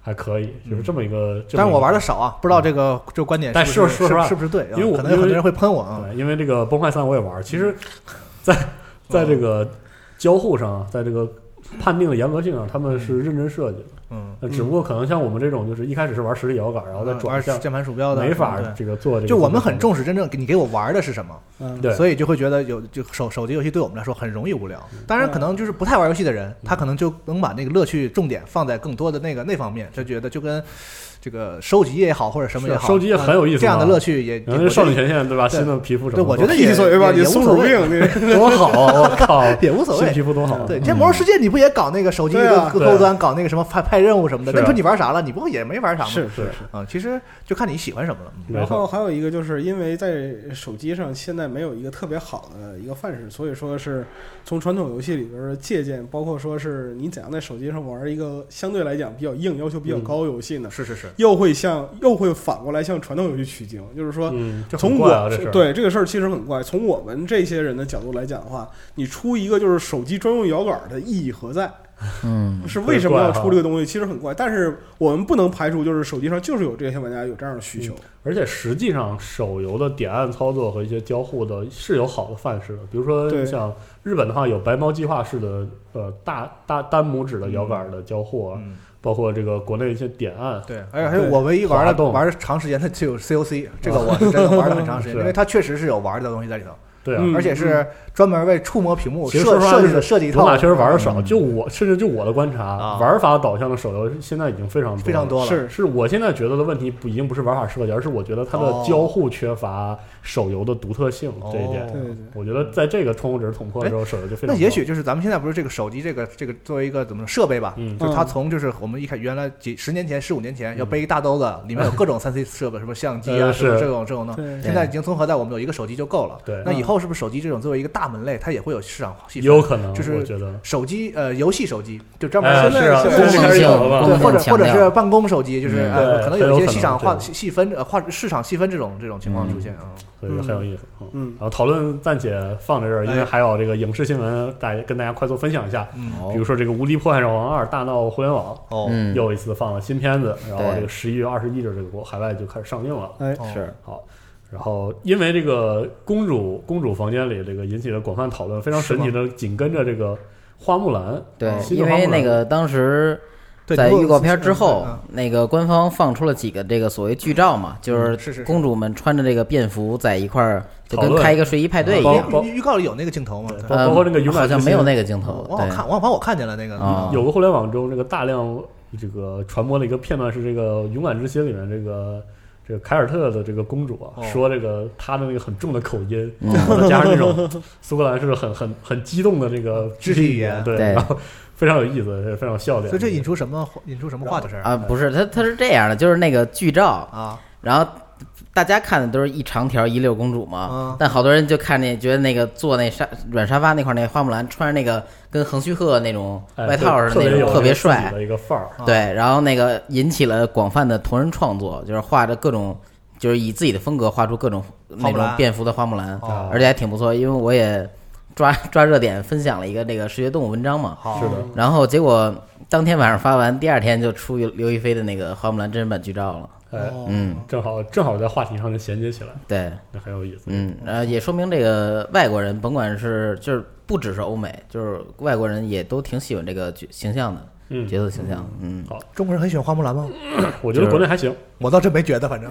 [SPEAKER 2] 还可以，就是这么一个。这
[SPEAKER 5] 嗯
[SPEAKER 2] 么
[SPEAKER 5] 但是
[SPEAKER 2] 一个
[SPEAKER 5] 我玩的少啊，不知道这个这个观点
[SPEAKER 2] 但
[SPEAKER 5] 是不
[SPEAKER 2] 说
[SPEAKER 5] 是
[SPEAKER 2] 说实话
[SPEAKER 5] 是不是对啊？
[SPEAKER 2] 因为我
[SPEAKER 5] 可能有
[SPEAKER 2] 因为
[SPEAKER 5] 很多人会喷我啊。
[SPEAKER 2] 对，因为这个崩坏三我也玩儿，其实在，
[SPEAKER 5] 嗯
[SPEAKER 2] 啊在这个交互上，在这个判定的严格性上，他们是认真设计的。
[SPEAKER 5] 嗯，
[SPEAKER 2] 那只不过可能像我们这种，就是一开始是玩实体摇杆，然后再转
[SPEAKER 5] 玩
[SPEAKER 2] 向，
[SPEAKER 5] 键盘鼠标的
[SPEAKER 2] 没法
[SPEAKER 5] 对
[SPEAKER 2] 这个做这个。
[SPEAKER 5] 就我们很，重视真正你给我玩的是什么，
[SPEAKER 3] 嗯，
[SPEAKER 2] 对，
[SPEAKER 5] 所以就会觉得有就手手机游戏对我们来说很容易无聊。
[SPEAKER 2] 嗯
[SPEAKER 5] 当然，可能就是不太玩游戏的人，他可能就能把那个乐趣重点放在更多的那个那方面，就觉得就跟这个收集也好或者什么也
[SPEAKER 2] 是啊
[SPEAKER 5] 好，
[SPEAKER 2] 收集也很有意思嘛
[SPEAKER 5] 这样的乐趣也
[SPEAKER 2] 然后少女，
[SPEAKER 5] 也
[SPEAKER 2] 前线对吧？
[SPEAKER 5] 对
[SPEAKER 2] 新的皮肤什么
[SPEAKER 5] 对
[SPEAKER 2] 的，
[SPEAKER 5] 我觉得
[SPEAKER 3] 闭
[SPEAKER 5] 也
[SPEAKER 3] 嘴吧，
[SPEAKER 5] 也
[SPEAKER 3] 你
[SPEAKER 5] 也
[SPEAKER 3] 松
[SPEAKER 5] 无
[SPEAKER 3] 鼠
[SPEAKER 5] 所
[SPEAKER 3] 病
[SPEAKER 5] 谓，，
[SPEAKER 3] 你
[SPEAKER 2] 多好啊！我 靠，
[SPEAKER 5] 也无所
[SPEAKER 2] 新
[SPEAKER 5] 谓
[SPEAKER 2] 皮。肤多好啊。
[SPEAKER 5] 对，你这魔兽世界你不也搞那个手机
[SPEAKER 3] 对啊
[SPEAKER 5] 各
[SPEAKER 2] 对
[SPEAKER 5] 高端搞那个什么派派任务什么的？
[SPEAKER 2] 是啊
[SPEAKER 5] 那不你玩啥了？你不也没玩啥吗？
[SPEAKER 3] 是是
[SPEAKER 2] 是
[SPEAKER 3] 是。
[SPEAKER 5] 啊，其实就看你喜欢什么了。嗯
[SPEAKER 2] 没
[SPEAKER 3] 然后
[SPEAKER 2] 错，
[SPEAKER 3] 还有一个就是因为在手机上现在没有一个特别好的一个范式，所以说是从传统游戏里边的借鉴，包括说是你怎样在手机上玩一个相对来讲比较硬、要求比较
[SPEAKER 5] 嗯
[SPEAKER 3] 高的游戏呢？
[SPEAKER 5] 是是是，
[SPEAKER 3] 又会向又会反过来向传统游戏取经，就是说，
[SPEAKER 2] 嗯，这
[SPEAKER 3] 从
[SPEAKER 2] 很
[SPEAKER 3] 我、
[SPEAKER 2] 怪啊，这事儿，
[SPEAKER 3] 对这个事儿其实很怪。从我们这些人的角度来讲的话，你出一个就是手机专用摇杆的意义何在？
[SPEAKER 4] 嗯，
[SPEAKER 3] 是为什么
[SPEAKER 2] 怪
[SPEAKER 3] 要
[SPEAKER 2] 哈
[SPEAKER 3] 出这个东西？其实很怪，但是我们不能排除就是手机上就是有这些玩家有这样的需求。
[SPEAKER 2] 而且实际上，手游的点按操作和一些交互的是有好的范式的，比如说
[SPEAKER 3] 对
[SPEAKER 2] 像日本的话，有白猫计划式的，呃，大大单拇指的摇杆的交互啊，
[SPEAKER 5] 嗯，
[SPEAKER 2] 包括这个国内一些点按，
[SPEAKER 5] 对，而且还有
[SPEAKER 3] 对
[SPEAKER 5] 我唯一玩
[SPEAKER 2] 滑
[SPEAKER 5] 了
[SPEAKER 2] 动
[SPEAKER 5] 玩了长时间的就有 COC，这个我是真的玩了很长时间，
[SPEAKER 2] 是
[SPEAKER 5] 因为它确实是有玩的东西在里头，
[SPEAKER 2] 对啊。
[SPEAKER 3] 嗯
[SPEAKER 5] 而且是专门为触摸屏幕
[SPEAKER 2] 其
[SPEAKER 5] 设
[SPEAKER 2] 实说实话
[SPEAKER 5] 设计
[SPEAKER 2] 就是
[SPEAKER 5] 的设计一
[SPEAKER 2] 罗
[SPEAKER 5] 套。
[SPEAKER 2] 马确实玩的少，
[SPEAKER 5] 嗯
[SPEAKER 2] 就我甚至就我的观察，
[SPEAKER 5] 啊
[SPEAKER 2] 玩法导向的手游现在已经非常多
[SPEAKER 5] 非常
[SPEAKER 2] 了。
[SPEAKER 5] 多了，
[SPEAKER 3] 是
[SPEAKER 2] 是我现在觉得的问题不已经不是玩法设计，而是我觉得它的
[SPEAKER 5] 哦
[SPEAKER 2] 交互缺乏手游的独特性这一点。
[SPEAKER 5] 哦哎
[SPEAKER 3] 对对对。
[SPEAKER 2] 我觉得在这个窗户纸捅破的时候，手游就非常
[SPEAKER 5] 那
[SPEAKER 2] 棒。
[SPEAKER 5] 也许就是咱们现在不是这个手机这个这个作为一个怎么说设备吧，
[SPEAKER 2] 嗯
[SPEAKER 5] 就是它从就是我们一开原来几十年前十五年前要背一大兜子，里面有各种三 C 设备，什么相机啊，
[SPEAKER 2] 呃
[SPEAKER 5] 什么
[SPEAKER 2] 是嗯
[SPEAKER 5] 这种这种的，
[SPEAKER 3] 对
[SPEAKER 5] 现在已经综合在我们有一个手机就够了。
[SPEAKER 2] 对
[SPEAKER 5] 那以后是不是手机这种作为一个大门类，它也会有市场细分？
[SPEAKER 2] 有可能，
[SPEAKER 5] 就是
[SPEAKER 2] 我觉得。
[SPEAKER 5] 手机呃游戏手机就专门
[SPEAKER 2] 哎，
[SPEAKER 3] 现
[SPEAKER 2] 是
[SPEAKER 3] 在
[SPEAKER 2] 啊，
[SPEAKER 3] 现
[SPEAKER 2] 现在
[SPEAKER 3] 在
[SPEAKER 4] 是
[SPEAKER 2] 就开始
[SPEAKER 4] 性
[SPEAKER 2] 有了吧？
[SPEAKER 5] 对，
[SPEAKER 4] 功能
[SPEAKER 5] 或者
[SPEAKER 4] 强
[SPEAKER 5] 或者
[SPEAKER 4] 调
[SPEAKER 5] 是办公手机，就是
[SPEAKER 4] 嗯
[SPEAKER 5] 呃，
[SPEAKER 2] 对
[SPEAKER 5] 可能有一
[SPEAKER 2] 很有
[SPEAKER 5] 些
[SPEAKER 2] 可
[SPEAKER 5] 市场
[SPEAKER 2] 能
[SPEAKER 5] 划
[SPEAKER 2] 对
[SPEAKER 5] 细分呃划市场细分这种这种情况出现啊。
[SPEAKER 2] 所以很有意思。嗯
[SPEAKER 3] 嗯
[SPEAKER 2] 然后讨论暂且放在这儿，因为
[SPEAKER 5] 哎
[SPEAKER 2] 还有这个影视新闻，大家跟大家快速分享一下。
[SPEAKER 5] 嗯
[SPEAKER 4] 好
[SPEAKER 2] 比如说这个《无敌破坏者王二》大闹互联网，
[SPEAKER 5] 哦
[SPEAKER 4] 哦嗯
[SPEAKER 2] 又一次放了新片子，然后
[SPEAKER 4] 对
[SPEAKER 2] 这个十一月二十一日，这个国海外就开始上映了。
[SPEAKER 3] 哎，
[SPEAKER 5] 哦
[SPEAKER 4] 是
[SPEAKER 2] 好，然后因为这个公主公主房间里这个引起了广泛讨论，非常神奇的，紧跟着这个花木兰，
[SPEAKER 4] 对，
[SPEAKER 2] 新的
[SPEAKER 4] 因
[SPEAKER 2] 花木
[SPEAKER 4] 为
[SPEAKER 2] 兰
[SPEAKER 4] 那个当时
[SPEAKER 5] 对
[SPEAKER 4] 在
[SPEAKER 5] 你给我
[SPEAKER 4] 预告片之后
[SPEAKER 5] 嗯，
[SPEAKER 4] 那个官方放出了几个这个所谓剧照嘛，就是
[SPEAKER 5] 嗯是是是
[SPEAKER 4] 公主们穿着这个便服在一块儿，就
[SPEAKER 2] 讨
[SPEAKER 4] 跟
[SPEAKER 2] 论
[SPEAKER 4] 开一个睡衣派对一
[SPEAKER 2] 包
[SPEAKER 4] 样。
[SPEAKER 2] 包
[SPEAKER 5] 预预告里有那个镜头吗？
[SPEAKER 2] 对
[SPEAKER 5] 对
[SPEAKER 2] 包包括那个勇
[SPEAKER 4] 嗯
[SPEAKER 2] 敢
[SPEAKER 4] 好像
[SPEAKER 2] 之
[SPEAKER 4] 没有
[SPEAKER 2] 心
[SPEAKER 4] 那个镜头，
[SPEAKER 5] 我好
[SPEAKER 4] 对，
[SPEAKER 5] 看，我好像我看见了那个嗯
[SPEAKER 4] 啊
[SPEAKER 2] 有个互联网中这个大量这个传播的一个片段是这个《勇敢之心》里面这个这个凯尔特的这个公主啊，
[SPEAKER 5] 哦
[SPEAKER 2] 说这个她的那个很重的口音，
[SPEAKER 4] 嗯
[SPEAKER 2] 然后再加上那种 苏格兰式很很很激动的这个
[SPEAKER 5] 肢体语言
[SPEAKER 2] 对，
[SPEAKER 4] 对
[SPEAKER 2] 然后非常有意思，非常有笑点。
[SPEAKER 5] 所以这引出什么引出什么话题是
[SPEAKER 4] 啊，不是，他他是这样的，就是那个剧照，
[SPEAKER 5] 啊？
[SPEAKER 4] 然后大家看的都是一长条一溜公主嘛，
[SPEAKER 5] 嗯
[SPEAKER 4] 但好多人就看那觉得那个坐那沙软沙发那块儿那花木兰穿着那个跟横须贺那种
[SPEAKER 2] 哎
[SPEAKER 4] 外套似的
[SPEAKER 2] 特别
[SPEAKER 4] 那种、
[SPEAKER 2] 有
[SPEAKER 4] 特别
[SPEAKER 2] 自己
[SPEAKER 4] 帅，
[SPEAKER 2] 的一个范儿。
[SPEAKER 5] 啊
[SPEAKER 4] 对，然后那个引起了广泛的同人创作，就是画着各种就是以自己的风格画出各种那
[SPEAKER 5] 木
[SPEAKER 4] 种
[SPEAKER 5] 兰
[SPEAKER 4] 蝙蝠的花木兰，
[SPEAKER 5] 哦
[SPEAKER 4] 而且还挺不错，因为我也抓抓热点分享了一个那个视觉动物文章嘛，
[SPEAKER 5] 哦好
[SPEAKER 2] 是的，
[SPEAKER 4] 然后结果当天晚上发完，第二天就出刘亦菲的那个花木兰真人版剧照了。
[SPEAKER 2] 哎，
[SPEAKER 5] 哦
[SPEAKER 4] 嗯，
[SPEAKER 2] 正好正好在话题上就衔接起来，
[SPEAKER 4] 对，
[SPEAKER 2] 那很有意思。
[SPEAKER 4] 嗯，呃，也说明这个外国人，甭管是就是不只是欧美，就是外国人也都挺喜欢这个角形象的，
[SPEAKER 2] 嗯
[SPEAKER 4] 角色形象。嗯，
[SPEAKER 5] 中国人很喜欢花木兰吗？
[SPEAKER 2] 我觉得国内还行，
[SPEAKER 5] 我倒真没觉得，反正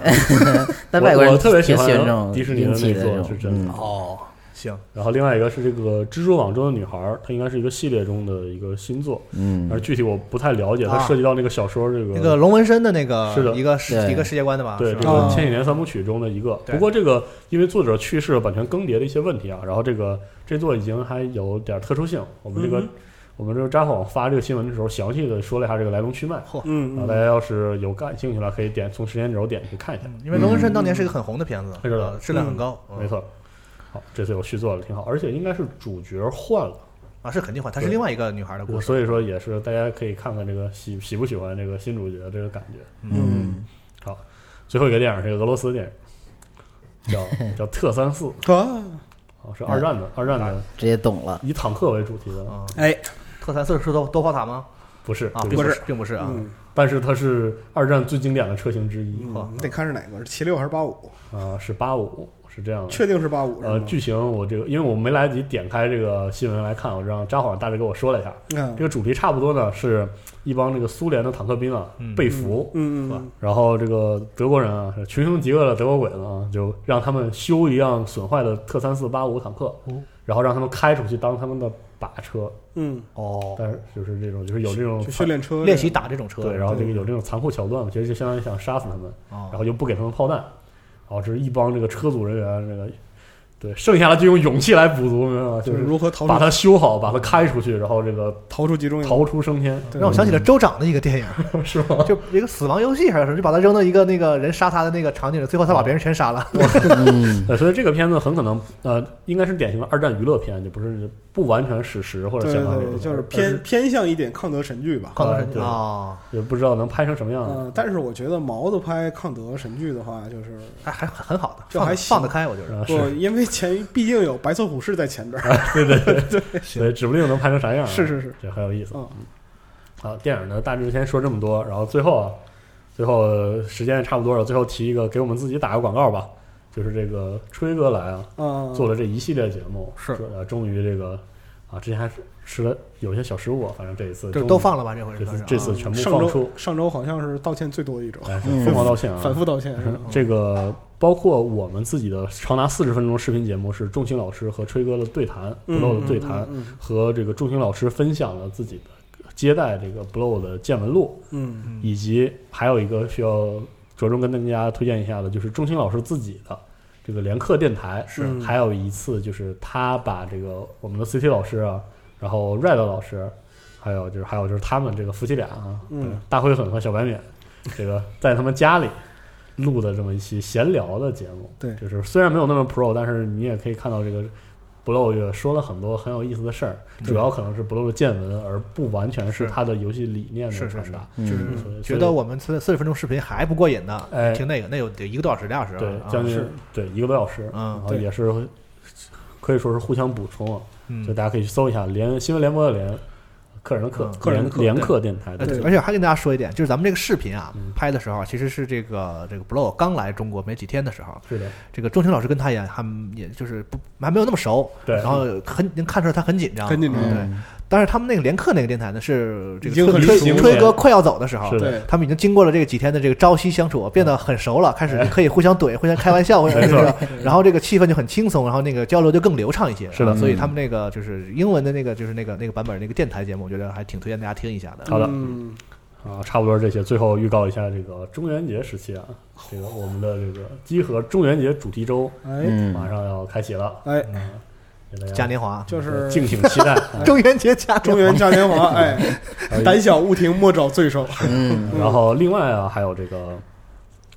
[SPEAKER 4] 但
[SPEAKER 2] 我
[SPEAKER 4] 外国人
[SPEAKER 2] 我特别喜
[SPEAKER 4] 挺
[SPEAKER 2] 欢
[SPEAKER 4] 喜欢这种
[SPEAKER 2] 迪士尼的
[SPEAKER 4] 英气
[SPEAKER 2] 那
[SPEAKER 4] 的
[SPEAKER 2] 一座
[SPEAKER 4] 这种
[SPEAKER 2] 是真的
[SPEAKER 4] 嗯
[SPEAKER 5] 哦，行，
[SPEAKER 2] 然后另外一个是这个《蜘蛛网中的女孩》，它应该是一个系列中的一个新作，
[SPEAKER 4] 嗯，
[SPEAKER 2] 而具体我不太了解，它
[SPEAKER 5] 啊
[SPEAKER 2] 涉及到那个小说这个
[SPEAKER 5] 那个龙纹身的那个
[SPEAKER 2] 是的
[SPEAKER 5] 一个世
[SPEAKER 4] 对
[SPEAKER 5] 一个世界观的吧？
[SPEAKER 2] 对
[SPEAKER 5] 是吧
[SPEAKER 2] 这个
[SPEAKER 3] 啊
[SPEAKER 2] 千禧年三部曲中的一个。
[SPEAKER 5] 对
[SPEAKER 2] 不过这个因为作者去世、版权更迭的一些问题啊，然后这个这作已经还有点特殊性。我们这个、
[SPEAKER 3] 嗯哼
[SPEAKER 2] 我们这个扎网发这个新闻的时候，详细的说了一下这个来龙去脉。然后
[SPEAKER 3] 嗯
[SPEAKER 2] 大家要是有感兴趣了，可以点从时间轴点去看一下。
[SPEAKER 5] 嗯因为龙纹身当年是一个很红的片子，
[SPEAKER 2] 嗯是的
[SPEAKER 5] 呃质量很高，嗯
[SPEAKER 2] 没错。好，这次有续作了，挺好，而且应该是主角换了，
[SPEAKER 5] 啊，是肯定换，它是
[SPEAKER 2] 对
[SPEAKER 5] 另外一个女孩的故事。
[SPEAKER 2] 所以说也是大家可以看看这个喜喜不喜欢这个新主角这个感觉。
[SPEAKER 4] 嗯，
[SPEAKER 2] 最后一个电影是一个俄罗斯电 影，叫叫特三四，
[SPEAKER 3] 啊，
[SPEAKER 2] 啊，是二战的，二战的
[SPEAKER 4] 直接 懂了。
[SPEAKER 2] 以坦克为主题的，
[SPEAKER 5] 啊，
[SPEAKER 3] 哎，
[SPEAKER 5] 特三四是多多炮塔吗？
[SPEAKER 2] 不是
[SPEAKER 5] 啊，
[SPEAKER 2] 对
[SPEAKER 5] 并
[SPEAKER 3] 不
[SPEAKER 5] 不
[SPEAKER 3] 是
[SPEAKER 5] 并不是啊。
[SPEAKER 3] 嗯，
[SPEAKER 2] 但是它是二战最经典的车型之一啊
[SPEAKER 3] 嗯你得看是哪个，是七六还是八五？
[SPEAKER 2] 啊，是八五，是这样的。
[SPEAKER 3] 确定是八五是
[SPEAKER 2] 呃，
[SPEAKER 3] 吗？
[SPEAKER 2] 剧情我这个，因为我没来得及点开这个新闻来看，我让张晃大致给我说了一下，
[SPEAKER 3] 嗯
[SPEAKER 2] 这个主题差不多呢，是一帮这个苏联的坦克兵啊
[SPEAKER 5] 嗯
[SPEAKER 2] 被俘，
[SPEAKER 3] 嗯嗯
[SPEAKER 2] 然后这个德国人啊，穷凶极恶的德国鬼子啊，就让他们修一辆损坏的特三四八五坦克
[SPEAKER 5] 哦，
[SPEAKER 2] 然后让他们开出去当他们的靶车，
[SPEAKER 3] 嗯，
[SPEAKER 5] 哦，
[SPEAKER 2] 但是就是这种就是有这种
[SPEAKER 3] 嗯就训练车
[SPEAKER 5] 练习打这种车，
[SPEAKER 2] 对，然后这个
[SPEAKER 3] 对
[SPEAKER 2] 有这种残酷桥段嘛，其实就相当于想杀死他们，然
[SPEAKER 5] 哦，
[SPEAKER 2] 后又不给他们炮弹，然后这是一帮这个车组人员这个对剩下的就用勇气来补足，明白吗？
[SPEAKER 3] 就
[SPEAKER 2] 就是是
[SPEAKER 3] 如何逃
[SPEAKER 2] 把
[SPEAKER 3] 出
[SPEAKER 2] 它修好，把它开出去，然后这个
[SPEAKER 3] 逃出集中营。
[SPEAKER 2] 逃出升天，
[SPEAKER 3] 对
[SPEAKER 5] 让我想起了州长的一个电影，
[SPEAKER 2] 是吗？
[SPEAKER 5] 就一个死亡游戏还是什么，就把他扔到一个那个人杀他的那个场景里，最后他把别人全杀 了。
[SPEAKER 4] 嗯，
[SPEAKER 2] 呃，所以这个片子很可能，呃，应该是典型的二战娱乐片，就不是不完全史实或者
[SPEAKER 3] 对
[SPEAKER 2] 相
[SPEAKER 3] 对
[SPEAKER 2] 关
[SPEAKER 3] 对，就是偏偏向一点抗德神剧吧。
[SPEAKER 5] 康德神
[SPEAKER 2] 对
[SPEAKER 5] 啊，
[SPEAKER 2] 呃也不知道能拍成什么样子。
[SPEAKER 3] 嗯，但是我觉得毛子拍抗德神剧的话，就是
[SPEAKER 5] 还还很好的，
[SPEAKER 3] 就
[SPEAKER 5] 放
[SPEAKER 3] 还
[SPEAKER 5] 得
[SPEAKER 3] 行
[SPEAKER 5] 放得开，我觉
[SPEAKER 2] 啊
[SPEAKER 5] 得
[SPEAKER 3] 不，
[SPEAKER 2] 是，
[SPEAKER 3] 因为前毕竟有白色虎式在前边儿。
[SPEAKER 2] 所以指不定能拍成啥样、啊。
[SPEAKER 3] 是是是，
[SPEAKER 2] 这很有意思。
[SPEAKER 3] 嗯
[SPEAKER 2] 好，电影呢大致先说这么多，然后最后啊，最后呃时间也差不多了，最后提一个给我们自己打个广告吧，就是这个吹哥来啊，
[SPEAKER 3] 嗯，
[SPEAKER 2] 做了这一系列节目，
[SPEAKER 5] 是
[SPEAKER 2] 呃，终于这个啊，之前还是吃了有些小失误啊，反正这一次
[SPEAKER 5] 就
[SPEAKER 2] 终于
[SPEAKER 5] 都放了吧，这回
[SPEAKER 2] 这
[SPEAKER 5] 算
[SPEAKER 2] 次
[SPEAKER 5] 是
[SPEAKER 2] 这
[SPEAKER 5] 啊
[SPEAKER 2] 次全部
[SPEAKER 3] 上
[SPEAKER 2] 放出
[SPEAKER 3] 周，上周好像是道歉最多的一周，
[SPEAKER 2] 哎，
[SPEAKER 4] 嗯
[SPEAKER 2] 疯狂道歉啊，
[SPEAKER 3] 反复道歉。是吧
[SPEAKER 2] 这个包括我们自己的长达四十分钟视频节目，是仲兴老师和吹哥的对谈，Blow 的对谈，，
[SPEAKER 3] 嗯
[SPEAKER 2] 和这个仲兴老师分享了自己的接待这个 Blow 的见闻录，
[SPEAKER 3] 嗯
[SPEAKER 5] 嗯
[SPEAKER 2] 以及还有一个需要着重跟大家推荐一下的，就是仲兴老师自己的这个连课电台，
[SPEAKER 3] 是嗯
[SPEAKER 2] 还有一次就是他把这个我们的 CT 老师啊，然后 Red 老师，还有就是还有就是他们这个夫妻俩啊，
[SPEAKER 3] 嗯，
[SPEAKER 2] 大灰粉和小白脸，这个在他们家里录的这么一期闲聊的节目，
[SPEAKER 3] 对
[SPEAKER 2] 就是虽然没有那么 pro，但是你也可以看到这个 Blow 也说了很多很有意思的事儿，主要可能是 Blow 的见闻，而不完全是
[SPEAKER 5] 是
[SPEAKER 2] 他的游戏理念的
[SPEAKER 5] 是是
[SPEAKER 2] 传
[SPEAKER 5] 是
[SPEAKER 2] 达。
[SPEAKER 4] 嗯
[SPEAKER 5] 就是
[SPEAKER 2] 所以
[SPEAKER 5] 觉得我们四四十分钟视频还不过瘾呢，
[SPEAKER 2] 哎
[SPEAKER 5] 听那个那有得一个多小时俩小时
[SPEAKER 2] 对
[SPEAKER 5] 了，啊，
[SPEAKER 2] 将近
[SPEAKER 3] 是
[SPEAKER 2] 对一个多小时，
[SPEAKER 5] 嗯
[SPEAKER 2] 然后
[SPEAKER 3] 对
[SPEAKER 2] 也是可以说是互相补充啊，
[SPEAKER 5] 嗯
[SPEAKER 2] 所以大家可以去搜一下联新闻联播的联，客人的客
[SPEAKER 5] 嗯，
[SPEAKER 3] 客人
[SPEAKER 2] 联
[SPEAKER 3] 的客
[SPEAKER 2] 联
[SPEAKER 3] 对
[SPEAKER 2] 客电台
[SPEAKER 5] 呃
[SPEAKER 2] 的。
[SPEAKER 3] 对
[SPEAKER 5] 而且还跟大家说一点，就是咱们这个视频啊
[SPEAKER 2] 嗯，
[SPEAKER 5] 拍的时候其实是这个这个 Blow 刚来中国没几天的时候，
[SPEAKER 2] 是的，
[SPEAKER 5] 这个钟情老师跟他也还也就是不还没有那么熟，
[SPEAKER 2] 对
[SPEAKER 5] 然后很能看出来他很紧张，
[SPEAKER 3] 很紧张
[SPEAKER 5] 对。
[SPEAKER 2] 嗯
[SPEAKER 5] 但是他们那个连课那个电台呢，是这
[SPEAKER 3] 已经
[SPEAKER 5] 个
[SPEAKER 3] 很
[SPEAKER 5] 吹
[SPEAKER 2] 熟
[SPEAKER 5] 吹
[SPEAKER 2] 了
[SPEAKER 5] 吹哥快要走的时候
[SPEAKER 2] 是，的
[SPEAKER 3] 对，
[SPEAKER 5] 他们已经经过了这个几天的这个朝夕相处，变得很熟了，开始可以互相怼、互 相开玩笑，或者
[SPEAKER 2] 哎 没
[SPEAKER 5] 是
[SPEAKER 2] 错
[SPEAKER 5] 吧然后这个气氛就很轻松，然后那个交流就更流畅一些。
[SPEAKER 2] 是的
[SPEAKER 5] 啊所以他们那个就是英文的那个就是那个那个版本那个电台节目，我觉得还挺推荐大家听一下的。
[SPEAKER 2] 好的
[SPEAKER 3] 嗯
[SPEAKER 2] 啊，差不多是这些。最后预告一下这个中元节时期啊，这个我们的这个集合中元节主题周
[SPEAKER 3] 哎
[SPEAKER 2] 马
[SPEAKER 4] 嗯，
[SPEAKER 2] 上要开启了，
[SPEAKER 3] 哎，
[SPEAKER 2] 嗯，给大
[SPEAKER 5] 嘉
[SPEAKER 2] 家
[SPEAKER 5] 年华，
[SPEAKER 3] 就是
[SPEAKER 2] 敬请期待。啊
[SPEAKER 5] 中元节嘉
[SPEAKER 3] 中
[SPEAKER 5] 年
[SPEAKER 3] 原嘉年华，哎，胆小勿听，莫找罪受。
[SPEAKER 4] 嗯，
[SPEAKER 2] 然后另外啊，还有这个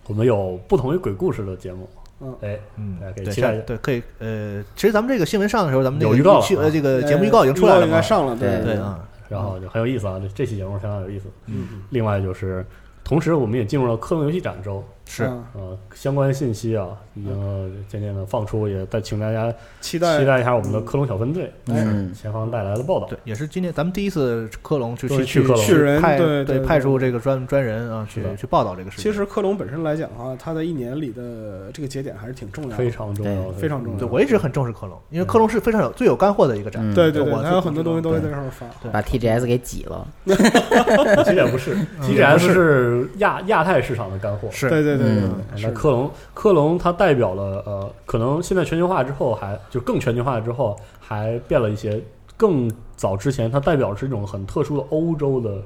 [SPEAKER 2] 我们有不同于鬼故事的节目
[SPEAKER 3] 嗯，
[SPEAKER 2] 哎，
[SPEAKER 5] 嗯
[SPEAKER 2] 大家可以
[SPEAKER 5] 对，
[SPEAKER 2] 期待
[SPEAKER 5] 像
[SPEAKER 2] 一下
[SPEAKER 5] 对，可以。呃，其实咱们这个新闻上的时候，咱们那
[SPEAKER 2] 有
[SPEAKER 5] 个
[SPEAKER 2] 预告了
[SPEAKER 5] 期
[SPEAKER 2] 啊
[SPEAKER 5] 呃，这个节目预告已经出来
[SPEAKER 3] 预告
[SPEAKER 5] 了
[SPEAKER 3] 应该
[SPEAKER 5] 嘛？
[SPEAKER 3] 上了，嗯对
[SPEAKER 5] 对，啊，
[SPEAKER 2] 然后就很有意思啊，这这期节目相当有意思。
[SPEAKER 3] 嗯，
[SPEAKER 2] 另外就是，同时我们也进入了科隆游戏展周，
[SPEAKER 5] 是
[SPEAKER 3] 嗯
[SPEAKER 2] 呃，相关信息啊已经呃渐渐的放出，也再请大家
[SPEAKER 3] 期待
[SPEAKER 2] 期待一下我们的科隆小分队
[SPEAKER 4] 嗯
[SPEAKER 2] 前方带来的报道。
[SPEAKER 5] 对，也是今年咱们第一次科隆就
[SPEAKER 2] 终于
[SPEAKER 5] 去
[SPEAKER 2] 去科隆
[SPEAKER 3] 去人
[SPEAKER 5] 派
[SPEAKER 3] 对对
[SPEAKER 5] 派出这个专专人啊去
[SPEAKER 2] 是的
[SPEAKER 5] 去报道这个事情。
[SPEAKER 3] 其实科隆本身来讲的话，它在一年里的这个节点还是挺重要
[SPEAKER 2] 非
[SPEAKER 3] 的。
[SPEAKER 2] 常重要，
[SPEAKER 4] 对
[SPEAKER 3] 非常重要
[SPEAKER 5] 对我一直很重视科隆，因为科隆是非常有最有干货的一个展。
[SPEAKER 4] 嗯
[SPEAKER 3] 对对对，
[SPEAKER 5] 我
[SPEAKER 3] 它有很多东西都会在这儿发。
[SPEAKER 4] 把 TGS 给挤了，
[SPEAKER 2] 其实也不是
[SPEAKER 5] 也
[SPEAKER 3] 嗯
[SPEAKER 2] ，TGS
[SPEAKER 5] 不是
[SPEAKER 2] 是亚亚太市场的干货。
[SPEAKER 5] 是
[SPEAKER 3] 对对对对
[SPEAKER 4] 嗯
[SPEAKER 3] 对，
[SPEAKER 2] 那
[SPEAKER 3] 是
[SPEAKER 2] 科隆，科隆它代表了呃，可能现在全球化之后还就更全球化之后还变了一些。更早之前，它代表是一种很特殊的欧洲的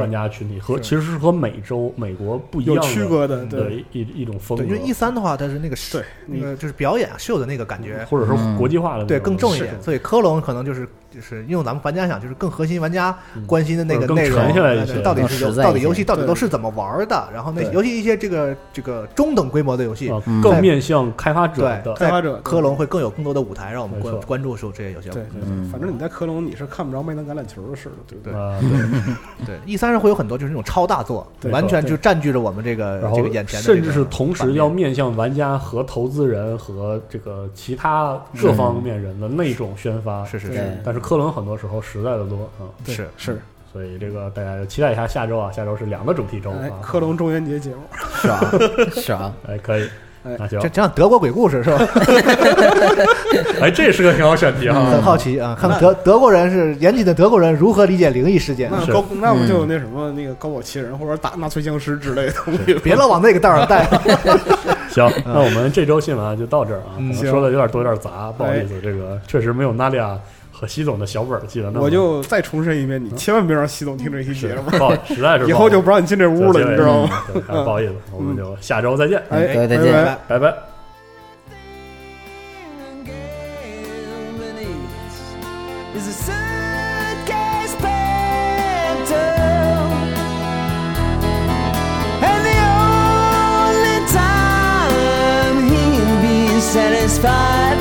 [SPEAKER 2] 玩家群体，和
[SPEAKER 5] 是
[SPEAKER 2] 其实是和美洲、美国不一样
[SPEAKER 3] 有
[SPEAKER 2] 的
[SPEAKER 3] 区隔的，嗯
[SPEAKER 2] 的一一一种风格，
[SPEAKER 5] 对，因为 E 三的话，它是那个是
[SPEAKER 3] 对
[SPEAKER 5] 那个就是表演秀的那个感觉，
[SPEAKER 2] 或者是
[SPEAKER 4] 嗯
[SPEAKER 2] 国际化的那种、呃
[SPEAKER 5] 对更重一
[SPEAKER 2] 是
[SPEAKER 5] 点。所以科隆可能就是就是用咱们玩家想，就是更核心玩家
[SPEAKER 2] 嗯
[SPEAKER 5] 关心的那
[SPEAKER 2] 或
[SPEAKER 5] 个
[SPEAKER 2] 者更
[SPEAKER 5] 内容
[SPEAKER 2] 沉下来一些
[SPEAKER 5] 对到底是
[SPEAKER 4] 更
[SPEAKER 5] 游
[SPEAKER 4] 实在一些
[SPEAKER 5] 到底游戏到底
[SPEAKER 3] 对
[SPEAKER 5] 都是怎么玩的，然后那
[SPEAKER 3] 对
[SPEAKER 5] 尤其一些这个这个中等规模的游戏，
[SPEAKER 2] 啊
[SPEAKER 4] 嗯
[SPEAKER 2] 更面向开发者
[SPEAKER 5] 对
[SPEAKER 2] 的，
[SPEAKER 3] 开发者
[SPEAKER 5] 在科隆会更有更多的舞台，让我们
[SPEAKER 2] 没
[SPEAKER 5] 关
[SPEAKER 2] 错
[SPEAKER 5] 关注说这些游戏。
[SPEAKER 3] 对对对，
[SPEAKER 4] 嗯
[SPEAKER 3] 反正你在科隆你是看不着麦当橄榄球的事的，对不对？
[SPEAKER 5] 嗯
[SPEAKER 2] 呃，
[SPEAKER 5] 对，E 三上会有很多就是那种超大作，
[SPEAKER 2] 对
[SPEAKER 5] 完全
[SPEAKER 3] 对
[SPEAKER 5] 就占据着我们这个
[SPEAKER 2] 然后
[SPEAKER 5] 这个眼前的这个
[SPEAKER 2] 甚
[SPEAKER 5] 版面，
[SPEAKER 2] 至是同时要面向玩家和投资人和这个其他各方面人的那种宣发。
[SPEAKER 5] 嗯是是
[SPEAKER 4] 对
[SPEAKER 5] 是
[SPEAKER 2] 但是科隆很多时候实在的多啊、嗯
[SPEAKER 3] 嗯对
[SPEAKER 5] 是
[SPEAKER 3] 是，
[SPEAKER 2] 所以这个大家就期待一下下周啊，下周是两个主题周
[SPEAKER 3] 哎
[SPEAKER 2] 啊，，
[SPEAKER 3] 科隆中元节节目，
[SPEAKER 4] 爽爽，
[SPEAKER 2] 哎可以。那行
[SPEAKER 5] 这，讲讲德国鬼故事是吧？
[SPEAKER 2] 哎，这是个挺好选题
[SPEAKER 4] 嗯
[SPEAKER 2] 啊。
[SPEAKER 3] 嗯
[SPEAKER 5] 很好奇啊，看看德德国人是严谨的德国人如何理解灵异事件。
[SPEAKER 3] 那
[SPEAKER 2] 是
[SPEAKER 3] 高那不就有那什么那个高保奇人或者打纳粹僵尸之类的东西？
[SPEAKER 5] 别老往那个道上带，
[SPEAKER 2] 行，那我们这周新闻啊就到这儿啊，
[SPEAKER 5] 嗯
[SPEAKER 2] 可能
[SPEAKER 3] 嗯行哎
[SPEAKER 2] 说的有点多有点杂，不好意思，这个确实没有娜利亚和习总的小本儿记得那么，
[SPEAKER 3] 我就再重申一遍，你千万别让习总听这期节
[SPEAKER 2] 是
[SPEAKER 3] 目，
[SPEAKER 2] 不好，实在是
[SPEAKER 3] 以
[SPEAKER 2] 不
[SPEAKER 3] 后
[SPEAKER 2] 好意
[SPEAKER 3] 嗯就
[SPEAKER 2] 思
[SPEAKER 3] 不让你进这屋了，你知道吗？
[SPEAKER 2] 对还是不好意思，我们就下周再见，
[SPEAKER 3] 哎，
[SPEAKER 7] 对再
[SPEAKER 3] 拜
[SPEAKER 7] 见
[SPEAKER 2] 拜
[SPEAKER 3] 拜
[SPEAKER 2] 拜。
[SPEAKER 4] is a suitcase phantom. And the only time he can be satisfied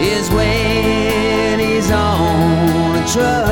[SPEAKER 4] is when he's on a truck.